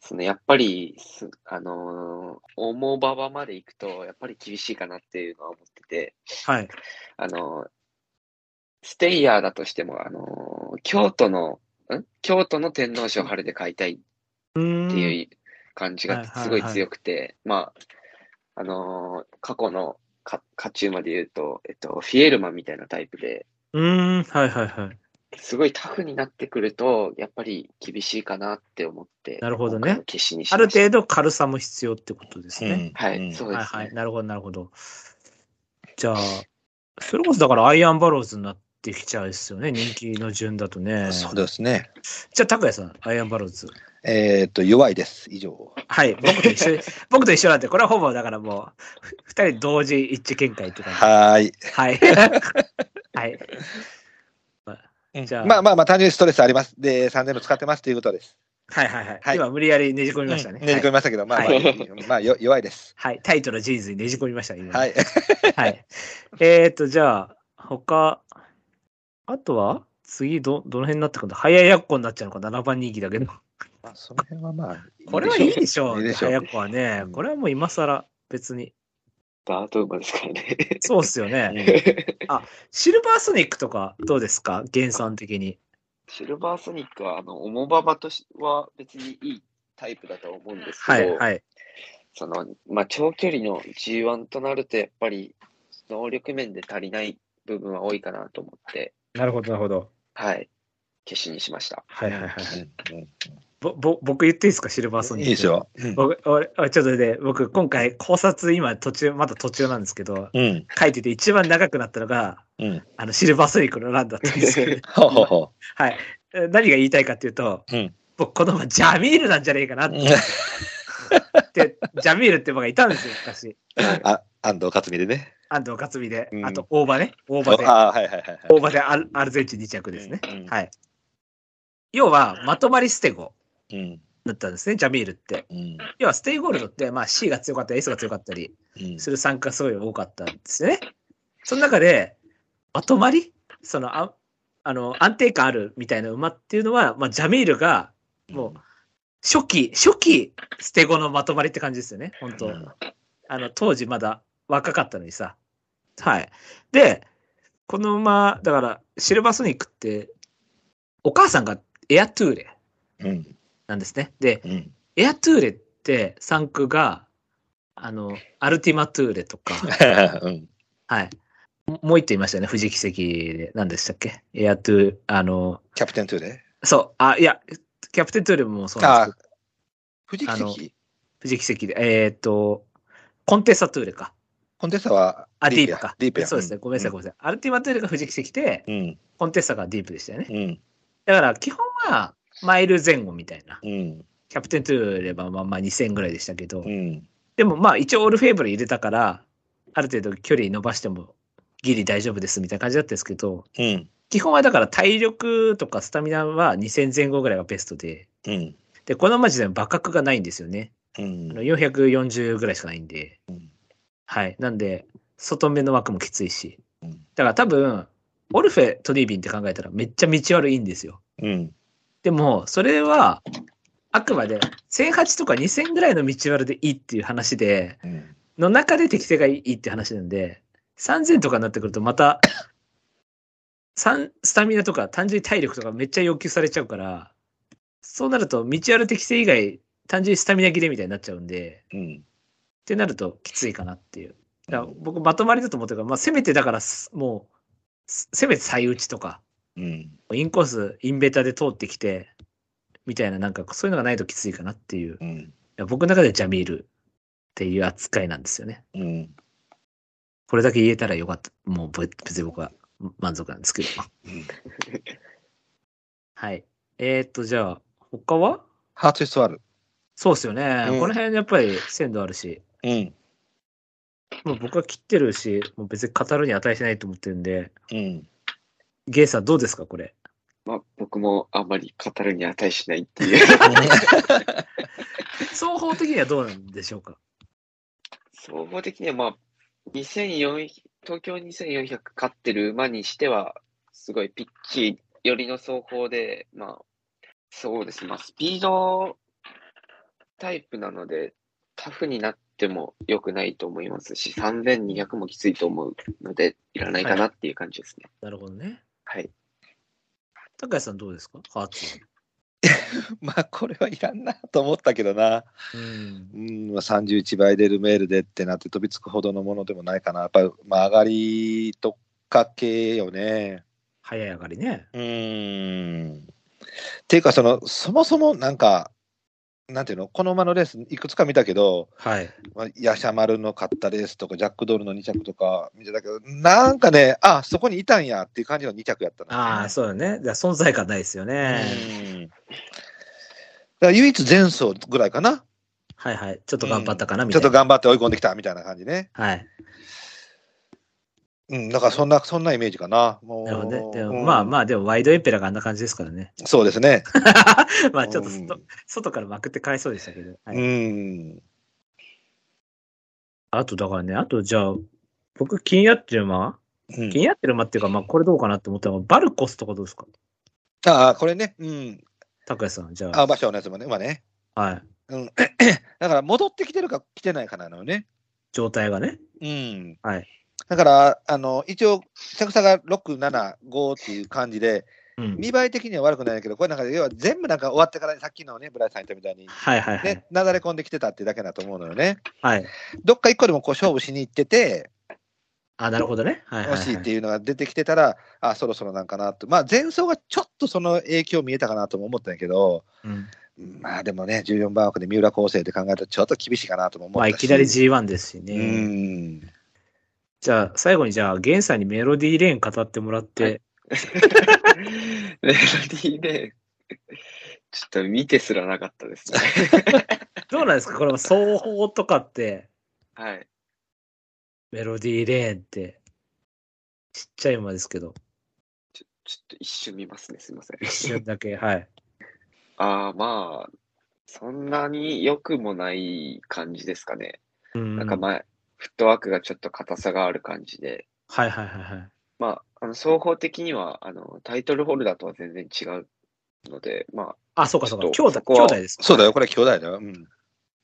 Speaker 6: そのやっぱり、すあのー、重馬場まで行くと、やっぱり厳しいかなっていうのは思ってて、
Speaker 3: はい。
Speaker 6: あのー、ステイヤーだとしても、あのー、京都の、ん京都の天皇賞晴れで買いたいっ
Speaker 3: うーん。
Speaker 6: ていう感じがすごい強くて、まあ、あのー、過去のか勝ち馬で言うと、えっと、フィエルマンみたいなタイプで、
Speaker 3: うーん。はいはいはい。
Speaker 6: すごいタフになってくると、やっぱり厳しいかなって思って、
Speaker 3: なるほどね
Speaker 6: 今回の消しにし
Speaker 3: あ
Speaker 6: ま
Speaker 3: る
Speaker 6: した
Speaker 3: 程度軽さも必要ってことです
Speaker 4: う
Speaker 3: ね。
Speaker 4: ん
Speaker 6: は
Speaker 4: うん
Speaker 6: い、そう
Speaker 3: は
Speaker 6: で
Speaker 3: い
Speaker 6: す
Speaker 3: はい。
Speaker 6: ね。
Speaker 3: なるほど、なるほど。じゃあ、それこそだからアイアンバローズになってきちゃうですよね。人気の順だとね。
Speaker 4: そうですね。
Speaker 3: じゃあ、拓也さん、アイアンバローズ。
Speaker 4: えーっと、弱いです。以上。
Speaker 3: はい、僕と一緒、 僕と一緒なんで、これはほぼだからもう、ふ二人同時一致見解って感じ。
Speaker 4: はーい。
Speaker 3: はい。はい。まあじゃあ、
Speaker 4: まあまあまあ、単純にストレスあります。で、3000も使ってますということです。
Speaker 3: はいはいはい。
Speaker 4: はい
Speaker 3: 今無理やりねじ込みましたね。
Speaker 4: うんねじ込みましたけど、まあまあ、
Speaker 3: はい
Speaker 4: まあ、よ弱いです。
Speaker 3: はい。タイトルジーンズにねじ込みましたね、今
Speaker 4: はい。
Speaker 3: はい。えーっと、じゃあ、他、あとは、次、ど、どの辺になってくるんだ早やっこになっちゃうのか、7番人気だけど。
Speaker 4: まあ、その辺はまあ、
Speaker 3: これはいいでしょ。
Speaker 4: いいうでしょう
Speaker 3: 早やっこはね。これはもう今更、別に。
Speaker 6: ダート馬ですからね。
Speaker 3: そうっすよね。シルバーソニックとか、どうですか原産的に。
Speaker 6: シルバーソニックは、あの、重馬場としは別にいいタイプだと思うんです
Speaker 3: は
Speaker 6: け
Speaker 3: い、
Speaker 6: ど、
Speaker 3: はい。
Speaker 6: その、まあ、長距離の G1 となると、やっぱり、能力面で足りない部分は多いかなと思って、
Speaker 3: なるほど、なるほど。
Speaker 6: はい、消しにしました。
Speaker 3: はいはいはいは
Speaker 4: う
Speaker 3: い。
Speaker 4: んうん
Speaker 3: ぼ、ぼ、僕言っていいですかシルバーソニッ
Speaker 4: い
Speaker 3: ク。
Speaker 4: いです。よ。うん
Speaker 3: 僕、俺、俺ちょっとね、僕、今回考察、今途中、まだ途中なんですけど、
Speaker 4: うん。
Speaker 3: 書いてて一番長くなったのが、
Speaker 4: うん。
Speaker 3: あの、シルバーソニックの欄だったんですけど、
Speaker 4: ほうほうほ
Speaker 3: はい。えー何が言いたいかっていうと、
Speaker 4: うん
Speaker 3: 僕、この前、ジャミールなんじゃねえかな
Speaker 4: う
Speaker 3: っ。 て、ジャミールって馬がいたんですよ、昔。
Speaker 4: あ、安藤克美でね。
Speaker 3: 安藤克美で
Speaker 4: う。ん
Speaker 3: あと、大場ね。大場で。
Speaker 4: あ、はいはいはいはい。
Speaker 3: 大場でアルアルゼンチン2着ですね。
Speaker 4: うん
Speaker 3: はい。要は、まとまり捨て子
Speaker 4: うん。
Speaker 3: だったんですね、ジャミールって。
Speaker 4: うん。
Speaker 3: 要は、ステイゴールドって、まあ、C が強かったり、S が強かったり
Speaker 4: うん
Speaker 3: する参加がすごい多かったんですよね。その中で、まとまりその、ああの、安定感あるみたいな馬っていうのは、まあ、ジャミールが、もう、初期、初期、捨て子のまとまりって感じですよね、本当、
Speaker 4: うん
Speaker 3: あの、当時まだ若かったのにさ。はい。で、この馬、だから、シルバーソニックって、お母さんがエアトゥーレ
Speaker 4: うん。
Speaker 3: なんですね。で、
Speaker 4: うん。
Speaker 3: エアトゥーレって産区が、あの、アルティマトゥーレと か、
Speaker 4: うん。
Speaker 3: はい。ももう一頭言いましたよね、藤木跡で。何でしたっけエアトゥー、あの、
Speaker 4: キャプテン2で。
Speaker 3: そう、あ、いや、キャプテントゥーレもそうなんですけど
Speaker 4: あ、藤木
Speaker 3: あの
Speaker 4: 関
Speaker 3: 藤木跡で、えーっ、と、コンテサトゥーレか。
Speaker 4: コンテスタは、
Speaker 3: あ、ディープか。
Speaker 4: ディープや。
Speaker 3: そうですね。ごめんなさい、ごめんなさい。アルティマトゥーレが藤木跡で、
Speaker 4: うん。
Speaker 3: コンテッサがディープでしたよね。
Speaker 4: うん。
Speaker 3: だから、基本は、マイル前後みたいな。
Speaker 4: うん。
Speaker 3: キャプテントゥーレはまあまあ2000ぐらいでしたけど、
Speaker 4: うん。
Speaker 3: でもまあ一応オールフェーブル入れたから、ある程度距離伸ばしてもギリ大丈夫ですみたいな感じだったんですけど、
Speaker 4: うん。
Speaker 3: 基本はだから体力とかスタミナは2000前後ぐらいがベストで、
Speaker 4: うん。
Speaker 3: で、この馬自体も馬格がないんですよね。
Speaker 4: うん
Speaker 3: あの。440ぐらいしかないんで、
Speaker 4: うん
Speaker 3: はい。なんで、外目の枠もきついし。
Speaker 4: うん
Speaker 3: だから多分、オルフェ、トリービンって考えたらめっちゃ道悪いんですよ。
Speaker 4: うん。
Speaker 3: でも、それは、あくまで、1008とか2000ぐらいの道悪でいいっていう話で、
Speaker 4: うん。
Speaker 3: の中で適正がいいって話なんで、3000とかになってくるとまた、さんスタミナとか単純に体力とかめっちゃ要求されちゃうから、そうなると、道ある適正以外、単純にスタミナ切れみたいになっちゃうんで、
Speaker 4: うん。
Speaker 3: ってなるときついかなっていう。だから僕、まとまりだと思ってるから、まあ、せめてだからす、もう、すせめて最打ちとか、
Speaker 4: うん。
Speaker 3: インコース、インベータで通ってきて、みたいな、なんかそういうのがないときついかなっていう。い
Speaker 4: うん。
Speaker 3: や僕の中でジャミールっていう扱いなんですよね。
Speaker 4: うん。
Speaker 3: これだけ言えたらよかった。もうぶ別に僕は満足なんですけど。はい。えー、っと、じゃあ、他は
Speaker 4: ハーツイストワル。
Speaker 3: そうっすよね。
Speaker 4: うん
Speaker 3: この辺やっぱり鮮度あるし、
Speaker 4: うん。
Speaker 3: もう僕は切ってるし、もう別に語るに値しないと思ってるんで、
Speaker 4: うん。
Speaker 3: ゲイさんどうですかこれ。
Speaker 6: まあ、僕もあんまり語るに値しないっていう。
Speaker 3: 双方的にはどうなんでしょうか
Speaker 6: 総合的には、まあ、2400東京2400勝ってる馬にしては、すごいピッチ寄りの走法で、まあ、そうですね、まあ、スピードタイプなので、タフになっても良くないと思いますし、3200もきついと思うので、いらないかなっていう感じですね。
Speaker 3: なるほどね。
Speaker 6: はい。
Speaker 3: 高橋さんどうですかハーツ。
Speaker 4: まあ、これはいらんなと思ったけどな。
Speaker 3: うん
Speaker 4: う。ん、まあ31倍でルメールでってなって飛びつくほどのものでもないかな。やっぱり、まあ、上がりとか系よね。
Speaker 3: 早い上がりね。
Speaker 4: うん。っていうか、その、そもそもなんか、なんていうの、この馬のレースいくつか見たけど、
Speaker 3: はい。
Speaker 4: まあ、ヤシャマルの勝ったレースとか、ジャックドールの2着とか見てたけど、なんかね、あ、そこにいたんやっていう感じの2着やったな。
Speaker 3: ああ、そうだね。だから存在感ないですよね。
Speaker 4: うんら唯一前走ぐらいかな。
Speaker 3: はいはい。ちょっと頑張ったかな、
Speaker 4: うん
Speaker 3: み
Speaker 4: ち
Speaker 3: た
Speaker 4: ょ
Speaker 3: い
Speaker 4: っ
Speaker 3: な。
Speaker 4: と頑張って追い込んできたみたいな感じね。
Speaker 3: はい。
Speaker 4: うん、だからそんな、そんなイメージかな。もう
Speaker 3: なるほどね。で
Speaker 4: う
Speaker 3: も
Speaker 4: ん
Speaker 3: まあまあ、でもワイドエンペラーがあんな感じですからね。
Speaker 4: そうですね。
Speaker 3: まあちょっと
Speaker 4: うん
Speaker 3: 外外からまくって買えそうでしたけど。はい
Speaker 4: うん。
Speaker 3: あとだからね、あとじゃあ、僕気になってる馬
Speaker 4: うん
Speaker 3: 気になってる馬っていうか、まあこれどうかなって思ったのが、バルコスとかどうですか
Speaker 4: ああ、これね。うん。
Speaker 3: 拓也さん、じゃ
Speaker 4: あ
Speaker 3: あ。
Speaker 4: 場所のやつもね、今ね。
Speaker 3: はい。
Speaker 4: うん、だから戻ってきてるか来てないかなのよね。
Speaker 3: 状態がね。
Speaker 4: うん。
Speaker 3: はい。
Speaker 4: だから、あの、一応、着差が6、7、5っていう感じで、
Speaker 3: うん。
Speaker 4: 見栄え的には悪くないけど、これなんか、要は全部なんか終わってから、さっきのね、ブライさん言ったみたいに、
Speaker 3: はいはいはい。
Speaker 4: ね、なだれ込んできてたってだけだと思うのよね。
Speaker 3: はい。
Speaker 4: どっか一個でもこう勝負しに行ってて、
Speaker 3: あ、なるほどね。はいはい、は
Speaker 4: 欲
Speaker 3: い。
Speaker 4: しいっていうのが出てきてたら、あ、そろそろなんかなと。まあ、前走がちょっとその影響見えたかなとも思ったんやけど、
Speaker 3: うん
Speaker 4: まあでもね、14番枠で三浦構成って考えると、ちょっと厳しいかなとも思
Speaker 3: まあ、
Speaker 4: っ
Speaker 3: い
Speaker 4: たし。
Speaker 3: きなり G1 ですし
Speaker 4: う
Speaker 3: ね。
Speaker 4: ん。
Speaker 3: じゃあ、最後にじゃあ、ゲンさんにメロディーレーン語ってもらって、
Speaker 6: はいメロディーで、ちょっと見てすらなかったですね。
Speaker 3: どうなんですかこれは双方とかって、
Speaker 6: はい。
Speaker 3: メロディーレーンって、ちっちゃい馬ですけど、
Speaker 6: ちょっと一瞬見ますね、すいません。
Speaker 3: 一瞬だけ、はい。
Speaker 6: ああ、まあ、そんなに良くもない感じですかね。
Speaker 3: うん。
Speaker 6: なんか前、フットワークがちょっと硬さがある感じで、
Speaker 3: はいはいはいはい。
Speaker 6: まあ、あの総合的にはあのタイトルホルダーとは全然違うので、ま
Speaker 3: あ、そうかそうか。
Speaker 6: ち
Speaker 3: 兄
Speaker 6: ょっ
Speaker 3: 弟
Speaker 6: とそ、こ
Speaker 3: 兄
Speaker 6: は
Speaker 3: 弟ですか。
Speaker 4: そうだよ、これ兄弟だよ。うん。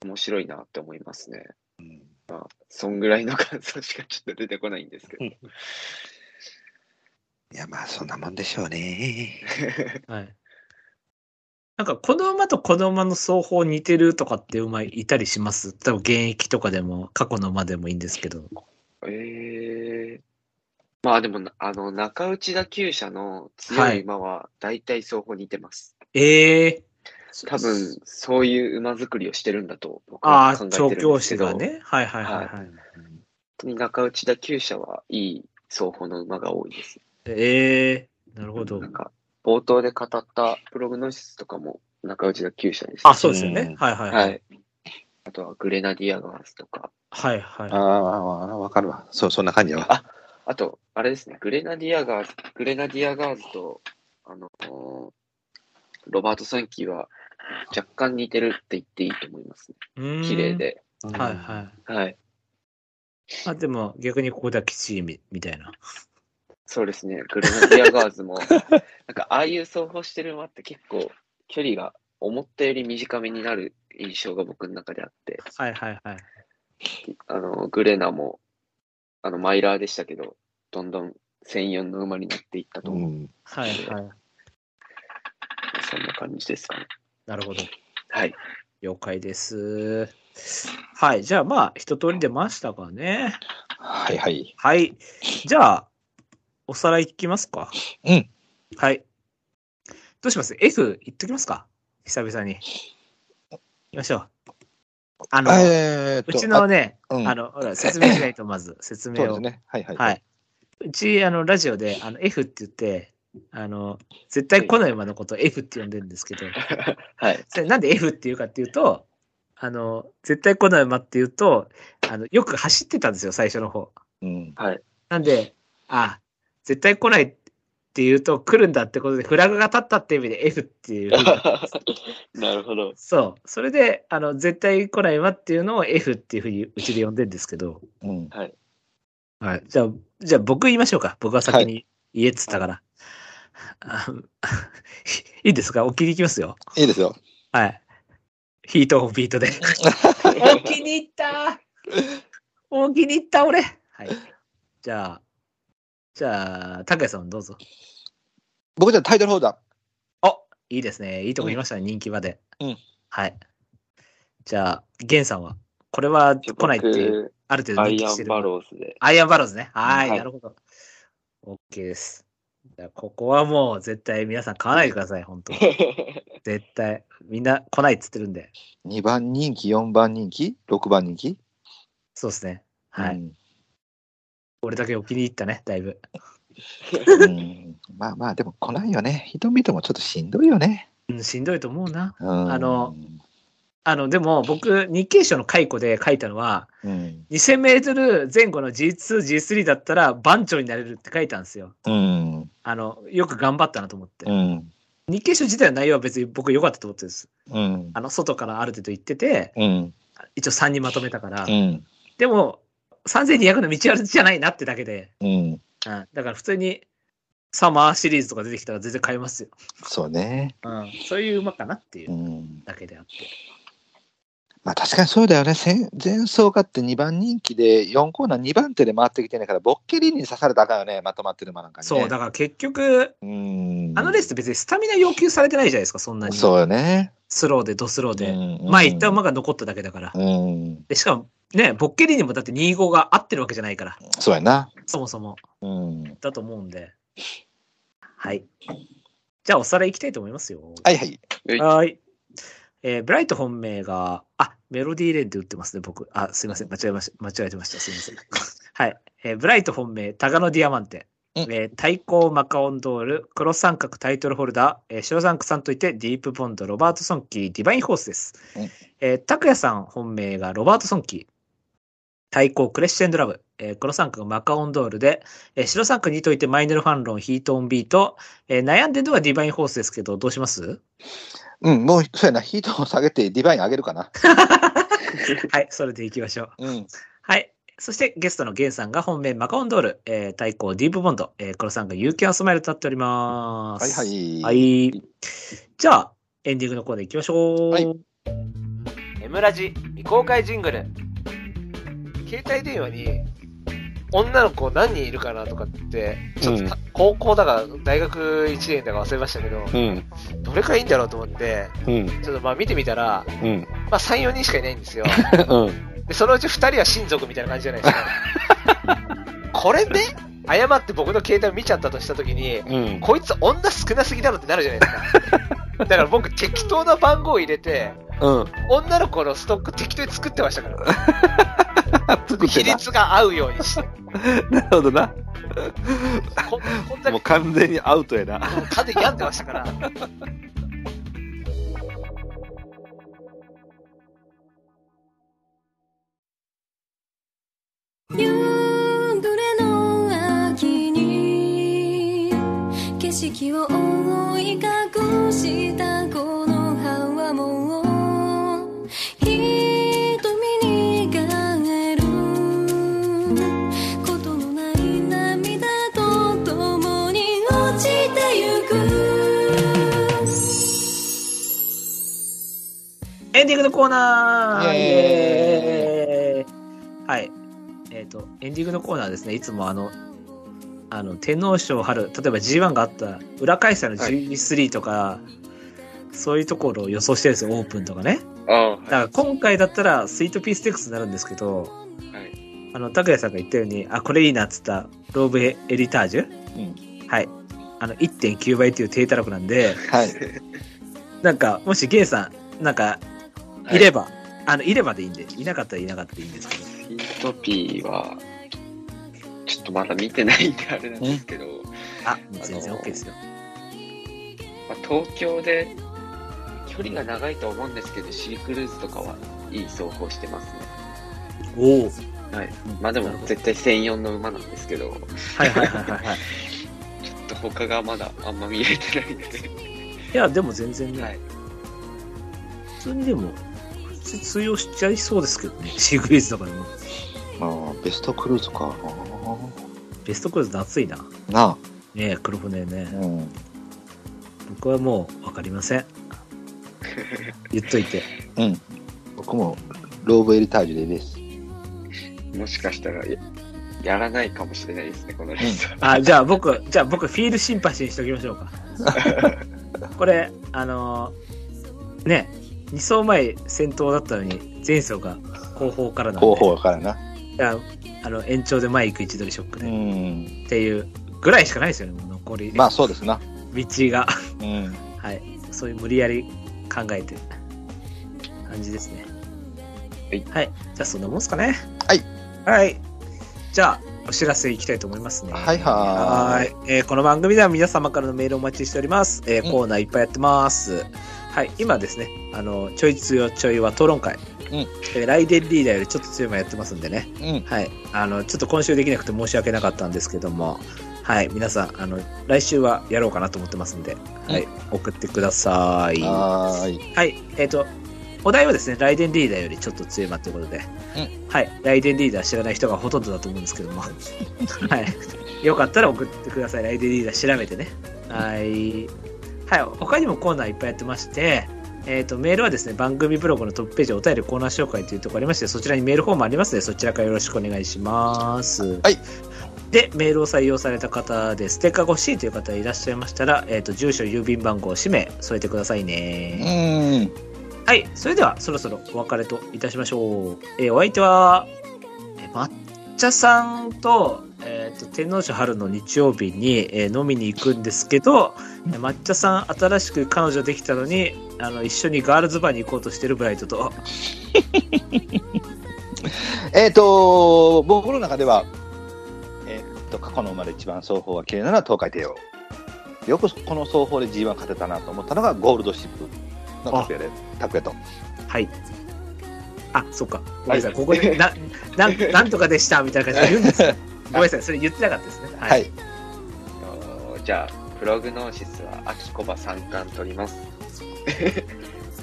Speaker 6: あ、面白いなって思いますね。まあ、そんぐらいの感想しかちょっと出てこないんですけど。
Speaker 4: いや、まあそんなもんでしょうね。
Speaker 3: はい。なんか、この馬とこの馬の双方似てるとかって馬いたりします多分現役とかでも、過去の馬でもいいんですけど。
Speaker 6: ええまあでもな、あの、中内田厩舎の強い馬は、大体双方似てます。
Speaker 3: ええー。
Speaker 6: 多分、そういう馬作りをしてるんだと、僕
Speaker 3: あ
Speaker 6: は
Speaker 3: あ、
Speaker 6: 考え
Speaker 3: 調
Speaker 6: てるん
Speaker 3: 教
Speaker 6: です
Speaker 3: 師
Speaker 6: けど、
Speaker 3: が
Speaker 6: 本
Speaker 3: ね。はいはいはいはい。
Speaker 6: 当に中内田厩舎はいい双方の馬が多いです。
Speaker 3: ええなるほど
Speaker 6: な。んか、冒頭で語ったプログノシスとかも、中内田厩舎でした
Speaker 3: あ、そうですよね。はいはいは。
Speaker 6: はいい。あとは、グレナディアガースとか、
Speaker 3: はいはい。
Speaker 4: ああ、わかるわ。そう、そんな感じやわ。
Speaker 6: あと、あれですね、グレナディアガーズ、グレナディアガーズと、あのーロバート・サンキーは若干似てるって言っていいと思いますね。
Speaker 3: うーん
Speaker 6: 綺麗。で。
Speaker 3: はいはい。
Speaker 6: はい。
Speaker 3: あ、でも逆にここだけチームみたいな。
Speaker 6: そうですね、グレナディアガーズ も、なんか、ああいう走法してる馬って結構、距離が思ったより短めになる印象が僕の中であって、
Speaker 3: はいはいはい。
Speaker 6: あの、グレナも、あの、マイラーでしたけど、どんどん1004の馬になっていったと
Speaker 4: う
Speaker 6: 思う。
Speaker 4: ん。
Speaker 3: はいはい。
Speaker 6: そんな感じですかね。
Speaker 3: なるほど。
Speaker 6: はい。
Speaker 3: 了解です。はい。じゃあまあ、一通り出ましたかね。
Speaker 4: はいはい。
Speaker 3: はい。じゃあ、おさらい聞きますか。
Speaker 4: うん。
Speaker 3: はい。どうします ?F いっときますか久々に。行きましょう。あの、
Speaker 4: えーっ
Speaker 3: う
Speaker 4: と
Speaker 3: ちのね、
Speaker 4: あ
Speaker 3: あ,、
Speaker 4: うん
Speaker 3: の、ほら、説明しないと、まず、説
Speaker 4: あ
Speaker 3: 明
Speaker 4: そうで
Speaker 3: を。
Speaker 4: すね。はいはい。
Speaker 3: はい。。うち、あの、ラジオで、あの、F って言って、あの、絶対来ない馬のことを F って呼んでるんですけど、
Speaker 6: はい。
Speaker 3: それなんで F っていうかっていうと、あの、絶対来ない馬っていうと、あの、よく走ってたんですよ、最初の方。
Speaker 4: うん。
Speaker 6: はい。
Speaker 3: なんで、あ、絶対来ないっていうと、来るんだってことで、フラグが立ったっていう意味で F っていう 風に。
Speaker 6: なるほど。
Speaker 3: そう。それで、あの、絶対来ない馬っていうのを F っていうふうにうちで呼んでるんですけど、
Speaker 4: うん。
Speaker 3: はい。じゃあ、じゃあ僕言いましょうか。僕は先に言えっつったから。あ いいですかお気に入りいきますよ。
Speaker 4: いいですよ。
Speaker 3: はい。ヒートオンビートで。お気に入ったお気に入った俺はい。じゃあ、じゃあ、拓也さんどうぞ。
Speaker 4: 僕じゃタイトルホルダ
Speaker 3: あいいですね。いいとこ言いましたね、人気まで。
Speaker 4: うん
Speaker 3: はい。じゃあ、ゲンさんは、これは来ないっていう、
Speaker 6: 僕
Speaker 3: ある程度
Speaker 6: ア
Speaker 3: 認
Speaker 6: イ
Speaker 3: 知
Speaker 6: ア
Speaker 3: して
Speaker 6: ン
Speaker 3: る
Speaker 6: バローズで。
Speaker 3: アイアンバローズね。はい、
Speaker 6: はい
Speaker 3: なるほど。OK です。じゃあここはもう絶対皆さん買わないでください、 本当絶対。みんな来ないっつってるんで。
Speaker 4: ー。2番人気、4番人気、6番人気。
Speaker 3: そうですね。はい。
Speaker 4: うん
Speaker 3: 俺だけお気に入ったね、だいぶ。
Speaker 4: うんまあまあ、でも来ないよね。人見てもちょっとしんどいよね。
Speaker 3: うん、しんどいと思うな。
Speaker 4: うん
Speaker 3: あの、あの、でも僕、日経賞の解雇で書いたのは、
Speaker 4: うん。
Speaker 3: 2000メートル前後の G2、G3 だったら番長になれるって書いたんですよ。
Speaker 4: うん。
Speaker 3: あの、よく頑張ったなと思って。
Speaker 4: うん。
Speaker 3: 日経賞自体の内容は別に僕良かったと思ってるんです。
Speaker 4: うん。
Speaker 3: あの、外からある程度行ってて、
Speaker 4: うん。
Speaker 3: 一応3にまとめたから。
Speaker 4: うん。
Speaker 3: でも、3200の道あるじゃないなってだけで。
Speaker 4: うん。
Speaker 3: うん。だから普通に、サマーシリーズとか出てきたら全然買えますよ。
Speaker 4: そうね。。
Speaker 3: うん。そういう馬かなっていううんだけであって。
Speaker 4: まあ確かにそうだよね。前前走がって2番人気で4コーナー2番手で回ってきてないから、ボッケリーに刺されたらあかんよね。まとまってる馬なんかに、ね。
Speaker 3: そう、だから結局、
Speaker 4: うん。
Speaker 3: あのレースって別にスタミナ要求されてないじゃないですか、そんなに。
Speaker 4: そうよね。
Speaker 3: スローで、ドスローで。
Speaker 4: うん
Speaker 3: まあ、行った馬が残っただけだから。
Speaker 4: うん。
Speaker 3: でしかも、ね、ボッケリーにもだって25が合ってるわけじゃないから、
Speaker 4: そうやな。
Speaker 3: そもそも。
Speaker 4: うん。
Speaker 3: だと思うんで。はい。じゃあ、おさらい行きたいと思いますよ。
Speaker 4: はいはい。
Speaker 3: はーい。えーブライト本命が、あ、メロディーレンって打ってますね、僕。あ、すいません。間違えました。間違えてました。すいません。 はい。えーブライト本命、タガノディアマンテ。
Speaker 4: うん
Speaker 3: えー対抗マカオンドール、黒三角タイトルホルダー、えー白三角さんといて、ディープボンド、ロバート・ソンキー、ディバイン・ホースです
Speaker 4: うん。
Speaker 3: えー、拓也さん本命がロバート・ソンキー。対抗クレッシェンドラブ、えー黒三角マカオンドールで、えー白三角にといてマイネルファンロン、ヒート・オン・ビート、えー悩んでるのはディバイン・ホースですけど、どうします
Speaker 4: うん、もう、そうやな。ヒートを下げてディバイン上げるかな。
Speaker 3: はい、それでいきましょう。
Speaker 4: うん。
Speaker 3: はい。そしてゲストのゲンさんが本命マカオンドール、えー、対抗ディープボンド、えー、黒さんが有機アンスマイルとなっておりま
Speaker 4: はい
Speaker 3: す。。
Speaker 4: はいい。
Speaker 3: はい。じゃあ、エンディングのコーナー行きましょう。
Speaker 4: はい
Speaker 5: エムラジ未公開ジングル携帯電話に女の子何人いるかなとかってちょっとた、高校だか大学1年だか忘れましたけど、
Speaker 2: うん、
Speaker 5: どれくらいいいんだろうと思って
Speaker 2: うん、
Speaker 5: ちょっとまあ見てみたら、
Speaker 2: うん、
Speaker 5: まあ、34人しかいないんですよ
Speaker 2: うん。
Speaker 5: でそのうち2人は親族みたいな感じじゃないですかこれで誤って僕の携帯を見ちゃったとした時に
Speaker 2: うん、
Speaker 5: こいつ女少なすぎだろってなるじゃないですかだから僕適当な番号を入れて
Speaker 2: うん。
Speaker 5: 女の子のストック適当に作ってましたから
Speaker 2: 作って
Speaker 5: 比
Speaker 2: な。
Speaker 5: 率が合うようにして、
Speaker 2: なるほどな。
Speaker 5: ここんだ
Speaker 2: もう
Speaker 5: け
Speaker 2: 完全にアウトやな。
Speaker 5: 風病んでましたから。
Speaker 7: 夕暮れの秋に景色を覆い隠したこの葉はもう瞳に変えることのない涙と共に落ちてゆく
Speaker 3: エンディングのコーナー
Speaker 4: イ
Speaker 3: イ
Speaker 4: エ
Speaker 3: エーイはい。えっ、と、エンディングのコーナーはですね、いつもあの、あの、天皇賞春、例えば G1 があった裏開催の G3 とか、そういうところを予想してるんですよ、オープンとかね。
Speaker 6: ああ、はい。
Speaker 3: だから今回だったらスイートピーステックスになるんですけど、あの拓也さんが言ったようにあこれいいなっつったローブエリタージュ、はいあの1.9倍という低たらくなんで
Speaker 4: はい。
Speaker 3: なんかもしゲイさんなんか
Speaker 6: はい
Speaker 3: いれば、あのいればでいいんでいなかったらいなかったでいいんですけど
Speaker 6: ヒートピーは、ちょっとまだ見てないんであれなんですけど、
Speaker 3: あ全然 OK ですよ
Speaker 6: まあ、東京で距離が長いと思うんですけど、シークルーズとかはいい走法してますね。
Speaker 3: おお
Speaker 6: まあで
Speaker 3: なるほ
Speaker 6: も
Speaker 3: ど
Speaker 6: 絶対1004の馬なんですけど、
Speaker 3: はいはいはいはい はい
Speaker 6: ちょっと他がまだあんま見れてないんで、
Speaker 3: いやでも全然ね、
Speaker 6: はい
Speaker 3: 普通にでも普通に通用しちゃいそうですけどねシークリーズとかでも
Speaker 4: まあ、ベストクルーズか。
Speaker 3: ベストクルーズ熱いな
Speaker 4: なあ。
Speaker 3: ねえ黒船ね、
Speaker 4: うん。
Speaker 3: 僕はもう分かりません言っといて
Speaker 4: うん。僕も、ローブエリタージュでです。
Speaker 6: もしかしたらややらないかもしれないですね、このレースは。
Speaker 3: あじゃあ僕じゃあ僕フィールシンパシーにしときましょうかこれあのーね2走前先頭だったのに前走が後方からなんで
Speaker 4: 後方からな。
Speaker 3: だからあの延長で前行く位置取りショック
Speaker 4: う
Speaker 3: で、
Speaker 4: ん。
Speaker 3: っていうぐらいしかないですよねもう残り、
Speaker 4: まあ、そうですな。
Speaker 3: 道が
Speaker 4: うん。
Speaker 3: はいそういう無理やり考えて感じですね
Speaker 6: はい
Speaker 3: はい、じゃあそんなもんすかね
Speaker 4: はい
Speaker 3: はいじゃあお知らせいきたいと思いますね。
Speaker 4: はいは
Speaker 3: は
Speaker 4: ーい。
Speaker 3: い、えーこの番組では皆様からのメールをお待ちしております。えー
Speaker 4: うん
Speaker 3: コーナーいっぱいやってます。はい、今ですね、あの、ちょい強ちょいは討論会。
Speaker 4: うん
Speaker 3: えーライデンリーダーよりちょっと強いもやってますんでね。
Speaker 4: うん。
Speaker 3: はい、あの、ちょっと今週できなくて申し訳なかったんですけども、はい、皆さん、あの、来週はやろうかなと思ってますんで、はい、送ってください。は
Speaker 4: はーい。
Speaker 3: い、えっ、と、お題はですね、ライデンリーダーよりちょっと強いまということで、
Speaker 4: う
Speaker 3: はい、ライデンリーダー知らない人がほとんどだと思うんですけど も、はい、よかったら送ってください、ライデンリーダー調べてね。はい。はい、他にもコーナーいっぱいやってまして、えー、とメールはですね番組ブログのトップページお便りコーナー紹介というところありましてそちらにメールフォームありますのでそちらからよろしくお願いします。
Speaker 4: はい
Speaker 3: でメールを採用された方でステッカーが欲しいという方いらっしゃいましたら、えー、と住所郵便番号氏名添えてくださいうね。
Speaker 4: ーん。
Speaker 3: はいそれではそろそろお別れといたしましょう。えーお相手はえー抹茶さんと,、えー、と天皇賞春の日曜日に、えー飲みに行くんですけどえー抹茶さん新しく彼女できたのにあの一緒にガールズバーに行こうとしてるブライトと。
Speaker 4: えっと、僕の中では、えっと、過去の生まれ一番双方が綺麗なのは東海帝王。よくこの双方で G1 勝てたなと思ったのがゴールドシップの拓也で、拓也と。
Speaker 3: はい。あ、そっか。ごめんなさい。ここで、な、なん、なんとかでしたみたいな感じで言うん ですよ。ごめんなさい。それ言ってなかったですね。は。
Speaker 4: はいい。
Speaker 6: あのじゃあ、プログノーシスは、秋コバ3巻 取ります。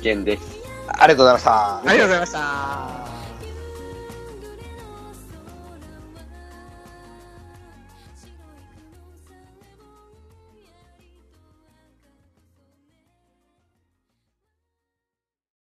Speaker 6: ゲンです。
Speaker 4: ありがとうございました
Speaker 3: あ。りがとうございました。